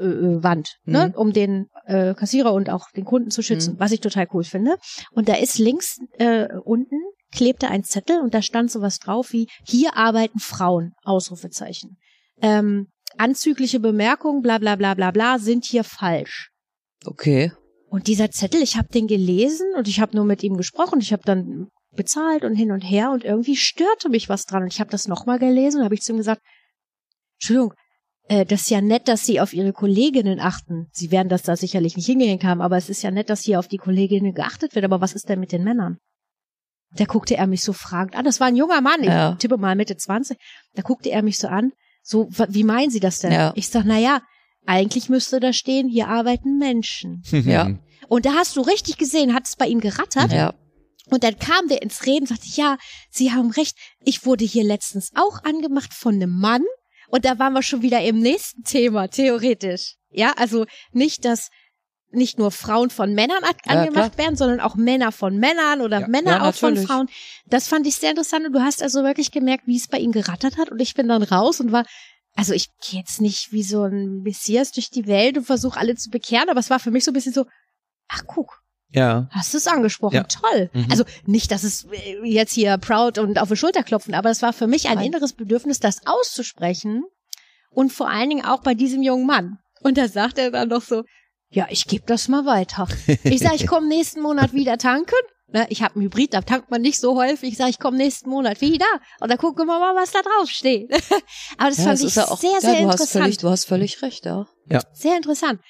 Speaker 2: Plexiglas-Wand, ne? um den äh, Kassierer und auch den Kunden zu schützen,
Speaker 4: Mhm.
Speaker 2: was ich total cool finde. Und da ist links äh, unten klebte ein Zettel und da stand sowas drauf wie hier arbeiten Frauen Ausrufezeichen. Ähm, anzügliche Bemerkungen, bla bla bla bla bla, sind hier falsch.
Speaker 4: Okay.
Speaker 2: Und dieser Zettel, ich habe den gelesen und ich habe nur mit ihm gesprochen. Ich habe dann bezahlt und hin und her und irgendwie störte mich was dran. Und ich habe das nochmal gelesen und habe ich zu ihm gesagt, Entschuldigung, äh, das ist ja nett, dass Sie auf Ihre Kolleginnen achten. Sie werden das da sicherlich nicht hingehängt haben, aber es ist ja nett, dass hier auf die Kolleginnen geachtet wird. Aber was ist denn mit den Männern? Da guckte er mich so fragend an. Das war ein junger Mann, ich
Speaker 4: Ja.
Speaker 2: tippe mal Mitte 20. Da guckte er mich so an. So, wa- wie meinen Sie das denn?
Speaker 4: Ja.
Speaker 2: Ich sag, na ja, eigentlich müsste da stehen, hier arbeiten Menschen.
Speaker 4: Ja.
Speaker 2: Und da hast du richtig gesehen, hat es bei ihm gerattert.
Speaker 4: Ja.
Speaker 2: Und dann kam der ins Reden, sagte, ja, Sie haben recht. Ich wurde hier letztens auch angemacht von einem Mann. Und da waren wir schon wieder im nächsten Thema, theoretisch. Ja, also nicht, dass nicht nur Frauen von Männern an-
Speaker 4: Ja,
Speaker 2: angemacht werden, sondern auch Männer von Männern oder
Speaker 3: Ja,
Speaker 2: Männer
Speaker 4: ja,
Speaker 2: auch von
Speaker 4: natürlich.
Speaker 2: Frauen. Das fand ich sehr interessant und du hast also wirklich gemerkt, wie es bei ihm gerattert hat. Und ich bin dann raus und war, also ich gehe jetzt nicht wie so ein Messias durch die Welt und versuche alle zu bekehren, aber es war für mich so ein bisschen so, ach guck,
Speaker 3: Ja.
Speaker 2: Hast du es angesprochen?
Speaker 3: Ja.
Speaker 2: Toll.
Speaker 3: Mhm.
Speaker 2: Also nicht, dass es äh, jetzt hier proud und auf die Schulter klopfen, aber es war für mich ein
Speaker 4: Nein.
Speaker 2: inneres Bedürfnis, das auszusprechen und vor allen Dingen auch bei diesem jungen Mann. Und da sagt er dann noch so, ja, ich gebe das mal weiter. Ich sage, ich komme nächsten Monat wieder tanken. Ne, ich habe einen Hybrid, da tankt man nicht so häufig. Ich sage, ich komme nächsten Monat wieder und dann gucken wir mal, was da drauf steht. [laughs] aber das
Speaker 4: ja,
Speaker 2: fand
Speaker 4: das
Speaker 2: ich
Speaker 4: ist ja auch,
Speaker 2: sehr,
Speaker 4: ja,
Speaker 2: sehr
Speaker 4: du hast
Speaker 2: interessant.
Speaker 4: völlig, du hast völlig recht, ja.
Speaker 2: Sehr interessant.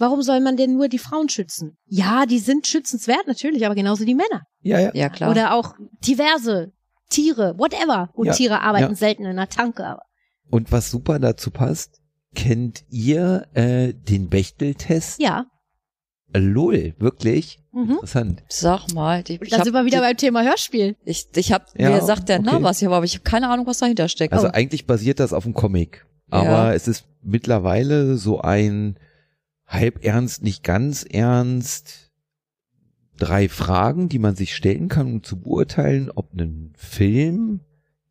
Speaker 2: Warum soll man denn nur die Frauen schützen? Ja, die sind schützenswert natürlich, aber genauso die Männer.
Speaker 3: Ja, ja.
Speaker 4: Ja, klar.
Speaker 2: Oder auch diverse Tiere, whatever. Gut,
Speaker 3: Ja,
Speaker 2: Tiere arbeiten
Speaker 3: ja.
Speaker 2: selten in der Tanke, aber
Speaker 3: Und was super dazu passt, kennt ihr äh, den Bechteltest?
Speaker 2: ja.
Speaker 3: LOL, wirklich
Speaker 2: Mhm.
Speaker 3: interessant.
Speaker 4: Sag mal, ich, ich
Speaker 2: Da sind wir
Speaker 4: hab,
Speaker 2: wieder beim Thema Hörspiel.
Speaker 4: ich, ich hab,
Speaker 3: Ja,
Speaker 4: mir sagt der
Speaker 3: okay.
Speaker 4: Name was, ich hab- aber ich habe keine Ahnung, was dahinter steckt.
Speaker 3: Also
Speaker 4: Oh.
Speaker 3: eigentlich basiert das auf einem Comic. Aber
Speaker 4: Ja.
Speaker 3: es ist mittlerweile so ein halb ernst, nicht ganz ernst, drei Fragen, die man sich stellen kann, um zu beurteilen, ob ein Film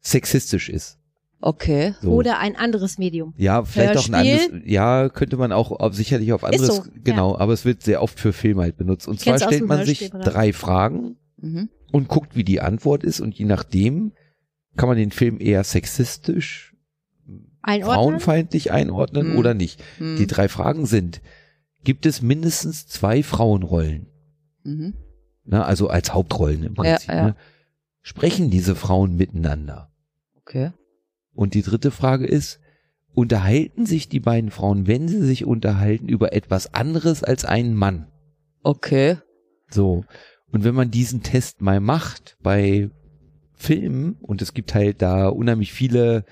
Speaker 3: sexistisch ist.
Speaker 4: okay.
Speaker 3: So.
Speaker 2: Oder ein anderes Medium.
Speaker 3: ja, vielleicht auch ein
Speaker 2: Hörspiel.
Speaker 3: anderes, ja, könnte man auch auf, sicherlich auf anderes,
Speaker 2: so,
Speaker 3: genau, aber es wird sehr oft für Filme halt benutzt. Und
Speaker 2: Ich kenn's
Speaker 3: zwar
Speaker 2: aus
Speaker 3: stellt
Speaker 2: dem
Speaker 3: man sich
Speaker 2: Hörspielbereich.
Speaker 3: drei Fragen
Speaker 4: Mhm.
Speaker 3: und guckt, wie die Antwort ist und je nachdem kann man den Film eher sexistisch,
Speaker 2: Einordnen? Hm.
Speaker 3: frauenfeindlich einordnen
Speaker 4: Mhm.
Speaker 3: oder nicht.
Speaker 4: Mhm.
Speaker 3: Die drei Fragen sind, gibt es mindestens zwei Frauenrollen?
Speaker 4: mhm.
Speaker 3: Ne? Also als Hauptrollen im
Speaker 4: Ja,
Speaker 3: Prinzip.
Speaker 4: ja.
Speaker 3: Ne? Sprechen diese Frauen miteinander?
Speaker 4: Okay.
Speaker 3: Und die dritte Frage ist, unterhalten sich die beiden Frauen, wenn sie sich unterhalten, über etwas anderes als einen Mann?
Speaker 4: Okay.
Speaker 3: So. Und wenn man diesen Test mal macht bei Filmen, und es gibt halt da unheimlich viele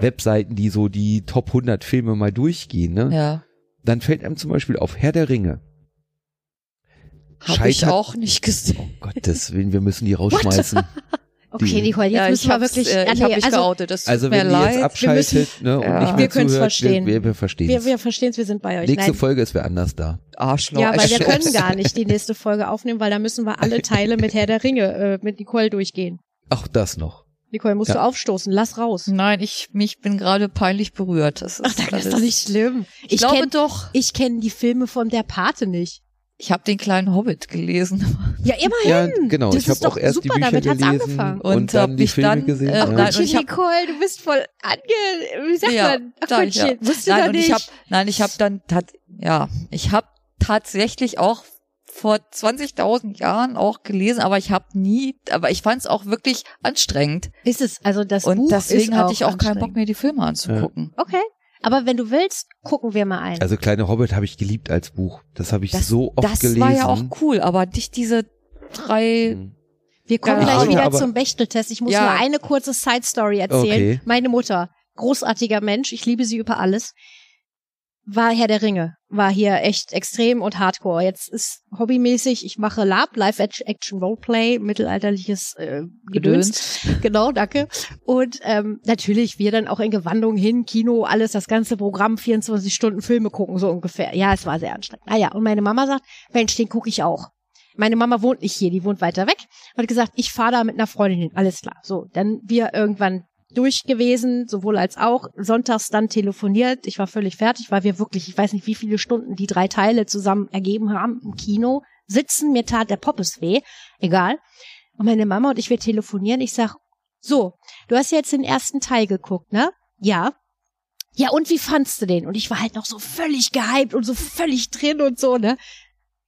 Speaker 3: Webseiten, die so die Top 100 Filme mal durchgehen, ne?
Speaker 4: Ja.
Speaker 3: dann fällt einem zum Beispiel auf Herr der Ringe.
Speaker 4: Habe ich
Speaker 3: Scheitert-
Speaker 4: auch nicht
Speaker 3: Oh
Speaker 4: gesehen.
Speaker 3: Gottes Willen, wir müssen die
Speaker 4: [laughs]
Speaker 3: rausschmeißen.
Speaker 2: Okay, Nicole, jetzt
Speaker 4: ja,
Speaker 2: müssen
Speaker 4: ich
Speaker 2: wir wirklich.
Speaker 4: hab's, äh,
Speaker 2: ah,
Speaker 4: ich habe mich
Speaker 2: also
Speaker 4: geoutet. Das tut
Speaker 3: Also
Speaker 4: mir
Speaker 3: wenn ihr
Speaker 4: leid.
Speaker 3: jetzt abschaltet ne, und
Speaker 4: Ja.
Speaker 3: nicht mehr
Speaker 2: Wir können's
Speaker 3: zuhört,
Speaker 2: verstehen.
Speaker 3: Wir, wir verstehen
Speaker 2: wir, wir verstehen es, wir sind bei euch.
Speaker 3: Nächste
Speaker 2: Nein.
Speaker 3: Folge ist wer anders da.
Speaker 4: Arschloch.
Speaker 2: Ja, weil wir
Speaker 4: Arschloch.
Speaker 2: können gar nicht die nächste Folge aufnehmen, weil da müssen wir alle Teile mit Herr der Ringe äh, mit Nicole durchgehen.
Speaker 3: Auch das noch.
Speaker 2: Nicole, musst
Speaker 3: Ja.
Speaker 2: du aufstoßen, lass raus.
Speaker 4: Nein, ich mich bin gerade peinlich berührt. Hm. Das ist,
Speaker 2: Das
Speaker 4: alles-
Speaker 2: ist doch nicht schlimm.
Speaker 4: Ich,
Speaker 2: Ich,
Speaker 4: glaube
Speaker 2: kenn-
Speaker 4: doch.
Speaker 2: ich kenne die Filme von der Pate nicht.
Speaker 4: Ich habe den kleinen Hobbit gelesen
Speaker 2: Ja,
Speaker 3: Ja,
Speaker 2: immerhin.
Speaker 3: genau.
Speaker 2: Das
Speaker 3: ich habe
Speaker 2: ist doch
Speaker 3: auch erst
Speaker 2: super,
Speaker 3: die Bücher
Speaker 2: damit hat's
Speaker 3: gelesen
Speaker 2: angefangen.
Speaker 3: und,
Speaker 4: Und hab
Speaker 3: dann die
Speaker 4: mich
Speaker 3: Filme
Speaker 4: dann,
Speaker 3: gesehen.
Speaker 4: äh,
Speaker 3: ja.
Speaker 4: nein, und ich hab-
Speaker 2: Nicole, du bist voll ange... Wie sagt
Speaker 4: Ja,
Speaker 2: man? Ach,
Speaker 4: da-
Speaker 2: Gott,
Speaker 4: ja.
Speaker 2: shit, wusstest du
Speaker 4: nein,
Speaker 2: da
Speaker 4: und
Speaker 2: nicht?
Speaker 4: ich habe nein, ich habe dann tat, ja, ich habe tatsächlich auch vor 20.000 Jahren auch gelesen, aber ich habe nie, aber ich fand es auch wirklich anstrengend
Speaker 2: ist es, also das
Speaker 4: und
Speaker 2: Buch
Speaker 4: deswegen
Speaker 2: ist
Speaker 4: hatte ich auch keinen Bock
Speaker 2: anstrengend.
Speaker 4: mehr die Filme anzugucken.
Speaker 2: Okay, aber wenn du willst, gucken wir mal ein.
Speaker 3: Also kleine Hobbit habe ich geliebt als Buch. Das habe ich
Speaker 4: Das-
Speaker 3: so oft
Speaker 4: das
Speaker 3: gelesen.
Speaker 4: war ja auch cool, aber nicht diese drei
Speaker 3: Mhm.
Speaker 2: wir kommen
Speaker 4: Ja,
Speaker 2: gleich
Speaker 4: aber-
Speaker 2: wieder
Speaker 3: aber-
Speaker 2: zum Bechteltest. Ich muss
Speaker 4: Ja.
Speaker 2: nur eine kurze Side-Story erzählen.
Speaker 3: Okay.
Speaker 2: Meine Mutter, großartiger Mensch, ich liebe sie über alles, war Herr der Ringe. War hier echt extrem und hardcore. Jetzt ist hobbymäßig, ich mache Lab, Live-Action-Roleplay, mittelalterliches äh, Gedöns.
Speaker 4: Gedöns.
Speaker 2: Genau, danke. Und ähm, natürlich wir dann auch in Gewandung hin, Kino, alles, das ganze Programm, 24 Stunden Filme gucken, so ungefähr. Ja, es war sehr anstrengend. Naja, und meine Mama sagt, Mensch, den gucke ich auch. Meine Mama wohnt nicht hier, die wohnt weiter weg. Hat gesagt, ich fahre da mit einer Freundin hin. Alles klar. So, dann wir irgendwann durch gewesen, sowohl als auch. Sonntags dann telefoniert. Ich war völlig fertig, weil wir wirklich, ich weiß nicht, wie viele Stunden die drei Teile zusammen ergeben haben im Kino. Sitzen, mir tat der Poppes weh. Egal. Und meine Mama und ich, wir telefonieren. Ich sag, so, du hast jetzt den ersten Teil geguckt, ne? Ja. Ja, und wie fandst du den? Und ich war halt noch so völlig gehypt und so völlig drin und so, ne?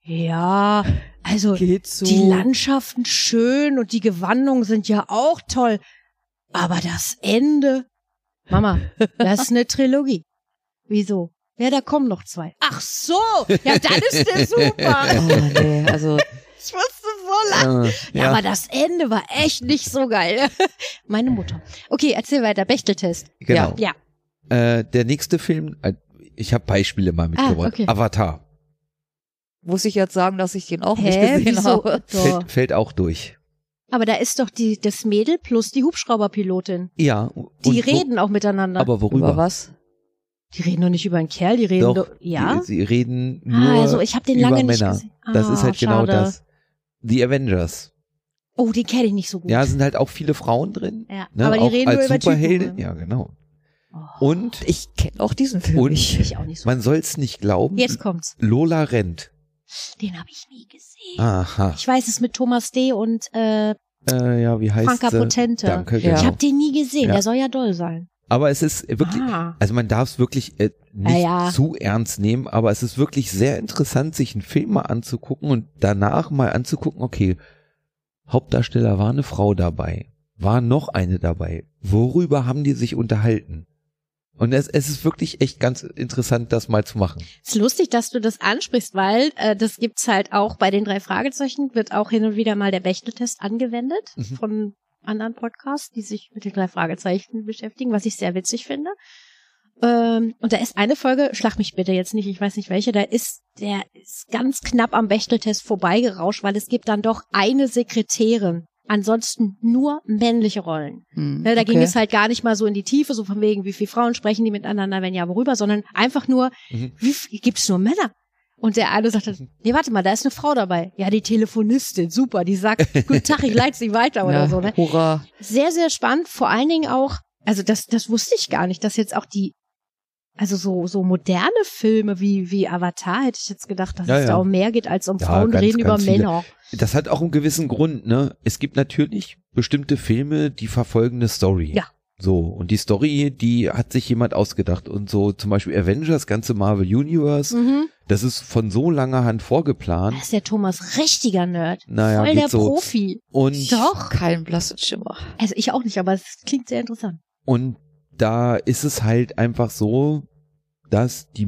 Speaker 2: Ja, also
Speaker 4: Geht so.
Speaker 2: die Landschaften schön und die Gewandungen sind ja auch toll. Aber das Ende, [laughs] Mama, das ist eine Trilogie. Wieso? Ja, da kommen noch zwei. Ach so, ja, dann ist der [laughs]
Speaker 4: oh,
Speaker 3: Hm.
Speaker 2: super.
Speaker 4: nee, also
Speaker 2: Ich musste so lachen.
Speaker 3: Äh,
Speaker 2: Ja.
Speaker 3: ja,
Speaker 2: Aber das Ende war echt nicht so geil. [laughs] Meine Mutter. Okay, erzähl weiter. Bechteltest.
Speaker 3: genau.
Speaker 2: Ja.
Speaker 3: Äh, der nächste Film, äh, ich habe Beispiele mal mitgebracht.
Speaker 2: Ah, okay.
Speaker 3: Avatar
Speaker 4: muss ich jetzt sagen, dass ich den auch nicht
Speaker 2: Hä?
Speaker 4: gesehen
Speaker 2: Wieso? [laughs]
Speaker 4: habe.
Speaker 2: So.
Speaker 3: fällt, fällt auch durch.
Speaker 2: Aber da ist doch die, das Mädel plus die Hubschrauberpilotin.
Speaker 3: Ja. und
Speaker 2: Die
Speaker 3: wo-
Speaker 2: reden auch miteinander.
Speaker 3: Aber worüber?
Speaker 4: Über was?
Speaker 2: die reden doch nicht über einen Kerl, die reden
Speaker 3: Doch,
Speaker 2: doch. Ja?
Speaker 3: Die, sie reden nur
Speaker 2: ah, also ich habe den
Speaker 3: über
Speaker 2: lange nicht
Speaker 3: Männer.
Speaker 2: gesehen. Ah,
Speaker 3: Das ist halt
Speaker 2: schade.
Speaker 3: genau das. Die Avengers.
Speaker 2: Oh, den kenne ich nicht so gut.
Speaker 3: Ja, sind halt auch viele Frauen drin.
Speaker 2: Ja,
Speaker 3: Ne?
Speaker 2: aber die
Speaker 3: auch
Speaker 2: reden
Speaker 3: als
Speaker 2: nur über
Speaker 3: Superhelden.
Speaker 2: Typen. ne?
Speaker 3: Ja, genau.
Speaker 2: Oh,
Speaker 3: Und
Speaker 4: Ich kenne auch diesen Film
Speaker 3: Und-
Speaker 4: nicht.
Speaker 2: ich auch nicht so gut.
Speaker 3: man soll's nicht glauben,
Speaker 2: Jetzt kommt's.
Speaker 3: Lola rennt.
Speaker 2: Den habe ich nie gesehen.
Speaker 3: Ah. Aha.
Speaker 2: Ich weiß es mit Thomas D. und äh,
Speaker 3: Äh, ja, wie heißt
Speaker 2: Franka
Speaker 3: sie?
Speaker 2: Potente.
Speaker 3: Danke,
Speaker 4: Ja.
Speaker 3: genau.
Speaker 2: ich habe den nie gesehen.
Speaker 3: Ja.
Speaker 2: Der soll ja doll sein.
Speaker 3: Aber es ist wirklich,
Speaker 2: Ah.
Speaker 3: also man darf es wirklich äh, nicht
Speaker 2: Ja, ja.
Speaker 3: zu ernst nehmen, aber es ist wirklich sehr interessant, sich einen Film mal anzugucken und danach mal anzugucken, okay, Hauptdarsteller war eine Frau dabei, war noch eine dabei, worüber haben die sich unterhalten? Und es, es ist wirklich echt ganz interessant, das mal zu machen.
Speaker 2: Ist lustig, dass du das ansprichst, weil äh, das gibt's halt auch bei den drei Fragezeichen, wird auch hin und wieder mal der Bechteltest angewendet
Speaker 3: Mhm.
Speaker 2: von anderen Podcasts, die sich mit den drei Fragezeichen beschäftigen, was ich sehr witzig finde. Ähm, und da ist eine Folge, schlag mich bitte jetzt nicht, ich weiß nicht welche, da ist der ist ganz knapp am Bechteltest vorbeigerauscht, weil es gibt dann doch eine Sekretärin. Ansonsten nur männliche Rollen.
Speaker 4: Hm,
Speaker 2: Ne, da ging
Speaker 4: okay.
Speaker 2: es halt gar nicht mal so in die Tiefe, so von wegen, wie viele Frauen sprechen die miteinander, wenn ja, worüber, sondern einfach nur,
Speaker 3: Mhm.
Speaker 2: wie viel, gibt's nur Männer? Und der eine sagte, nee, warte mal, da ist eine Frau dabei. Ja, die Telefonistin, super, die sagt, guten Tag, ich leite sie weiter oder
Speaker 4: ja,
Speaker 2: so, ne?
Speaker 4: Hurra.
Speaker 2: Sehr, sehr spannend, vor allen Dingen auch, also das, das wusste ich gar nicht, dass jetzt auch die, also so, so moderne Filme wie, wie Avatar hätte ich jetzt gedacht, dass
Speaker 3: Ja,
Speaker 2: es da
Speaker 3: ja.
Speaker 2: um mehr geht als um
Speaker 3: Ja,
Speaker 2: Frauen
Speaker 3: ganz,
Speaker 2: reden über
Speaker 3: ganz viele.
Speaker 2: Männer.
Speaker 3: Das hat auch einen gewissen Grund, ne? Es gibt natürlich bestimmte Filme, die verfolgen eine Story.
Speaker 2: Ja.
Speaker 3: So, und die Story, die hat sich jemand ausgedacht. Und so zum Beispiel Avengers, ganze Marvel Universe,
Speaker 2: Mhm.
Speaker 3: das ist von so langer Hand
Speaker 2: Da
Speaker 3: vorgeplant.
Speaker 2: ist der Thomas richtiger Nerd.
Speaker 3: Naja,
Speaker 2: Voll
Speaker 3: geht
Speaker 2: der
Speaker 3: so.
Speaker 2: Profi.
Speaker 3: Und,
Speaker 2: Doch.
Speaker 4: Kein blassen Schimmer.
Speaker 2: Also ich auch nicht, aber es klingt sehr interessant.
Speaker 3: und da ist es halt einfach so, dass die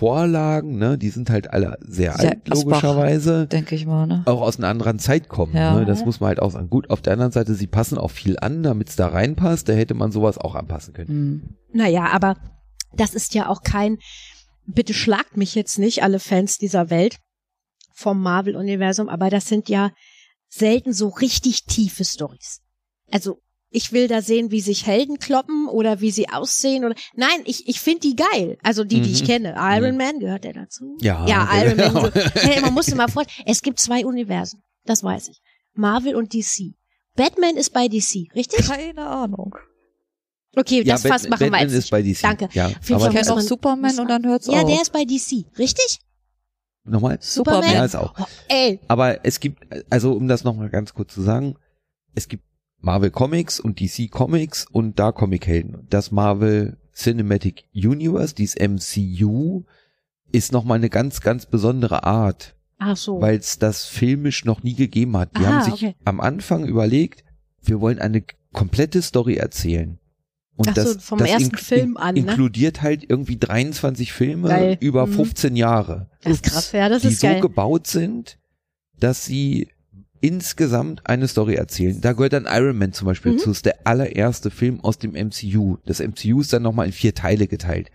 Speaker 3: Marvel-Vorlagen, ne, die sind halt alle sehr
Speaker 4: Sehr
Speaker 3: alt,
Speaker 4: Asbach.
Speaker 3: logischerweise.
Speaker 4: Denke ich mal, ne?
Speaker 3: auch aus einer anderen Zeit kommen.
Speaker 4: Ja.
Speaker 3: Ne? Das muss man halt auch sagen. Gut, auf der anderen Seite, sie passen auch viel an, damit es da reinpasst. Da hätte man sowas auch anpassen können.
Speaker 4: Hm.
Speaker 2: Naja, aber das ist ja auch kein, bitte schlagt mich jetzt nicht, alle Fans dieser Welt vom Marvel-Universum, aber das sind ja selten so richtig tiefe Stories. Also ich will da sehen, wie sich Helden kloppen oder wie sie aussehen oder nein, ich, ich finde die geil. Also die, die ich
Speaker 3: Mhm.
Speaker 2: kenne. Iron
Speaker 3: Mhm.
Speaker 2: Man gehört der dazu.
Speaker 3: Ja,
Speaker 2: Ja, Iron Man.
Speaker 3: [laughs] genau.
Speaker 2: So. [laughs] Hey, man muss sich mal vorstellen, es gibt zwei Universen. Das weiß ich. Marvel und DC. Batman ist bei DC, richtig?
Speaker 4: Keine Ahnung.
Speaker 2: Okay,
Speaker 3: ja,
Speaker 2: das
Speaker 3: Bat-
Speaker 2: fast machen wir
Speaker 3: Batman
Speaker 2: jetzt
Speaker 3: ist bei DC.
Speaker 2: Danke.
Speaker 3: Ja,
Speaker 2: jeden
Speaker 4: Ich
Speaker 3: aber
Speaker 2: Fall
Speaker 4: kenne
Speaker 2: muss
Speaker 4: auch
Speaker 2: man- muss
Speaker 4: Superman
Speaker 2: man-
Speaker 4: und dann hört's
Speaker 2: Ja,
Speaker 4: auf.
Speaker 2: der ist bei DC, richtig?
Speaker 3: nochmal.
Speaker 4: Superman.
Speaker 3: Ja, ist auch.
Speaker 2: Oh, ey,
Speaker 3: Aber es gibt, also um das nochmal ganz kurz zu sagen, es gibt Marvel Comics und DC Comics und da Comichelden. Das Marvel Cinematic Universe, dieses MCU, ist nochmal eine ganz, ganz besondere Art,
Speaker 2: ach so.
Speaker 3: weil es das filmisch noch nie gegeben hat. Die
Speaker 2: Oh. Aha,
Speaker 3: haben sich
Speaker 2: okay.
Speaker 3: am Anfang überlegt, wir wollen eine komplette Story erzählen. Und
Speaker 2: Ach
Speaker 3: das,
Speaker 2: so, vom
Speaker 3: das
Speaker 2: ersten
Speaker 3: ink-
Speaker 2: Film an, ne?
Speaker 3: inkludiert halt irgendwie 23 Filme
Speaker 2: Geil.
Speaker 3: über
Speaker 2: Mhm.
Speaker 3: 15 Jahre,
Speaker 2: das ist krass, ja, das
Speaker 3: die
Speaker 2: ist
Speaker 3: so
Speaker 2: geil.
Speaker 3: gebaut sind, dass sie insgesamt eine Story erzählen. Da gehört dann Iron Man zum Beispiel
Speaker 2: Mhm.
Speaker 3: zu, ist der allererste Film aus dem MCU. Das MCU ist dann nochmal in vier Teile geteilt.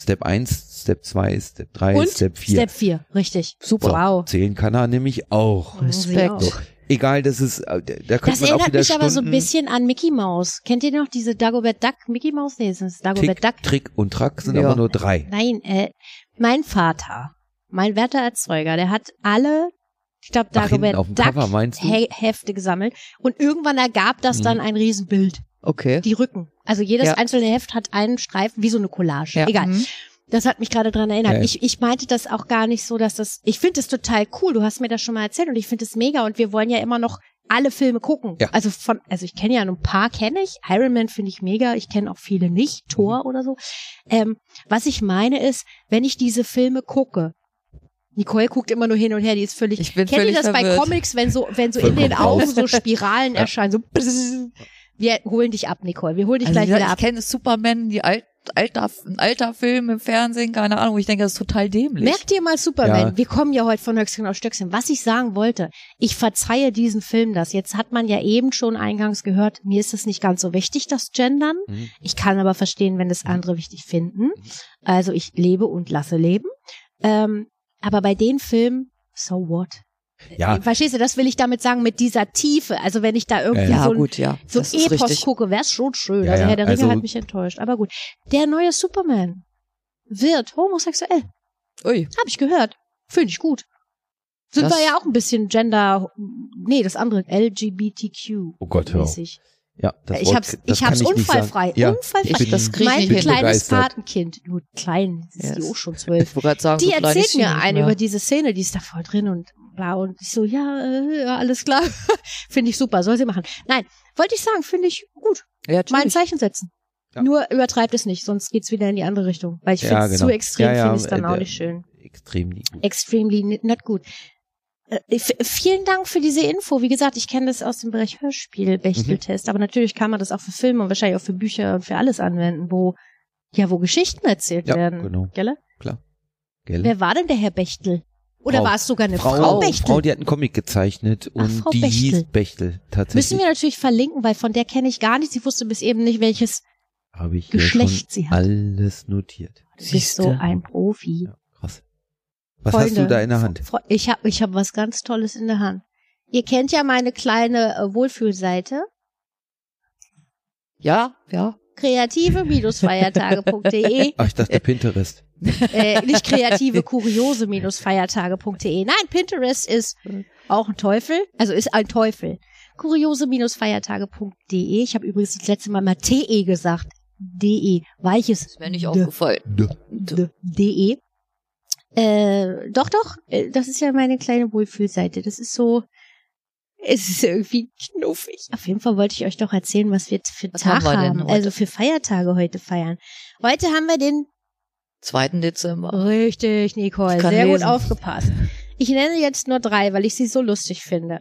Speaker 3: Step 1, Step 2, Step 3,
Speaker 2: Und
Speaker 3: Step 4.
Speaker 2: Step 4, richtig.
Speaker 3: so,
Speaker 2: Super. Wow.
Speaker 3: Zählen kann er nämlich auch.
Speaker 4: Respekt.
Speaker 2: Ja.
Speaker 3: Egal, das ist, äh, da da könnte
Speaker 2: Das
Speaker 3: man auch
Speaker 2: erinnert
Speaker 3: wieder
Speaker 2: mich aber so ein
Speaker 3: Stunden-
Speaker 2: bisschen an Mickey Mouse. Kennt ihr noch diese Dagobert Duck? Mickey Mouse? Nee, das ist Dagobert
Speaker 3: Tick,
Speaker 2: Duck.
Speaker 3: Trick und Track sind
Speaker 4: Ja.
Speaker 3: aber nur drei.
Speaker 2: Nein, äh, mein Vater, mein werter Erzeuger, der hat alle, ich glaube,
Speaker 3: Ach, hinten
Speaker 2: Dagobert
Speaker 3: auf dem
Speaker 2: Duck
Speaker 3: Cover, meinst du?
Speaker 2: He Hefte gesammelt und irgendwann ergab das
Speaker 3: Mhm.
Speaker 2: dann ein Riesenbild.
Speaker 4: Okay.
Speaker 2: Die Rücken. Also jedes
Speaker 4: Ja.
Speaker 2: einzelne Heft hat einen Streifen, wie so eine Collage.
Speaker 4: Ja.
Speaker 2: Egal.
Speaker 4: Hm.
Speaker 2: Das hat mich gerade dran erinnert.
Speaker 3: Okay.
Speaker 2: Ich, ich meinte das auch gar nicht so, dass das. Ich finde es total cool. Du hast mir das schon mal erzählt und ich finde es mega und wir wollen ja immer noch alle Filme gucken.
Speaker 3: Ja.
Speaker 2: Also von, also ich kenne ja nur ein paar kenne ich. Iron Man finde ich mega. Ich kenne auch viele
Speaker 4: Mhm.
Speaker 2: nicht. Thor oder so. Ähm, was ich meine ist, wenn ich diese Filme gucke. Nicole guckt immer nur hin und her, die ist völlig.
Speaker 4: Ich bin
Speaker 2: Kennt
Speaker 4: völlig
Speaker 2: ihr das
Speaker 4: verwirrt.
Speaker 2: bei Comics, wenn so, wenn so in den
Speaker 3: Vollkommen
Speaker 2: Augen
Speaker 3: raus.
Speaker 2: so Spiralen
Speaker 3: Ja.
Speaker 2: erscheinen, so. bzzz. Wir holen dich ab, Nicole. Wir holen dich
Speaker 4: Also, wie
Speaker 2: gleich
Speaker 4: gesagt,
Speaker 2: wieder
Speaker 4: ich
Speaker 2: ab.
Speaker 4: kenne Superman, die alt, alter, ein alter Film im Fernsehen, keine Ahnung. Ich denke, das ist total dämlich.
Speaker 2: Merkt ihr mal Superman,
Speaker 3: Ja.
Speaker 2: wir kommen ja heute von Höchstchen auf Stöckchen. Was ich sagen wollte, ich verzeihe diesen Film das. Jetzt hat man ja eben schon eingangs gehört, mir ist es nicht ganz so wichtig, das Gendern.
Speaker 3: Mhm.
Speaker 2: Ich kann aber verstehen, wenn das
Speaker 4: Mhm.
Speaker 2: andere wichtig finden. Also ich lebe und lasse leben. Ähm, aber bei den Filmen, so what?
Speaker 3: Ja,
Speaker 2: Verstehst du, das will ich damit sagen, mit dieser Tiefe. Also wenn ich da irgendwie
Speaker 4: ja,
Speaker 2: so ein
Speaker 4: gut, ja.
Speaker 2: so
Speaker 4: das ist
Speaker 2: Epos
Speaker 4: richtig.
Speaker 2: gucke, wär's schon schön.
Speaker 3: Ja,
Speaker 2: also
Speaker 3: ja,
Speaker 2: Herr der Ringe
Speaker 3: also-
Speaker 2: hat mich enttäuscht. Aber gut. Der neue Superman wird homosexuell.
Speaker 4: Ui,
Speaker 2: Hab ich gehört. Finde ich gut. Sind
Speaker 4: Das-
Speaker 2: wir ja auch ein bisschen Gender, nee, das andere,
Speaker 3: oh Gott, hör auf.
Speaker 2: LGBTQ-mäßig.
Speaker 3: Ja, das
Speaker 2: ich
Speaker 3: Wort-
Speaker 2: hab's,
Speaker 3: das
Speaker 2: ich
Speaker 3: kann
Speaker 2: hab's
Speaker 3: nicht
Speaker 2: unfallfrei.
Speaker 3: sagen. Ja,
Speaker 2: unfallfrei.
Speaker 3: ich bin-
Speaker 4: Das krieg ich
Speaker 2: mein
Speaker 4: nicht hin.
Speaker 2: kleines
Speaker 3: begeistert.
Speaker 2: Patenkind. Nur klein, das ist die
Speaker 4: Yes.
Speaker 2: auch schon zwölf.
Speaker 3: [laughs]
Speaker 4: Ich wollte gerade sagen,
Speaker 2: Die
Speaker 4: so klein ist
Speaker 2: erzählt
Speaker 4: sie
Speaker 2: mir
Speaker 4: nicht
Speaker 2: eine
Speaker 4: mehr.
Speaker 2: über diese Szene, die ist da voll drin und bla und ich so, ja, äh, ja alles klar. [laughs] finde ich super, soll sie machen. Nein, wollte ich sagen, finde ich gut.
Speaker 4: ja,
Speaker 2: Mein
Speaker 4: natürlich.
Speaker 2: Zeichen setzen.
Speaker 3: Ja.
Speaker 2: Nur übertreibt es nicht, sonst geht's wieder in die andere Richtung. Weil ich
Speaker 3: Ja,
Speaker 2: finde es
Speaker 3: genau.
Speaker 2: zu extrem,
Speaker 3: Ja, ja,
Speaker 2: finde ich dann
Speaker 3: äh,
Speaker 2: auch
Speaker 3: der-
Speaker 2: nicht schön.
Speaker 3: Extrem nie gut.
Speaker 2: Extremely n- not good. Äh, f- Vielen Dank für diese Info. Wie gesagt, ich kenne das aus dem Bereich Hörspiel, Bechteltest,
Speaker 3: Mhm.
Speaker 2: aber natürlich kann man das auch für Filme und wahrscheinlich auch für Bücher und für alles anwenden, wo ja, wo Geschichten erzählt
Speaker 3: Ja,
Speaker 2: werden.
Speaker 3: genau.
Speaker 2: Gelle?
Speaker 3: Gell?
Speaker 2: Wer war denn der Herr Bechtel? Oder
Speaker 3: Frau.
Speaker 2: war es sogar eine Frau,
Speaker 3: Frau,
Speaker 2: Bechtel?
Speaker 3: Frau, die hat einen Comic gezeichnet
Speaker 2: Ach,
Speaker 3: und
Speaker 2: Frau
Speaker 3: die
Speaker 2: Bechtel.
Speaker 3: hieß Bechtel tatsächlich.
Speaker 2: Müssen wir natürlich verlinken, weil von der kenne ich gar nichts. Sie wusste bis eben nicht, welches
Speaker 3: Habe ich hier
Speaker 2: Geschlecht sie
Speaker 3: schon
Speaker 2: hat.
Speaker 3: alles notiert.
Speaker 2: Du bist so
Speaker 4: Siehste.
Speaker 2: ein Profi.
Speaker 3: Ja, krass. Was hast
Speaker 2: Freunde,
Speaker 3: du da in der Hand?
Speaker 2: Fre- Ich habe ich hab was ganz Tolles in der Hand. Ihr kennt ja meine kleine äh, Wohlfühlseite.
Speaker 4: Ja, ja.
Speaker 2: kreative-feiertage.de
Speaker 3: Ach,
Speaker 2: [laughs]
Speaker 3: ich dachte Pinterest.
Speaker 2: äh, nicht
Speaker 4: [laughs]
Speaker 2: kreative kuriose-feiertage.de nein Pinterest ist auch ein Teufel also ist ein Teufel kuriose-feiertage.de ich habe übrigens das letzte Mal mal te gesagt de weiches
Speaker 4: Ist mir nicht
Speaker 2: D.
Speaker 4: aufgefallen.
Speaker 2: D- de äh, doch doch äh, das ist ja meine kleine Wohlfühlseite das ist so es ist irgendwie knuffig. Auf jeden Fall wollte ich euch doch erzählen, was wir für
Speaker 4: Was
Speaker 2: Tag
Speaker 4: haben wir denn
Speaker 2: haben,
Speaker 4: heute?
Speaker 2: also für Feiertage heute feiern. Heute haben wir den
Speaker 4: 2. Dezember.
Speaker 2: Richtig, Nicole.
Speaker 4: Ich kann
Speaker 2: Oh, Sehr gut
Speaker 4: lesen.
Speaker 2: aufgepasst. Ich nenne jetzt nur drei, weil ich sie so lustig finde.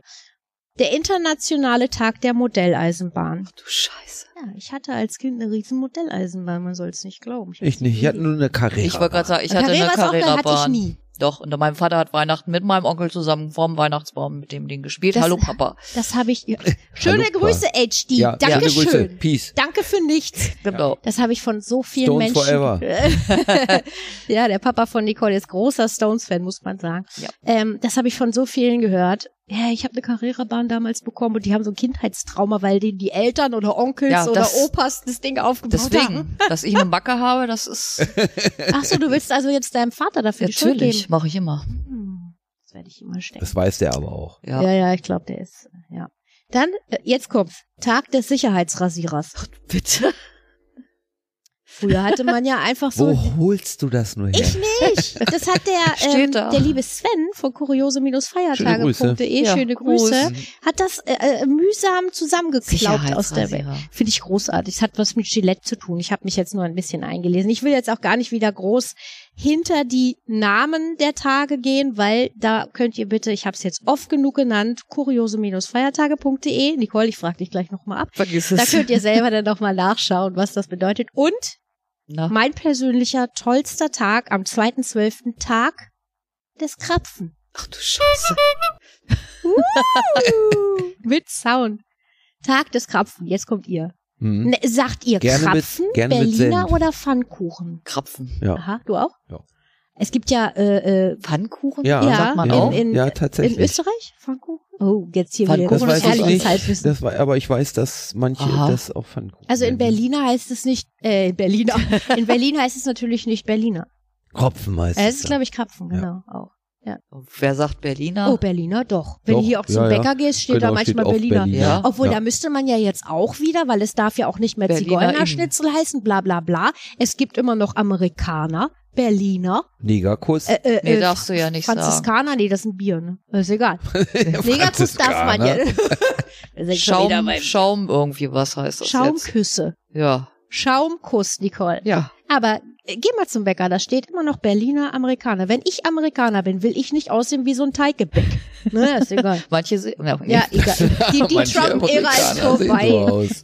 Speaker 2: Der Internationale Tag der Modelleisenbahn.
Speaker 4: Ach du Scheiße.
Speaker 2: Ja, ich hatte als Kind eine riesen Modelleisenbahn, man soll es nicht glauben. hab
Speaker 3: Ich
Speaker 2: sie
Speaker 3: nicht. Ich hatte
Speaker 2: geliebt.
Speaker 3: nur eine Karriere.
Speaker 4: Ich wollte gerade sagen, ich hatte
Speaker 2: Carrera
Speaker 4: eine
Speaker 2: ist auch geil, hatte ich
Speaker 4: Carrera-Bahn.
Speaker 2: nie.
Speaker 4: Doch, und mein Vater hat Weihnachten mit meinem Onkel zusammen vorm Weihnachtsbaum mit dem Ding gespielt.
Speaker 2: Das-
Speaker 4: Hallo Papa.
Speaker 2: Das habe ich. Schöne
Speaker 3: Äh, Hallo,
Speaker 2: Grüße, HD.
Speaker 3: ja, schöne Grüße.
Speaker 2: Dankeschön.
Speaker 3: Peace.
Speaker 2: Danke für nichts.
Speaker 4: Genau.
Speaker 2: Das habe ich von so vielen
Speaker 3: Stones
Speaker 2: Menschen.
Speaker 3: forever.
Speaker 2: [laughs] ja, der Papa von Nicole ist großer Stones-Fan, muss man sagen.
Speaker 4: Ja.
Speaker 2: Ähm, das habe ich von so vielen gehört. Ja, ich habe eine Carrera-Bahn damals bekommen und die haben so ein Kindheitstrauma, weil denen die Eltern oder Onkels
Speaker 4: Ja,
Speaker 2: oder
Speaker 4: das-
Speaker 2: Opas das Ding aufgebaut haben.
Speaker 4: Deswegen, dass ich eine Macke habe,
Speaker 2: [laughs]
Speaker 4: das ist
Speaker 2: Ach so, du willst also jetzt deinem Vater dafür die
Speaker 4: natürlich,
Speaker 2: Schuld
Speaker 4: mache ich immer.
Speaker 2: geben. Hm, das werde ich immer stecken.
Speaker 3: Das weiß der aber auch.
Speaker 4: Ja.
Speaker 2: Ja, ja, ich glaube, der ist, ja. Dann, äh, jetzt kommt's. Tag des Sicherheitsrasierers. Ach, bitte. Früher hatte man ja einfach so
Speaker 3: Wo holst du das nur her?
Speaker 2: Ich nicht. Das hat der, ähm,
Speaker 4: [laughs] Steht da.
Speaker 2: der liebe Sven von kuriose-feiertage.de,
Speaker 3: Schöne
Speaker 2: schöne Grüße,
Speaker 4: Ja,
Speaker 2: hat das äh, äh, mühsam zusammengeklaubt aus der Welt.
Speaker 4: Sicherheitsrasierer.
Speaker 2: Finde ich großartig. Es hat was mit Gillette zu tun. Ich habe mich jetzt nur ein bisschen eingelesen. Ich will jetzt auch gar nicht wieder groß hinter die Namen der Tage gehen, weil da könnt ihr bitte, ich habe es jetzt oft genug genannt, kuriose-feiertage.de. Nicole, ich frage dich gleich nochmal ab.
Speaker 4: Vergiss
Speaker 2: Da
Speaker 4: es.
Speaker 2: könnt ihr selber dann nochmal nachschauen, was das bedeutet. Und
Speaker 4: Na,
Speaker 2: mein persönlicher tollster Tag am 2.12. Tag des Krapfen.
Speaker 4: ach du Scheiße.
Speaker 2: [laughs] mit Sound. Tag des Krapfen. Jetzt kommt ihr.
Speaker 3: Hm?
Speaker 2: Ne, sagt ihr
Speaker 3: Gerne mit-
Speaker 2: Krapfen,
Speaker 3: gerne mit
Speaker 2: Berliner
Speaker 3: Senf.
Speaker 2: oder Pfannkuchen?
Speaker 4: Krapfen.
Speaker 3: Ja.
Speaker 2: Aha, du auch?
Speaker 3: Ja.
Speaker 2: Es gibt ja äh, äh,
Speaker 4: Pfannkuchen?
Speaker 3: Ja,
Speaker 2: Ja,
Speaker 4: sagt man
Speaker 3: ja,
Speaker 4: auch.
Speaker 2: in-
Speaker 3: ja,
Speaker 2: in
Speaker 3: tatsächlich.
Speaker 2: Österreich Pfannkuchen. Oh, jetzt hier wieder
Speaker 4: Pfannkuchen
Speaker 3: das weiß
Speaker 4: ist
Speaker 3: ich
Speaker 4: ehrlich,
Speaker 2: herrliches
Speaker 3: nicht.
Speaker 2: Halbwissen.
Speaker 3: Das war, aber ich weiß, dass manche
Speaker 4: Aha.
Speaker 3: das auch Pfannkuchen.
Speaker 2: Also in
Speaker 3: nennen.
Speaker 2: Berliner heißt es nicht, äh, in
Speaker 3: [laughs]
Speaker 2: Berliner. In Berlin heißt es natürlich nicht Berliner.
Speaker 3: Kropfen heißt
Speaker 2: Es ist,
Speaker 3: dann.
Speaker 2: glaube ich, Krapfen, genau, auch.
Speaker 4: Wer sagt Berliner?
Speaker 2: Oh, Berliner, doch. Wenn
Speaker 3: Doch,
Speaker 2: du hier auch
Speaker 3: ja,
Speaker 2: zum
Speaker 3: ja.
Speaker 2: Bäcker gehst, steht da
Speaker 3: Genau,
Speaker 2: manchmal
Speaker 3: auch
Speaker 2: Berliner.
Speaker 4: Ja.
Speaker 2: Obwohl,
Speaker 3: ja.
Speaker 2: da müsste man ja jetzt auch wieder, weil es darf ja auch nicht mehr
Speaker 4: Berliner
Speaker 2: Zigeunerschnitzel heißen, bla bla bla. Es gibt immer noch Amerikaner, Berliner,
Speaker 3: Negerkuss.
Speaker 2: äh,
Speaker 3: [laughs]
Speaker 2: äh,
Speaker 4: nee,
Speaker 2: äh,
Speaker 4: darfst du ja nicht sagen.
Speaker 2: Franziskaner, nee, das ist ein Bier, ne? Ist egal. Negerkuss darf man
Speaker 3: ne?
Speaker 2: ja. Da sind schon wieder
Speaker 4: Schaum,
Speaker 2: beim-
Speaker 4: Schaum irgendwie, was heißt das jetzt?
Speaker 2: Schaumküsse.
Speaker 4: Ja.
Speaker 2: Schaumkuss, Nicole.
Speaker 4: Ja.
Speaker 2: Aber äh, geh mal zum Bäcker, da steht immer noch Berliner Amerikaner. Wenn ich Amerikaner bin, will ich nicht aussehen wie so ein Teiggebäck. Ne, ist
Speaker 4: [laughs]
Speaker 2: egal.
Speaker 4: Manche sehen. Ja,
Speaker 2: Ja, egal. Die, die Trump-Ära ist vorbei.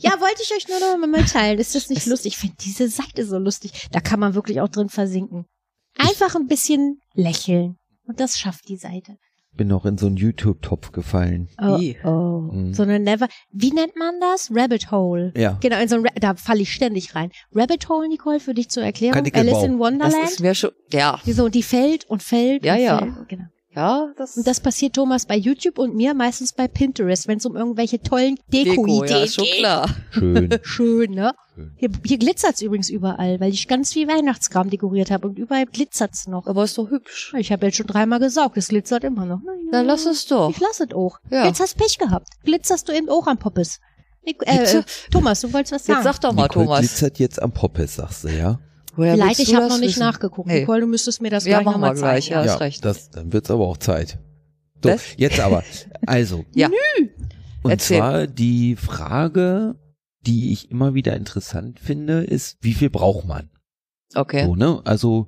Speaker 2: Ja, wollte ich euch nur noch mal mitteilen. Ist das nicht
Speaker 4: Es-
Speaker 2: lustig? Ich finde diese Seite so lustig. Da kann man wirklich auch drin versinken. Einfach ein bisschen lächeln. Und das schafft die Seite.
Speaker 3: Bin noch in so einen YouTube-Topf gefallen.
Speaker 2: Oh,
Speaker 4: Ih.
Speaker 2: oh.
Speaker 3: Mhm.
Speaker 2: So eine never. Wie nennt man das? Rabbit Hole.
Speaker 3: Ja.
Speaker 2: Genau, in so ein Ra da falle ich ständig rein. Rabbit Hole, Nicole, für dich zur Erklärung.
Speaker 3: Kanickelbau.
Speaker 2: Alice in
Speaker 4: [laughs] Das ist
Speaker 2: Wonderland.
Speaker 4: mir schon. Ja.
Speaker 2: Die so, die fällt und fällt
Speaker 4: Ja,
Speaker 2: und
Speaker 4: ja.
Speaker 2: fällt. Genau.
Speaker 4: Ja, das.
Speaker 2: Und das passiert Thomas bei YouTube und mir meistens bei Pinterest, wenn es um irgendwelche tollen Deko-Ideen
Speaker 4: ja, ist schon
Speaker 2: geht.
Speaker 4: klar.
Speaker 3: Schön.
Speaker 2: Schön, ne?
Speaker 3: Schön.
Speaker 2: Hier, hier glitzert's übrigens überall, weil ich ganz viel Weihnachtskram dekoriert habe und überall glitzert's noch.
Speaker 4: Aber ist doch hübsch.
Speaker 2: Ich habe jetzt schon dreimal gesaugt, es glitzert immer noch. Na ja.
Speaker 4: Dann lass es doch.
Speaker 2: Ich lass es auch.
Speaker 4: Ja.
Speaker 2: Jetzt hast du Pech gehabt. Glitzerst du eben auch am Poppes. Nico, äh, äh, Thomas, du wolltest was sagen.
Speaker 4: Jetzt sag doch mal,
Speaker 3: Nicole
Speaker 4: Thomas.
Speaker 3: glitzert jetzt am Poppes, sagst du, ja?
Speaker 4: Woher
Speaker 2: Vielleicht,
Speaker 4: willst
Speaker 2: ich
Speaker 4: du
Speaker 2: habe
Speaker 4: das
Speaker 2: noch nicht
Speaker 4: wissen?
Speaker 2: nachgeguckt.
Speaker 4: Nee.
Speaker 2: Nicole, du müsstest mir das
Speaker 4: Ja,
Speaker 2: gleich
Speaker 4: machen
Speaker 2: nochmal
Speaker 4: wir gleich,
Speaker 2: zeigen.
Speaker 4: ja.
Speaker 2: ja.
Speaker 4: hast recht.
Speaker 3: Das, dann wird's aber auch Zeit. So,
Speaker 4: Das-
Speaker 3: jetzt aber. Also.
Speaker 4: Ja.
Speaker 3: Und
Speaker 4: Erzähl.
Speaker 3: zwar die Frage, die ich immer wieder interessant finde, ist, wie viel braucht man?
Speaker 4: Okay.
Speaker 3: So, ne? Also,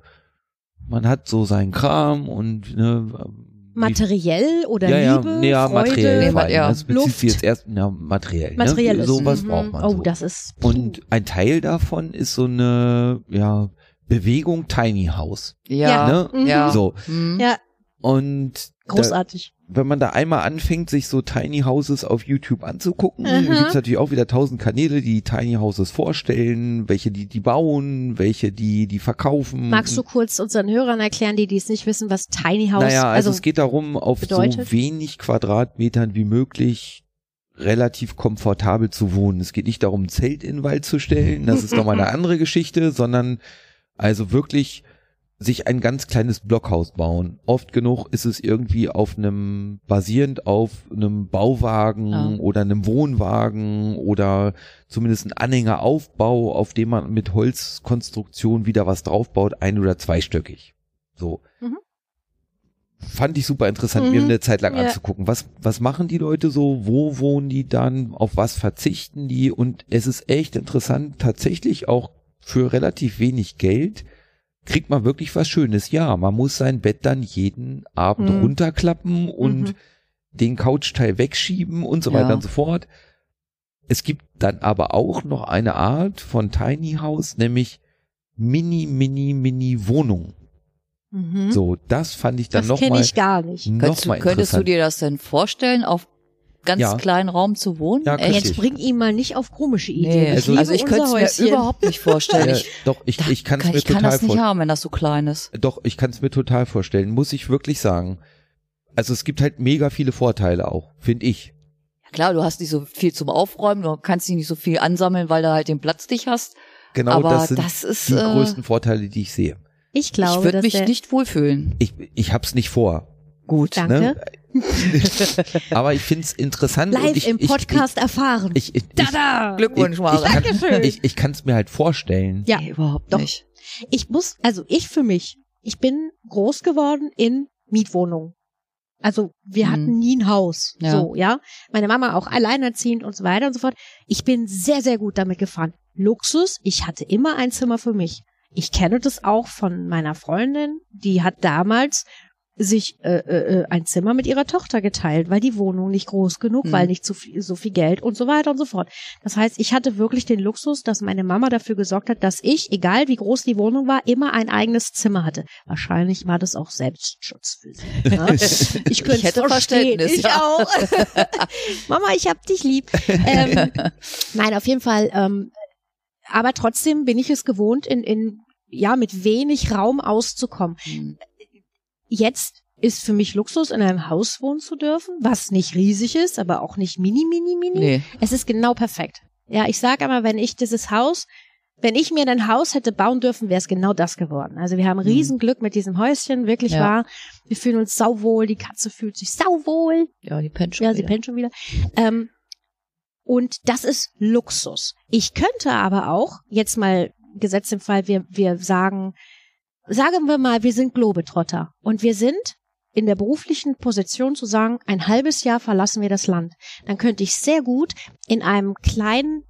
Speaker 3: man hat so seinen Kram und, ne, wie-
Speaker 2: Materiell oder
Speaker 3: ja, ja,
Speaker 2: Liebe,
Speaker 3: nee, ja,
Speaker 2: Freude,
Speaker 3: materiell.
Speaker 4: Nee,
Speaker 3: vor allem.
Speaker 4: ja.
Speaker 3: Das bezieht
Speaker 2: Luft.
Speaker 3: sich jetzt erst, ja, materiell. Ne?
Speaker 2: materiell ist.
Speaker 3: so was
Speaker 2: mhm.
Speaker 3: braucht man.
Speaker 2: Oh,
Speaker 3: so.
Speaker 2: das ist.
Speaker 3: Und ein Teil davon ist so eine, ja, Bewegung Tiny House.
Speaker 4: Ja.
Speaker 3: Ne?
Speaker 2: Mhm.
Speaker 4: Ja.
Speaker 3: So.
Speaker 4: Hm.
Speaker 2: Ja,
Speaker 3: Und da,
Speaker 2: großartig.
Speaker 3: wenn man da einmal anfängt, sich so Tiny Houses auf YouTube anzugucken,
Speaker 2: Mhm.
Speaker 3: gibt's natürlich auch wieder tausend Kanäle, die Tiny Houses vorstellen, welche die die bauen, welche die die verkaufen.
Speaker 2: Magst du kurz unseren Hörern erklären, die dies nicht wissen, was Tiny House
Speaker 3: Naja,
Speaker 2: also,
Speaker 3: also, es geht darum, auf
Speaker 2: bedeutet?
Speaker 3: so wenig Quadratmetern wie möglich relativ komfortabel zu wohnen. Es geht nicht darum, ein Zelt in den Wald zu stellen, das ist nochmal eine andere Geschichte, sondern also wirklich sich ein ganz kleines Blockhaus bauen. Oft genug ist es irgendwie auf einem, basierend auf einem Bauwagen
Speaker 4: Ja.
Speaker 3: oder einem Wohnwagen oder zumindest ein Anhängeraufbau, auf dem man mit Holzkonstruktion wieder was draufbaut, ein- oder zweistöckig. So.
Speaker 2: Mhm.
Speaker 3: Fand ich super interessant,
Speaker 2: Mhm.
Speaker 3: mir eine Zeit lang
Speaker 2: Ja.
Speaker 3: anzugucken. Was, was machen die Leute so? Wo wohnen die dann? Auf was verzichten die? Und es ist echt interessant, tatsächlich auch für relativ wenig Geld kriegt man wirklich was Schönes. Ja, man muss sein Bett dann jeden Abend
Speaker 2: Mhm.
Speaker 3: runterklappen und
Speaker 2: Mhm.
Speaker 3: den Couchteil wegschieben und so
Speaker 4: Ja.
Speaker 3: weiter und so fort. Es gibt dann aber auch noch eine Art von Tiny House, nämlich Mini, Mini, Mini Wohnung.
Speaker 4: Hm?
Speaker 2: mhm.
Speaker 3: So, das fand ich dann
Speaker 2: das kenne
Speaker 3: nochmal
Speaker 2: ich gar nicht.
Speaker 4: Könntest,
Speaker 3: noch
Speaker 4: du,
Speaker 3: mal
Speaker 4: könntest du
Speaker 3: interessant.
Speaker 4: dir das denn vorstellen, auf ganz
Speaker 3: Ja.
Speaker 4: kleinen Raum zu wohnen?
Speaker 3: Ja,
Speaker 4: Echt?
Speaker 2: Jetzt
Speaker 3: richtig.
Speaker 2: bring ihn mal nicht auf komische Ideen. ich
Speaker 4: Nee, also,
Speaker 2: liebe
Speaker 4: also ich könnte es
Speaker 2: es
Speaker 4: mir überhaupt nicht
Speaker 3: [laughs]
Speaker 4: vorstellen.
Speaker 3: ja,
Speaker 4: Ich,
Speaker 3: doch, ich, ich kann es
Speaker 4: kann,
Speaker 3: mir
Speaker 4: ich kann
Speaker 3: total
Speaker 4: das nicht
Speaker 3: vorstellen.
Speaker 4: haben, wenn das so klein ist.
Speaker 3: Doch, ich kann es mir total vorstellen, muss ich wirklich sagen. Also es gibt halt mega viele Vorteile auch, finde ich.
Speaker 4: Ja, klar, du hast nicht so viel zum Aufräumen, du kannst dich nicht so viel ansammeln, weil du halt den Platz dich hast.
Speaker 3: Genau
Speaker 4: Aber
Speaker 3: das sind
Speaker 4: das ist,
Speaker 3: die
Speaker 4: äh,
Speaker 3: größten Vorteile, die ich sehe.
Speaker 2: Ich glaube,
Speaker 4: ich würde
Speaker 2: dass
Speaker 4: mich
Speaker 2: der,
Speaker 4: nicht wohlfühlen.
Speaker 3: Ich, ich hab's nicht vor.
Speaker 4: Gut.
Speaker 2: Danke.
Speaker 3: Ne? [laughs] Aber ich find's interessant.
Speaker 4: Also
Speaker 3: und
Speaker 2: live
Speaker 3: ich,
Speaker 2: im
Speaker 3: ich,
Speaker 2: Podcast erfahren.
Speaker 3: Ich, ich, ich, ich,
Speaker 2: Tada!
Speaker 4: Glückwunsch, Mara.
Speaker 3: ich, ich, kann,
Speaker 4: [laughs]
Speaker 2: Dankeschön.
Speaker 3: ich, ich kann's mir halt vorstellen.
Speaker 2: Ja.
Speaker 4: Nee, überhaupt
Speaker 2: Doch.
Speaker 4: nicht.
Speaker 2: Ich muss, also ich für mich, ich bin groß geworden in Mietwohnungen. Also wir
Speaker 4: Mhm.
Speaker 2: hatten nie ein Haus,
Speaker 4: Ja.
Speaker 2: so, ja. Meine Mama auch alleinerziehend und so weiter und so fort. Ich bin sehr, sehr gut damit gefahren. Luxus, ich hatte immer ein Zimmer für mich. Ich kenne das auch von meiner Freundin, die hat damals sich äh, äh, äh, ein Zimmer mit ihrer Tochter geteilt, weil die Wohnung nicht groß genug,
Speaker 4: Mhm.
Speaker 2: weil nicht zu viel, so viel Geld und so weiter und so fort. Das heißt, ich hatte wirklich den Luxus, dass meine Mama dafür gesorgt hat, dass ich, egal wie groß die Wohnung war, immer ein eigenes Zimmer hatte. Wahrscheinlich war das auch Selbstschutz für sie. Ja? Ich könnte
Speaker 4: Ich hätte
Speaker 2: verstehen.
Speaker 4: Verständnis,
Speaker 2: Ich
Speaker 4: ja. [laughs]
Speaker 2: auch. Mama, ich hab dich lieb.
Speaker 4: [laughs]
Speaker 2: Ähm, nein, auf jeden Fall. Ähm, aber trotzdem bin ich es gewohnt, in, in ja mit wenig Raum auszukommen
Speaker 4: Hm.
Speaker 2: jetzt ist für mich Luxus, in einem Haus wohnen zu dürfen, was nicht riesig ist, aber auch nicht mini, mini, mini.
Speaker 4: Nee.
Speaker 2: Es ist genau perfekt. Ja, ich sage aber, wenn ich dieses Haus, wenn ich mir ein Haus hätte bauen dürfen, wäre es genau das geworden. Also wir haben
Speaker 4: Mhm.
Speaker 2: Riesenglück mit diesem Häuschen, wirklich
Speaker 4: Ja.
Speaker 2: wahr. Wir fühlen uns sauwohl, die Katze fühlt sich sauwohl.
Speaker 4: Ja, die Pension.
Speaker 2: Ja, sie pennt schon wieder. Ähm, und das ist Luxus. Ich könnte aber auch, jetzt mal gesetzt im Fall, wir, wir sagen, sagen wir mal, wir sind Globetrotter und wir sind in der beruflichen Position zu sagen, ein halbes Jahr verlassen wir das Land. Dann könnte ich sehr gut in einem kleinen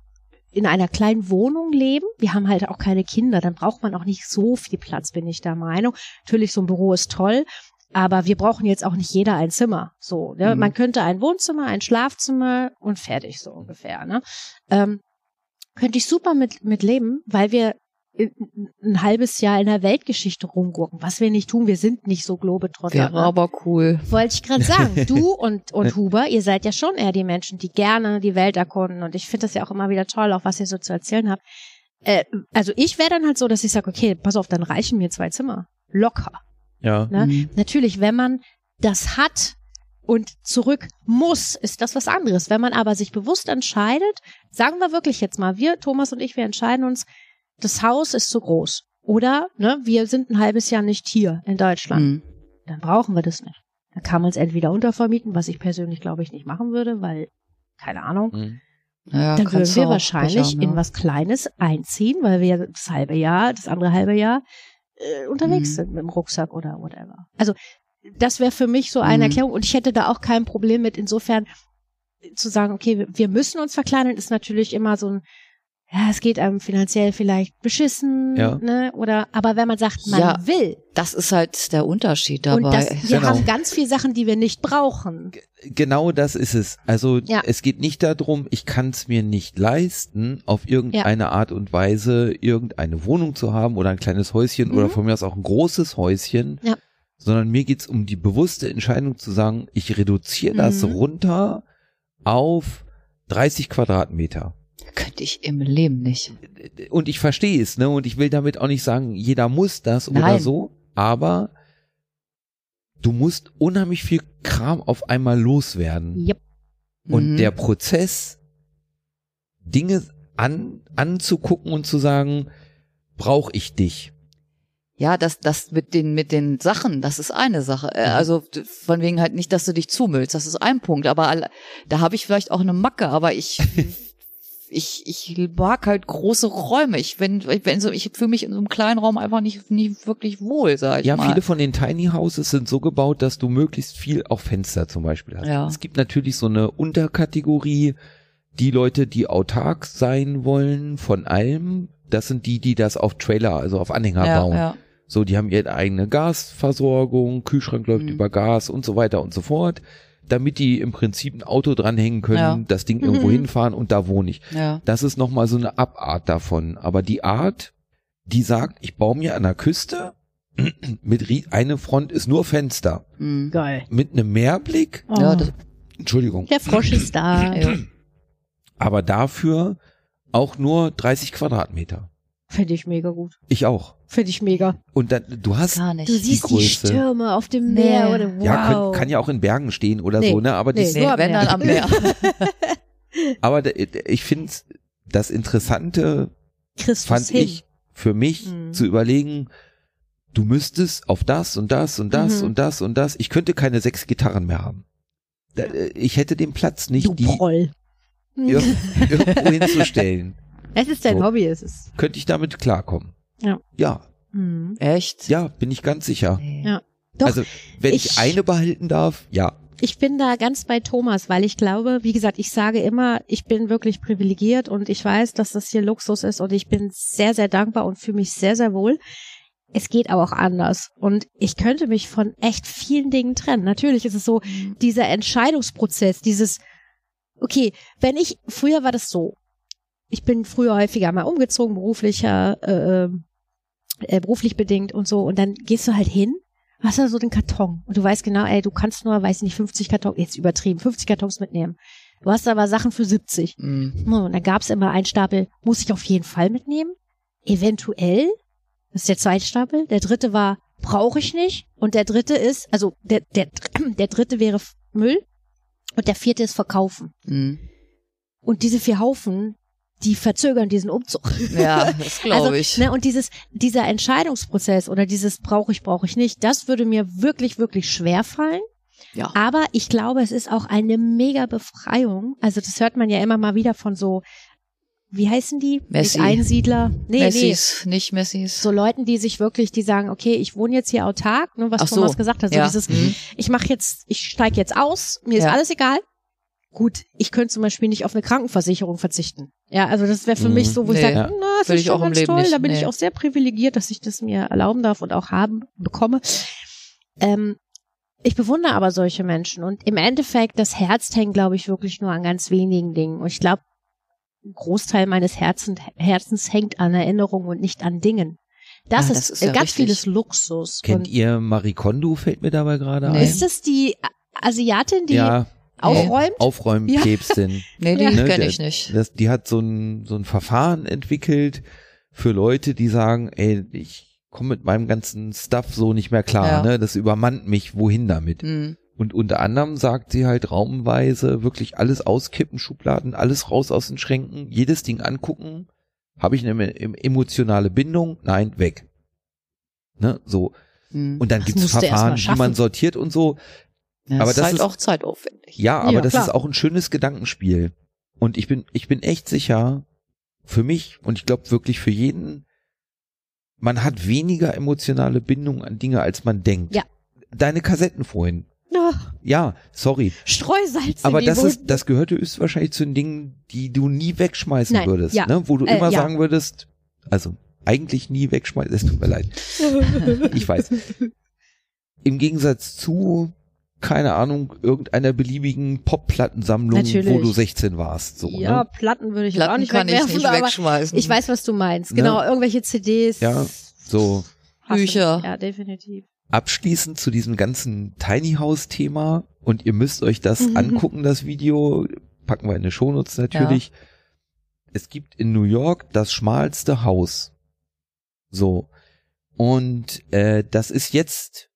Speaker 2: in einer kleinen Wohnung leben. Wir haben halt auch keine Kinder, dann braucht man auch nicht so viel Platz, bin ich der Meinung. Natürlich, so ein Büro ist toll, aber wir brauchen jetzt auch nicht jeder ein Zimmer. So, ne?
Speaker 4: Mhm.
Speaker 2: man könnte ein Wohnzimmer, ein Schlafzimmer und fertig so ungefähr. Ne? Ähm, könnte ich super mit mit leben, weil wir in- ein halbes Jahr in der Weltgeschichte rumgurken, was wir nicht tun. Wir sind nicht so globetrotter.
Speaker 4: Wäre
Speaker 2: ne?
Speaker 4: aber cool.
Speaker 2: Wollte ich gerade sagen. Du und, und Huber, ihr seid ja schon eher die Menschen, die gerne die Welt erkunden. Und ich finde das ja auch immer wieder toll, auch was ihr so zu erzählen habt. Äh, also ich wäre dann halt so, dass ich sage, okay, pass auf, dann reichen mir zwei Zimmer. Locker.
Speaker 3: Ja.
Speaker 2: Ne?
Speaker 4: Hm.
Speaker 2: Natürlich, wenn man das hat und zurück muss, ist das was anderes. Wenn man aber sich bewusst entscheidet, sagen wir wirklich jetzt mal, wir, Thomas und ich, wir entscheiden uns, das Haus ist zu groß. Oder ne, wir sind ein halbes Jahr nicht hier in Deutschland
Speaker 4: Hm.
Speaker 2: dann brauchen wir das nicht. Dann kann man es entweder untervermieten, was ich persönlich glaube ich nicht machen würde, weil, keine Ahnung,
Speaker 3: Mhm.
Speaker 4: Naja,
Speaker 2: dann würden
Speaker 4: kannst
Speaker 2: wir
Speaker 4: du auch ne?
Speaker 2: wahrscheinlich
Speaker 4: Pech haben, ja.
Speaker 2: in was Kleines einziehen, weil wir ja das halbe Jahr, das andere halbe Jahr äh, unterwegs
Speaker 4: Mhm.
Speaker 2: sind mit dem Rucksack oder whatever. Also das wäre für mich so eine
Speaker 4: Mhm.
Speaker 2: Erklärung und ich hätte da auch kein Problem mit. Insofern äh, zu sagen, okay, wir- wir müssen uns verkleinern, ist natürlich immer so ein, ja, es geht einem finanziell vielleicht beschissen,
Speaker 3: Ja.
Speaker 2: ne? Oder aber wenn man sagt, man
Speaker 4: Ja,
Speaker 2: will
Speaker 4: Das ist halt der Unterschied dabei.
Speaker 2: und das,
Speaker 4: [laughs]
Speaker 2: wir
Speaker 3: Genau.
Speaker 2: haben ganz viele Sachen, die wir nicht brauchen.
Speaker 3: Genau das ist es. Also
Speaker 2: Ja.
Speaker 3: es geht nicht darum, ich kann es mir nicht leisten, auf irgendeine Art und Weise irgendeine Wohnung zu haben oder ein kleines Häuschen oder
Speaker 2: Mhm.
Speaker 3: von mir aus auch ein großes Häuschen,
Speaker 2: Ja.
Speaker 3: sondern mir geht's um die bewusste Entscheidung zu sagen, ich reduziere das
Speaker 2: Mhm.
Speaker 3: runter auf 30 Quadratmeter.
Speaker 4: Könnte ich im Leben nicht.
Speaker 3: und ich verstehe es, ne? Und ich will damit auch nicht sagen, jeder muss das oder
Speaker 4: Nein.
Speaker 3: so, aber du musst unheimlich viel Kram auf einmal loswerden.
Speaker 2: Yep.
Speaker 3: Und
Speaker 4: Mhm.
Speaker 3: der Prozess, Dinge an, anzugucken und zu sagen, brauche ich dich.
Speaker 4: Ja, das, das mit den, mit den Sachen, das ist eine Sache.
Speaker 3: Mhm.
Speaker 4: Äh, Also d- von wegen halt nicht, dass du dich zumüllst, das ist ein Punkt. Aber alle- da habe ich vielleicht auch eine Macke, aber
Speaker 3: [laughs]
Speaker 4: ich, ich, ich mag halt große Räume. Ich bin, ich bin so, ich fühle mich in so einem kleinen Raum einfach nicht, nicht wirklich wohl, sag ich
Speaker 3: Ja,
Speaker 4: Halt mal.
Speaker 3: viele von den Tiny Houses sind so gebaut, dass du möglichst viel auch Fenster zum Beispiel hast.
Speaker 4: Ja.
Speaker 3: Es gibt natürlich so eine Unterkategorie, die Leute, die autark sein wollen von allem, das sind die, die das auf Trailer, also auf Anhänger
Speaker 4: ja,
Speaker 3: bauen.
Speaker 4: ja.
Speaker 3: So, die haben ihre eigene Gasversorgung, Kühlschrank läuft
Speaker 4: Mhm.
Speaker 3: über Gas und so weiter und so fort, damit die im Prinzip ein Auto dranhängen können,
Speaker 4: Ja.
Speaker 3: das Ding irgendwo
Speaker 2: Mhm.
Speaker 3: hinfahren und da wohne ich.
Speaker 4: ja.
Speaker 3: Das ist nochmal so eine Abart davon. Aber die Art, die sagt, ich baue mir an der Küste, [clears throat] mit rie- eine Front ist nur Fenster,
Speaker 4: Mhm.
Speaker 2: Geil.
Speaker 3: mit einem Meerblick,
Speaker 2: Oh.
Speaker 4: Ja, das-
Speaker 3: Entschuldigung,
Speaker 2: der Frosch ist [clears throat] da.
Speaker 4: Ja.
Speaker 3: aber dafür auch nur 30 Quadratmeter.
Speaker 2: Finde ich mega gut.
Speaker 3: Ich auch.
Speaker 2: Finde ich mega.
Speaker 3: Und dann, du hast,
Speaker 4: Gar nicht.
Speaker 2: Du siehst die,
Speaker 3: Größe.
Speaker 2: Stürme auf dem
Speaker 4: Nee.
Speaker 2: Meer oder wow.
Speaker 3: ja, kann, kann ja auch in Bergen stehen oder
Speaker 2: Nee,
Speaker 3: so, ne, aber die
Speaker 2: nee.
Speaker 4: nee,
Speaker 2: nur am
Speaker 4: wenn dann
Speaker 2: Meer.
Speaker 4: am Meer.
Speaker 2: [laughs]
Speaker 3: Aber da- ich finde das Interessante
Speaker 2: Christus
Speaker 3: fand
Speaker 2: hin.
Speaker 3: ich für mich
Speaker 2: Mhm.
Speaker 3: zu überlegen, du müsstest auf das und das und das
Speaker 2: Mhm.
Speaker 3: und das und das. Ich könnte keine sechs Gitarren mehr haben. Da, äh, ich hätte den Platz nicht,
Speaker 2: du
Speaker 3: die
Speaker 2: Proll.
Speaker 3: ir irgendwo hinzustellen.
Speaker 2: [laughs] Es ist dein
Speaker 3: So.
Speaker 2: Hobby, es ist.
Speaker 3: Könnte ich damit klarkommen?
Speaker 2: Ja.
Speaker 3: Ja,
Speaker 2: Mhm.
Speaker 4: Echt?
Speaker 3: ja, bin ich ganz sicher.
Speaker 4: Nee.
Speaker 2: Ja. Doch,
Speaker 3: also, wenn ich,
Speaker 2: ich-
Speaker 3: eine behalten darf, ja.
Speaker 2: Ich bin da ganz bei Thomas, weil ich glaube, wie gesagt, ich sage immer, ich bin wirklich privilegiert und ich weiß, dass das hier Luxus ist und ich bin sehr, sehr dankbar und fühle mich sehr, sehr wohl. Es geht aber auch anders und ich könnte mich von echt vielen Dingen trennen. Natürlich ist es so, dieser Entscheidungsprozess, dieses, okay, wenn ich, früher war das so, ich bin früher häufiger mal umgezogen, beruflicher, äh, ähm, äh, beruflich bedingt und so. Und dann gehst du halt hin, hast da so den Karton. Und du weißt genau, ey, du kannst nur, weiß nicht, 50 Kartons, jetzt übertrieben, 50 Kartons mitnehmen. Du hast aber Sachen für 70.
Speaker 4: Mhm.
Speaker 2: Und dann gab's immer einen Stapel, muss ich auf jeden Fall mitnehmen. Eventuell, das ist der zweite Stapel. Der dritte war, brauche ich nicht. Und der dritte ist, also der, der, [clears throat] der dritte wäre Müll. Und der vierte ist verkaufen. Hm.
Speaker 4: Mhm.
Speaker 2: Und diese vier Haufen, die verzögern diesen Umzug. [laughs]
Speaker 4: Ja, das glaube
Speaker 2: also,
Speaker 4: ich.
Speaker 2: Ne, und dieses, dieser Entscheidungsprozess oder dieses brauche ich, brauche ich nicht, das würde mir wirklich, wirklich schwer fallen.
Speaker 4: Ja.
Speaker 2: Aber ich glaube, es ist auch eine mega Befreiung. Also das hört man ja immer mal wieder von so, wie heißen die?
Speaker 4: Messi.
Speaker 2: Nicht Einsiedler. Nee,
Speaker 4: Messis, nicht
Speaker 2: nee.
Speaker 4: Messis.
Speaker 2: So Leuten, die sich wirklich, die sagen, okay, ich wohne jetzt hier autark, ne, was
Speaker 4: Ach so.
Speaker 2: Thomas gesagt hat. So
Speaker 4: ja.
Speaker 2: dieses, Hm.
Speaker 4: Mhm.
Speaker 2: ich mache jetzt, ich steige jetzt aus, mir ist
Speaker 4: Ja.
Speaker 2: alles egal. Gut, ich könnte zum Beispiel nicht auf eine Krankenversicherung verzichten. Ja, also das wäre für
Speaker 3: Mhm.
Speaker 2: mich so, wo ich
Speaker 4: Nee.
Speaker 2: sage, na, das
Speaker 4: Will
Speaker 2: ist
Speaker 4: ich
Speaker 2: schon
Speaker 4: auch im
Speaker 2: ganz
Speaker 4: Leben
Speaker 2: toll,
Speaker 4: nicht.
Speaker 2: da bin ich
Speaker 4: Nee.
Speaker 2: auch sehr privilegiert, dass ich das mir erlauben darf und auch haben, bekomme. Ähm, ich bewundere aber solche Menschen und im Endeffekt, das Herz hängt, glaube ich, wirklich nur an ganz wenigen Dingen. Und ich glaube, ein Großteil meines Herzen, Herzens hängt an Erinnerungen und nicht an Dingen. Das,
Speaker 4: Ja,
Speaker 2: ist,
Speaker 4: das ist ja
Speaker 2: ganz
Speaker 4: richtig.
Speaker 2: vieles Luxus.
Speaker 3: Kennt
Speaker 2: und
Speaker 3: ihr Marie Kondo, fällt mir dabei gerade
Speaker 4: Nee.
Speaker 3: ein?
Speaker 2: ist das die Asiatin, die
Speaker 3: ja, Äh,
Speaker 2: aufräumt? Ja.
Speaker 3: Aufräumpäpstin.
Speaker 4: Nee, die
Speaker 2: Ja.
Speaker 3: Ne,
Speaker 4: kenne
Speaker 3: der-
Speaker 4: ich nicht.
Speaker 3: Das, die hat so ein, so ein Verfahren entwickelt für Leute, die sagen, ey, ich komme mit meinem ganzen Stuff so nicht mehr klar,
Speaker 4: Ja.
Speaker 3: ne? Das übermannt mich, wohin damit?
Speaker 2: Hm.
Speaker 4: Mhm.
Speaker 3: Und unter anderem sagt sie halt raumweise wirklich alles auskippen, Schubladen, alles raus aus den Schränken, jedes Ding angucken. Habe ich eine em- emotionale Bindung? Nein, weg. Ne, so.
Speaker 4: Mhm.
Speaker 3: Und dann
Speaker 2: Das
Speaker 3: gibt's
Speaker 2: musst du erst mal
Speaker 3: Verfahren, wie man
Speaker 2: schaffen.
Speaker 3: sortiert und so.
Speaker 4: Ja,
Speaker 3: aber
Speaker 4: ist
Speaker 3: das
Speaker 4: halt
Speaker 3: ist-
Speaker 4: auch zeitaufwendig.
Speaker 3: Ja, aber
Speaker 2: Ja,
Speaker 3: das
Speaker 2: klar.
Speaker 3: ist auch ein schönes Gedankenspiel. Und ich bin, ich bin echt sicher, für mich und ich glaube wirklich für jeden, man hat weniger emotionale Bindung an Dinge, als man denkt.
Speaker 2: Ja.
Speaker 3: Deine Kassetten vorhin.
Speaker 2: Ach,
Speaker 3: Ja, sorry.
Speaker 2: Streusalz
Speaker 3: Aber
Speaker 2: in die
Speaker 3: das
Speaker 2: Wunden.
Speaker 3: ist, das gehörte ist wahrscheinlich zu den Dingen, die du nie wegschmeißen
Speaker 2: Nein,
Speaker 3: würdest,
Speaker 2: ja.
Speaker 3: ne? Wo du
Speaker 2: Äh,
Speaker 3: immer
Speaker 2: ja.
Speaker 3: sagen würdest, also eigentlich nie wegschmeißen, es tut mir leid. [laughs] Ich weiß. Im Gegensatz zu, keine Ahnung, irgendeiner beliebigen Pop-Plattensammlung, wo
Speaker 2: Natürlich.
Speaker 3: du 16 warst, so,
Speaker 2: ja,
Speaker 3: ne?
Speaker 2: Platten würde ich
Speaker 4: Platten
Speaker 2: auch nicht
Speaker 4: kann ich
Speaker 2: wegwerfen,
Speaker 4: nicht
Speaker 2: aber
Speaker 4: wegschmeißen.
Speaker 2: ich weiß, was du meinst.
Speaker 3: Ne?
Speaker 2: Genau, irgendwelche CDs.
Speaker 3: Ja, so.
Speaker 2: Hast du-
Speaker 4: Bücher.
Speaker 2: Ja, definitiv.
Speaker 3: abschließend zu diesem ganzen Tiny House Thema und ihr müsst euch das
Speaker 2: Mhm.
Speaker 3: angucken, das Video, packen wir in die Shownotes natürlich. Es gibt in New York das schmalste Haus. So. Und äh, das ist jetzt,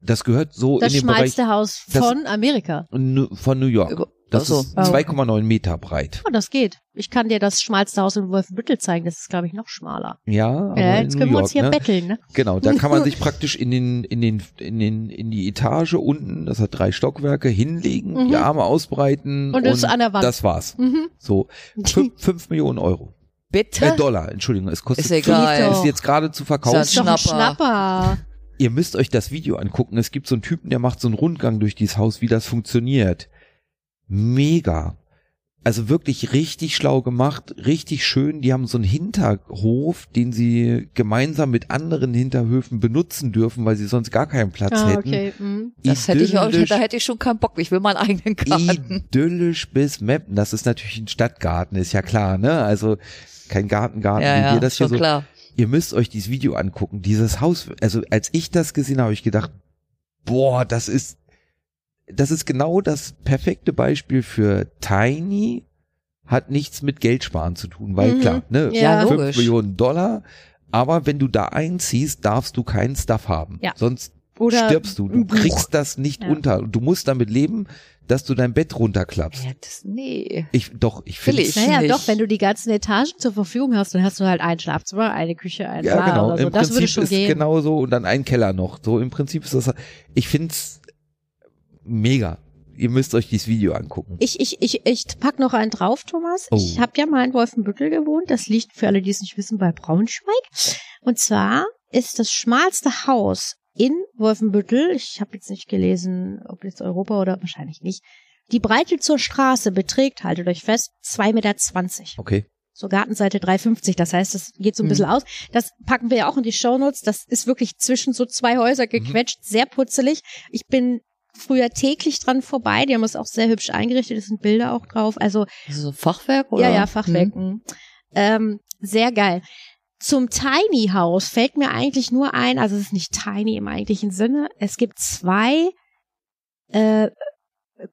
Speaker 3: das gehört so
Speaker 2: Das
Speaker 3: in den Bereich
Speaker 2: schmalste Haus
Speaker 3: das-
Speaker 2: von Amerika.
Speaker 3: Nu- von New York.
Speaker 4: Über-
Speaker 3: Das
Speaker 4: Ach so.
Speaker 3: ist
Speaker 2: Oh.
Speaker 3: 2,9 Meter breit.
Speaker 2: Oh, das geht. Ich kann dir das schmalste Haus in Wolfenbüttel zeigen. Das ist, glaube ich, noch schmaler.
Speaker 3: Ja, aber
Speaker 2: Äh,
Speaker 3: in
Speaker 2: jetzt
Speaker 3: New
Speaker 2: können wir
Speaker 3: York,
Speaker 2: uns hier
Speaker 3: ne?
Speaker 2: betteln, ne?
Speaker 3: Genau,
Speaker 2: [laughs]
Speaker 3: da kann man sich praktisch in den, in den, in den, in die Etage unten, das hat drei Stockwerke, hinlegen,
Speaker 2: Mhm.
Speaker 3: die Arme ausbreiten.
Speaker 2: Und ist an der Wand.
Speaker 3: Das war's.
Speaker 2: Mhm.
Speaker 3: So.
Speaker 2: [laughs]
Speaker 3: Fünf, fünf Millionen Euro.
Speaker 2: Oh.
Speaker 4: Bitte?
Speaker 3: Äh, Dollar, Entschuldigung, es kostet
Speaker 4: Ist egal.
Speaker 3: fünf,
Speaker 2: Geht doch.
Speaker 3: ist jetzt gerade zu verkaufen.
Speaker 4: Das
Speaker 2: Ist doch ein
Speaker 4: Schnapper.
Speaker 2: Schnapper.
Speaker 3: Ihr müsst euch das Video angucken. Es gibt so einen Typen, der macht so einen Rundgang durch dieses Haus, wie das funktioniert. Mega. Also wirklich richtig schlau gemacht, richtig schön. Die haben so einen Hinterhof, den sie gemeinsam mit anderen Hinterhöfen benutzen dürfen, weil sie sonst gar keinen Platz
Speaker 2: Ah,
Speaker 3: hätten.
Speaker 2: okay. Mhm.
Speaker 4: Das hätte ich auch,
Speaker 3: Idyllisch-
Speaker 4: da hätte ich schon keinen Bock. Ich will meinen eigenen Garten.
Speaker 3: idyllisch bis Meppen. Das ist natürlich ein Stadtgarten, ist ja klar, ne? Also kein Gartengarten,
Speaker 4: ja,
Speaker 3: wie
Speaker 4: ja,
Speaker 3: wir das hier
Speaker 4: schon
Speaker 3: so.
Speaker 4: klar.
Speaker 3: Ihr müsst euch dieses Video angucken. Dieses Haus, also als ich das gesehen habe, habe ich gedacht, boah, das ist, das ist genau das perfekte Beispiel für Tiny hat nichts mit Geld sparen zu tun, weil
Speaker 2: Mhm.
Speaker 3: klar, ne?
Speaker 4: Ja,
Speaker 2: Ja.
Speaker 4: logisch.
Speaker 3: 5 Millionen Dollar. Aber wenn du da einziehst, darfst du keinen Stuff haben.
Speaker 2: Ja.
Speaker 3: Sonst
Speaker 2: Oder
Speaker 3: stirbst du. Du kriegst das nicht
Speaker 2: Ja.
Speaker 3: unter. Du musst damit leben, dass du dein Bett runterklappst.
Speaker 4: Ja, das, nee.
Speaker 3: Ich, doch, ich
Speaker 4: Will
Speaker 3: finde
Speaker 4: ich.
Speaker 2: Naja,
Speaker 4: nicht.
Speaker 2: doch, wenn du die ganzen Etagen zur Verfügung hast, dann hast du halt ein Schlafzimmer, eine Küche, ein
Speaker 3: Ja,
Speaker 2: Bad
Speaker 3: genau.
Speaker 2: oder so.
Speaker 3: Im
Speaker 2: das würde
Speaker 3: Prinzip
Speaker 2: schon
Speaker 3: ist
Speaker 2: gehen.
Speaker 3: genau so und dann ein Keller noch. So im Prinzip ist das. Ich find's mega. Ihr müsst euch dieses Video angucken.
Speaker 2: Ich, ich, ich, ich pack noch einen drauf, Thomas.
Speaker 3: Oh.
Speaker 2: Ich habe ja mal in Wolfenbüttel gewohnt. Das liegt für alle, die es nicht wissen, bei Braunschweig. Und zwar ist das schmalste Haus in Wolfenbüttel, ich habe jetzt nicht gelesen, ob jetzt Europa oder wahrscheinlich nicht, die Breite zur Straße beträgt, haltet euch fest, 2,20 Meter.
Speaker 3: Okay.
Speaker 2: So Gartenseite 350, das heißt, das geht so ein bisschen aus. Das packen wir ja auch in die Shownotes. Das ist wirklich zwischen so zwei Häuser gequetscht, sehr putzelig. Ich bin früher täglich dran vorbei. Die haben es auch sehr hübsch eingerichtet. Es sind Bilder auch drauf. Also,
Speaker 4: So Fachwerk oder? Hm.
Speaker 2: ja, ja, Fachwerk. mhm. Ähm, sehr geil. Zum Tiny House fällt mir eigentlich nur ein, also es ist nicht tiny im eigentlichen Sinne. Es gibt zwei, äh,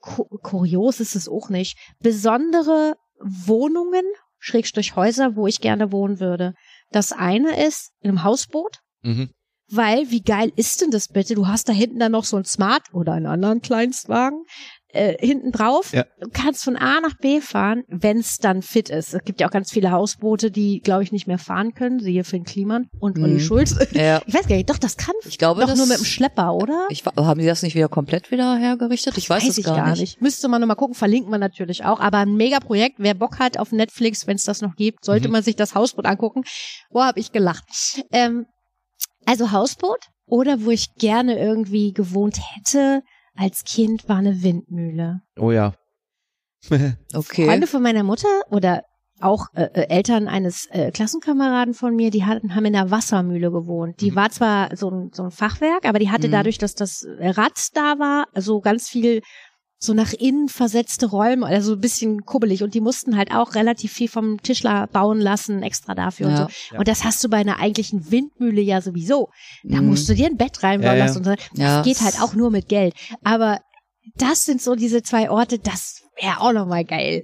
Speaker 2: ku kurios ist es auch nicht, besondere Wohnungen, Schrägstrich Häuser, wo ich gerne wohnen würde. Das eine ist in einem Hausboot.
Speaker 3: Mhm.
Speaker 2: Weil, wie geil ist denn das bitte? Du hast da hinten dann noch so ein Smart oder einen anderen Kleinstwagen äh, hinten drauf.
Speaker 3: Ja.
Speaker 2: Du kannst von A nach B fahren, wenn's dann fit ist. Es gibt ja auch ganz viele Hausboote, die, glaube ich, nicht mehr fahren können. Siehe Finn Kliman und
Speaker 4: Mhm.
Speaker 2: Olli Schulz.
Speaker 4: Mhm. Ja.
Speaker 2: Ich weiß gar nicht, doch, das kann
Speaker 4: Ich glaube,
Speaker 2: doch
Speaker 4: das,
Speaker 2: nur mit dem Schlepper, oder?
Speaker 4: ich, wa- haben die das nicht wieder komplett wieder hergerichtet? Ich weiß, es
Speaker 2: ich
Speaker 4: gar, nicht.
Speaker 2: Müsste man nochmal gucken, verlinken wir natürlich auch. Aber ein Mega-Projekt, wer Bock hat auf Netflix, wenn es das noch gibt, sollte
Speaker 3: Mhm.
Speaker 2: man sich das Hausboot angucken. Boah, hab ich gelacht. Ähm, also Hausboot oder wo ich gerne irgendwie gewohnt hätte als Kind, war eine Windmühle.
Speaker 3: Oh ja. [laughs]
Speaker 4: Okay.
Speaker 2: Freunde von meiner Mutter oder auch äh, äh, Eltern eines äh, Klassenkameraden von mir, die hatten, haben in einer Wassermühle gewohnt. Die
Speaker 3: Mhm.
Speaker 2: war zwar so ein, so ein Fachwerk, aber die hatte
Speaker 4: Mhm.
Speaker 2: dadurch, dass das Rad da war, so ganz viel so nach innen versetzte Räume, also ein bisschen kubbelig. Und die mussten halt auch relativ viel vom Tischler bauen lassen, extra dafür und
Speaker 4: Ja.
Speaker 2: so. Und das hast du bei einer eigentlichen Windmühle ja sowieso. Da
Speaker 4: Mhm.
Speaker 2: musst du dir ein Bett reinbauen
Speaker 3: Ja, ja.
Speaker 2: lassen. Und so. Das
Speaker 4: Ja.
Speaker 2: geht halt auch nur mit Geld. Aber das sind so diese zwei Orte, das wäre auch nochmal geil.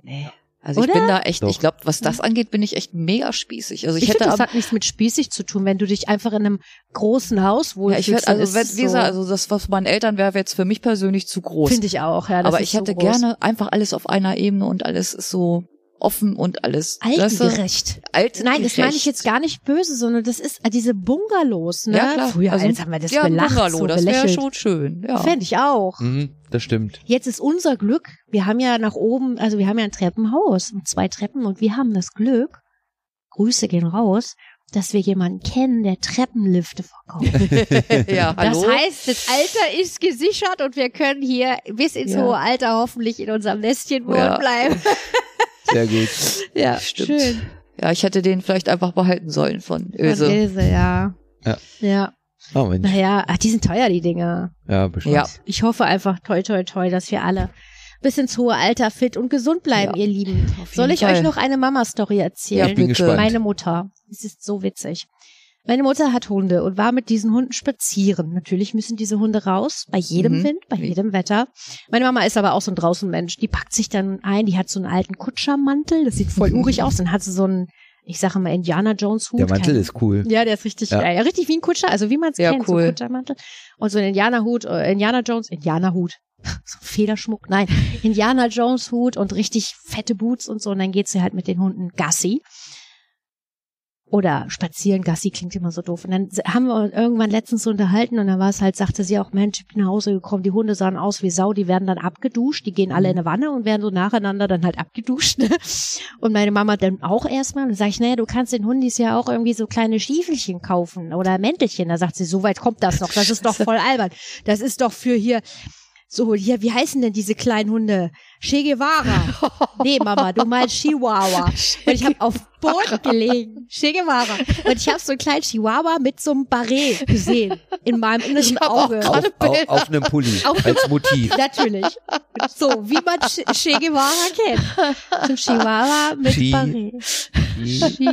Speaker 4: Also ich
Speaker 2: Oder?
Speaker 4: bin da echt, ich
Speaker 3: Doch.
Speaker 4: glaube, was das angeht, bin ich echt mega spießig. Also ich,
Speaker 2: Ich,
Speaker 4: hätte
Speaker 2: finde, das halt
Speaker 4: aber,
Speaker 2: hat nichts mit spießig zu tun, wenn du dich einfach in einem großen Haus
Speaker 4: ja,
Speaker 2: wohlfühlst.
Speaker 4: ich hätte,
Speaker 2: dann
Speaker 4: also
Speaker 2: ist
Speaker 4: wenn,
Speaker 2: es
Speaker 4: wie gesagt, also das, was meinen Eltern wäre, wäre jetzt für mich persönlich zu
Speaker 2: so,
Speaker 4: groß.
Speaker 2: finde ich auch. Ja, das
Speaker 4: aber
Speaker 2: ist
Speaker 4: ich
Speaker 2: so
Speaker 4: hätte
Speaker 2: groß.
Speaker 4: gerne einfach alles auf einer Ebene und alles ist so offen und alles. Weißt du?
Speaker 2: Altengerecht.
Speaker 4: Alten
Speaker 2: Nein, das meine ich
Speaker 4: gerecht.
Speaker 2: jetzt gar nicht böse, sondern das ist äh, diese Bungalows, ne?
Speaker 4: Ja, klar.
Speaker 2: Früher
Speaker 4: Also,
Speaker 2: als haben wir das
Speaker 4: ja, ein
Speaker 2: belacht,
Speaker 4: Bungalow,
Speaker 2: so
Speaker 4: das wäre
Speaker 2: belächelt.
Speaker 4: schon schön. Ja. Hm.
Speaker 2: Fände ich auch.
Speaker 3: Mhm, das stimmt.
Speaker 2: Jetzt ist unser Glück, wir haben ja nach oben, also wir haben ja ein Treppenhaus und zwei Treppen und wir haben das Glück, Grüße gehen raus, dass wir jemanden kennen, der Treppenlifte verkauft.
Speaker 4: [laughs] ja, hallo.
Speaker 2: Das heißt, das Alter ist gesichert und wir können hier bis ins
Speaker 4: Ja.
Speaker 2: hohe Alter hoffentlich in unserem Nestchen wohnen
Speaker 4: Ja. [laughs]
Speaker 2: bleiben.
Speaker 3: Sehr gut.
Speaker 2: Ja,
Speaker 4: Stimmt.
Speaker 2: Schön.
Speaker 4: Ja, ich hätte den vielleicht einfach behalten sollen von
Speaker 2: Öse.
Speaker 4: Öse.
Speaker 2: Öse, ja.
Speaker 3: Ja.
Speaker 2: Ja.
Speaker 3: Oh Mensch.
Speaker 2: Naja, ach, die sind teuer, die Dinger.
Speaker 3: Ja, bestimmt.
Speaker 4: Ja.
Speaker 2: Ich hoffe einfach, toi, toi, toi, dass wir alle bis ins hohe Alter fit und gesund bleiben,
Speaker 4: Ja,
Speaker 2: ihr Lieben.
Speaker 4: auf
Speaker 2: Soll
Speaker 4: jeden
Speaker 2: ich
Speaker 4: Fall.
Speaker 2: euch noch eine Mama-Story erzählen?
Speaker 3: Ich bin
Speaker 4: bitte.
Speaker 3: gespannt.
Speaker 2: Meine Mutter. Es ist so witzig. Meine Mutter hat Hunde und war mit diesen Hunden spazieren. Natürlich müssen diese Hunde raus, bei jedem
Speaker 4: Mhm.
Speaker 2: Wind, bei jedem Wetter. Meine Mama ist aber auch so ein draußen Mensch. Die packt sich dann ein, die hat so einen alten Kutschermantel, das sieht voll urig aus. Dann hat sie so einen, ich sage mal, Indiana Jones Hut.
Speaker 3: Mhm. Der Mantel
Speaker 2: keine-
Speaker 3: ist cool.
Speaker 2: ja, der ist richtig,
Speaker 3: Ja.
Speaker 2: ja. Ja, richtig wie ein Kutscher, also wie man es
Speaker 4: Ja,
Speaker 2: kennt, so
Speaker 4: cool.
Speaker 2: ein Kutschermantel. Und so ein Indianerhut, äh, Indiana Jones, Indianerhut, [laughs] so ein Federschmuck, nein, Indiana Jones Hut und richtig fette Boots und so. Und dann geht sie halt mit den Hunden Gassi. Oder spazieren, Gassi klingt immer so doof. Und dann s- haben wir uns irgendwann letztens so unterhalten und dann war es halt, sagte sie auch, Mensch, ich bin nach Hause gekommen, die Hunde sahen aus wie Sau, die werden dann abgeduscht, die gehen alle in eine Wanne und werden so nacheinander dann halt abgeduscht. Ne? Und meine Mama dann auch erstmal. Dann sage ich, naja, du kannst den Hundis ja auch irgendwie so kleine Schiefelchen kaufen oder Mäntelchen. Da sagt sie, so weit kommt das noch. Das ist doch voll albern. Das ist doch für hier, so hier, wie heißen denn diese kleinen Hunde? Che Guevara. Nee, Mama, du meinst
Speaker 4: [laughs]
Speaker 2: Chihuahua. Und ich habe auf Boden gelegen. Che Guevara. Und ich habe so einen kleinen Chihuahua mit so einem Barret gesehen. In meinem inneren
Speaker 4: hab auch
Speaker 2: Auge.
Speaker 4: gerade
Speaker 3: Auf, au- auf einem Pulli
Speaker 2: [laughs] Auf-
Speaker 3: als Motiv.
Speaker 2: Natürlich. So, wie man Che Che Guevara kennt. So ein Chihuahua mit
Speaker 3: Chi-
Speaker 2: Barret.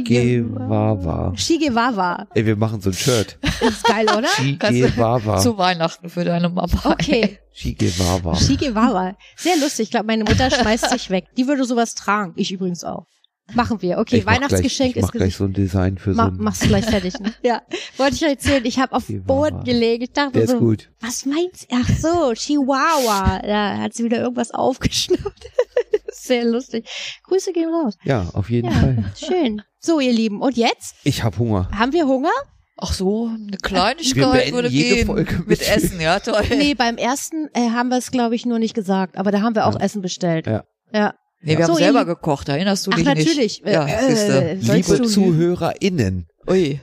Speaker 3: Chigewawa.
Speaker 2: Shigewawa.
Speaker 3: Ey, wir machen so
Speaker 2: [laughs]
Speaker 3: ein Shirt.
Speaker 2: genau. Ist geil, oder?
Speaker 4: Kannst du-
Speaker 3: Chigewawa.
Speaker 4: Zu Weihnachten für deine Mama.
Speaker 2: Okay,
Speaker 3: Chigewawa.
Speaker 2: Shigewawa. Sehr lustig. Ich glaube, meine Mutter schmeißt sich weg. Die würde sowas tragen. Ich übrigens auch. Machen wir. Okay,
Speaker 3: Ich mach
Speaker 2: Weihnachtsgeschenk
Speaker 3: gleich, ich mach
Speaker 2: ist
Speaker 3: gleich
Speaker 2: gesichert.
Speaker 3: so ein Design für so
Speaker 2: Ma
Speaker 3: ein,
Speaker 2: machst du gleich fertig, ne? [laughs] Ja. Wollte ich erzählen, ich habe auf
Speaker 3: Chihuahua.
Speaker 2: Boden gelegen. Ich dachte
Speaker 3: Der ist
Speaker 2: so,
Speaker 3: gut.
Speaker 2: was meinst du? Ach so, Chihuahua. Da hat sie wieder irgendwas aufgeschnappt. [laughs] Sehr lustig. Grüße gehen raus.
Speaker 3: Ja, auf jeden
Speaker 2: Ja.
Speaker 3: Fall.
Speaker 2: Schön. So, ihr Lieben. Und jetzt?
Speaker 3: Ich hab Hunger.
Speaker 2: Haben wir Hunger?
Speaker 4: Ach so, eine
Speaker 3: Wir
Speaker 4: Kleinigkeit
Speaker 3: beenden
Speaker 4: würde
Speaker 3: jede
Speaker 4: gehen.
Speaker 3: Folge mit-
Speaker 4: mit, Essen, ja, toll.
Speaker 2: Nee, beim ersten äh, haben wir es, glaube ich, nur nicht gesagt. Aber da haben wir auch
Speaker 3: Ja.
Speaker 2: Essen bestellt.
Speaker 3: Ja.
Speaker 2: Ja.
Speaker 4: Nee, wir
Speaker 2: So,
Speaker 4: haben
Speaker 2: ihr
Speaker 4: selber
Speaker 2: Lieben.
Speaker 4: gekocht, erinnerst du
Speaker 2: Ach,
Speaker 4: dich
Speaker 2: natürlich.
Speaker 4: nicht? Ja,
Speaker 2: Äh,
Speaker 4: siehste.
Speaker 2: sollst
Speaker 3: Liebe
Speaker 2: du lügen?
Speaker 3: ZuhörerInnen.
Speaker 4: Ui.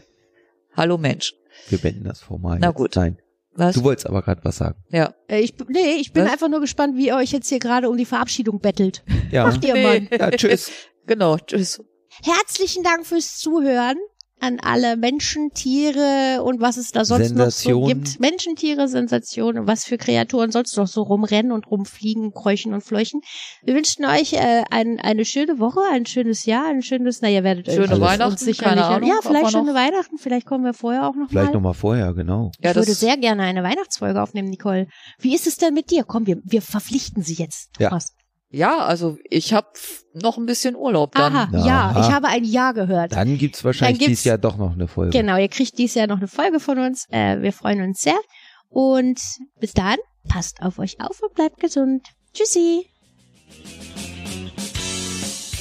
Speaker 4: Hallo Mensch.
Speaker 3: Wir beenden das Formal.
Speaker 4: Na
Speaker 3: jetzt.
Speaker 4: gut.
Speaker 3: Nein.
Speaker 4: Was?
Speaker 3: Du wolltest aber gerade was sagen.
Speaker 4: ja.
Speaker 2: Äh, Ich, nee, ich bin
Speaker 4: Was?
Speaker 2: einfach nur gespannt, wie ihr euch jetzt hier gerade um die Verabschiedung bettelt.
Speaker 3: Ja.
Speaker 2: Macht ihr, Mann.
Speaker 3: [laughs] Ja, tschüss.
Speaker 4: [laughs] Genau, tschüss.
Speaker 2: Herzlichen Dank fürs Zuhören an alle Menschen, Tiere und was es da sonst noch so
Speaker 3: Sensation.
Speaker 2: gibt. Menschen, Tiere, Sensationen und was für Kreaturen sonst noch so rumrennen und rumfliegen, kräuchen und fleuchen. Wir wünschen euch äh, ein, eine schöne Woche, ein schönes Jahr, ein schönes, naja, werdet
Speaker 4: Schöne
Speaker 2: euch
Speaker 4: Weihnachten,
Speaker 2: uns sicherlich.
Speaker 4: keine Ahnung,
Speaker 2: ja, vielleicht
Speaker 4: ob wir
Speaker 2: schöne
Speaker 4: noch-
Speaker 2: Weihnachten, vielleicht kommen wir vorher auch noch
Speaker 3: Vielleicht
Speaker 2: mal.
Speaker 3: nochmal vorher, genau.
Speaker 4: Ja,
Speaker 2: ich würde sehr gerne eine Weihnachtsfolge aufnehmen, Nicole. Wie ist es denn mit dir? Komm, wir, wir verpflichten sie jetzt.
Speaker 3: Ja.
Speaker 2: Thomas.
Speaker 4: ja, also ich habe noch ein bisschen Urlaub dann.
Speaker 2: Aha,
Speaker 3: Na,
Speaker 2: ja,
Speaker 3: aha.
Speaker 2: ich habe ein Ja gehört.
Speaker 3: Dann gibt's wahrscheinlich
Speaker 2: Dann gibt's-
Speaker 3: dieses Jahr doch noch eine Folge.
Speaker 2: Genau, ihr kriegt dieses Jahr noch eine Folge von uns. Äh, wir freuen uns sehr. Und bis dahin, passt auf euch auf und bleibt gesund. Tschüssi.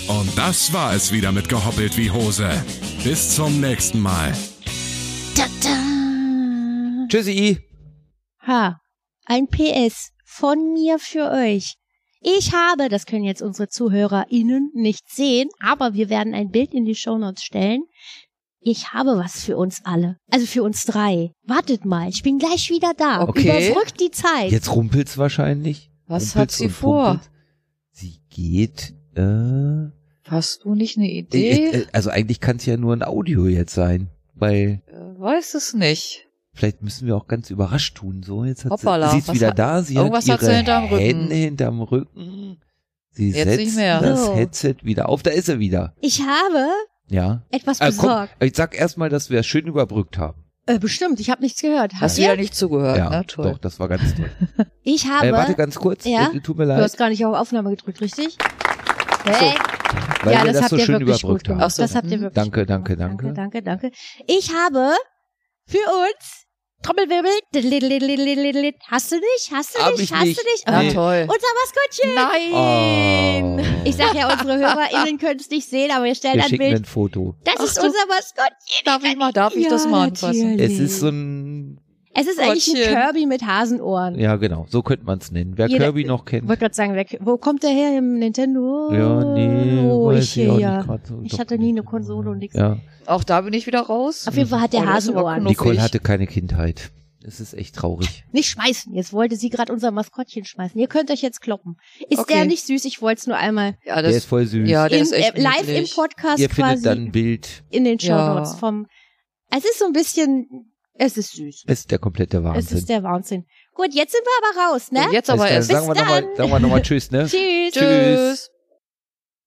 Speaker 1: Und das war es wieder mit Gehoppelt wie Hose. Bis zum nächsten Mal.
Speaker 2: Tada.
Speaker 3: Tschüssi.
Speaker 2: Ha, ein PS von mir für euch. Ich habe, das können jetzt unsere ZuhörerInnen nicht sehen, aber wir werden ein Bild in die Shownotes stellen. Ich habe was für uns alle. Also für uns drei. Wartet mal, ich bin gleich wieder da.
Speaker 4: Okay.
Speaker 2: Überbrückt die Zeit.
Speaker 3: Jetzt rumpelt's wahrscheinlich. Rumpelt's
Speaker 4: Was hat sie
Speaker 3: und
Speaker 4: vor?
Speaker 3: rumpelt's. Sie geht, äh,
Speaker 4: Hast du nicht eine
Speaker 3: äh,
Speaker 4: Idee?
Speaker 3: äh, also eigentlich kann's ja nur ein Audio jetzt sein, weil
Speaker 4: Äh, Weiß es nicht.
Speaker 3: vielleicht müssen wir auch ganz überrascht tun. So, jetzt hat
Speaker 4: Hoppala,
Speaker 3: sie, sie ist
Speaker 4: was
Speaker 3: wieder
Speaker 4: hat-
Speaker 3: da, sie
Speaker 4: irgendwas hat
Speaker 3: hat
Speaker 4: sie
Speaker 3: ihre
Speaker 4: hinterm Rücken.
Speaker 3: Hände hinterm Rücken. Sie
Speaker 4: Jetzt
Speaker 3: setzt
Speaker 4: nicht mehr. Oh.
Speaker 3: das
Speaker 2: So.
Speaker 3: Headset wieder auf. Da ist er wieder.
Speaker 2: Ich habe
Speaker 3: Ja.
Speaker 2: etwas
Speaker 3: Äh, komm,
Speaker 2: besorgt.
Speaker 3: ich sag erstmal, dass wir es schön überbrückt haben.
Speaker 2: Äh, bestimmt, ich habe nichts gehört.
Speaker 4: Hast
Speaker 2: Habt
Speaker 4: du ja
Speaker 2: ihr?
Speaker 4: nicht zugehört,
Speaker 3: ja,
Speaker 4: ne? Toll.
Speaker 3: doch, das war ganz
Speaker 2: [laughs]
Speaker 3: toll.
Speaker 2: Ich habe.
Speaker 3: Äh, warte ganz kurz,
Speaker 2: Ja?
Speaker 3: äh, tut mir
Speaker 2: du hast
Speaker 3: leid,
Speaker 2: gar nicht auf Aufnahme gedrückt, richtig? Hey,
Speaker 3: weil
Speaker 2: ja,
Speaker 3: wir
Speaker 2: das
Speaker 3: das
Speaker 2: habt
Speaker 3: so
Speaker 2: ihr
Speaker 3: schön
Speaker 2: wirklich gut
Speaker 3: überbrückt
Speaker 2: gemacht.
Speaker 3: haben.
Speaker 4: Ach so.
Speaker 2: Das habt ihr
Speaker 4: Mhm.
Speaker 2: wirklich
Speaker 3: Danke,
Speaker 2: gut
Speaker 3: danke,
Speaker 2: gemacht.
Speaker 3: danke.
Speaker 2: Danke, danke, danke. Ich habe für uns Trommelwirbel. diddlididdlididdlid. Hast du nicht? Hast du
Speaker 3: Hab
Speaker 2: nicht?
Speaker 3: ich
Speaker 2: Hast
Speaker 3: nicht.
Speaker 2: du nicht?
Speaker 3: Na
Speaker 2: Und
Speaker 3: Nee.
Speaker 4: toll.
Speaker 2: Unser Maskottchen.
Speaker 4: Nein.
Speaker 3: Oh.
Speaker 2: Ich sag ja, [laughs] unsere HörerInnen können es nicht sehen, aber wir stellen
Speaker 3: Wir
Speaker 2: ein
Speaker 3: schicken
Speaker 2: Bild.
Speaker 3: ein Foto.
Speaker 2: Das
Speaker 4: Ach
Speaker 2: ist
Speaker 4: du-
Speaker 2: unser Maskottchen.
Speaker 4: Darf ich mal, darf ich das mal anfassen?
Speaker 3: Es ist so ein,
Speaker 2: es ist eigentlich ein
Speaker 4: Maskottchen.
Speaker 2: Kirby mit Hasenohren.
Speaker 3: ja genau, so könnte man es nennen. Wer
Speaker 2: Jeder-
Speaker 3: Kirby noch
Speaker 2: Ich
Speaker 3: kennt.
Speaker 2: wollte gerade sagen, wer, wo kommt der her im Nintendo?
Speaker 3: Ja, nee,
Speaker 2: oh,
Speaker 3: weiß
Speaker 2: ich,
Speaker 3: ich auch
Speaker 2: ja.
Speaker 3: nicht grad so.
Speaker 2: Ich
Speaker 3: Doch
Speaker 2: hatte nie
Speaker 3: nicht.
Speaker 2: eine Konsole und nix.
Speaker 3: Ja.
Speaker 4: Auch da bin ich wieder raus.
Speaker 2: Auf jeden Fall hat der
Speaker 4: Oh, das ist aber
Speaker 2: Hasenohren.
Speaker 4: knuffig.
Speaker 3: Nicole hatte keine Kindheit. Das ist echt traurig.
Speaker 2: Nicht schmeißen. Jetzt wollte sie gerade unser Maskottchen schmeißen. Ihr könnt euch jetzt kloppen. Ist
Speaker 4: Okay.
Speaker 2: der nicht süß? Ich wollte es nur einmal
Speaker 4: Ja,
Speaker 3: Der
Speaker 4: das,
Speaker 3: ist voll süß.
Speaker 4: ja, der
Speaker 2: im,
Speaker 4: ist echt
Speaker 2: äh, live im
Speaker 4: niedlich.
Speaker 2: Podcast
Speaker 3: Ihr
Speaker 2: quasi
Speaker 3: findet dann ein Bild.
Speaker 2: in den Show
Speaker 4: Ja.
Speaker 2: Notes vom. Es ist so ein bisschen. Es ist süß.
Speaker 3: Es ist der komplette
Speaker 2: Es ist
Speaker 3: Wahnsinn.
Speaker 2: der Wahnsinn. Gut, jetzt sind wir aber raus, ne?
Speaker 4: So,
Speaker 3: Alles
Speaker 4: Jetzt aber
Speaker 3: klar,
Speaker 4: erst.
Speaker 3: sagen wir
Speaker 2: Bis
Speaker 3: nochmal,
Speaker 2: dann. [laughs]
Speaker 3: sagen wir nochmal Tschüss, ne?
Speaker 2: Tschüss.
Speaker 3: Tschüss.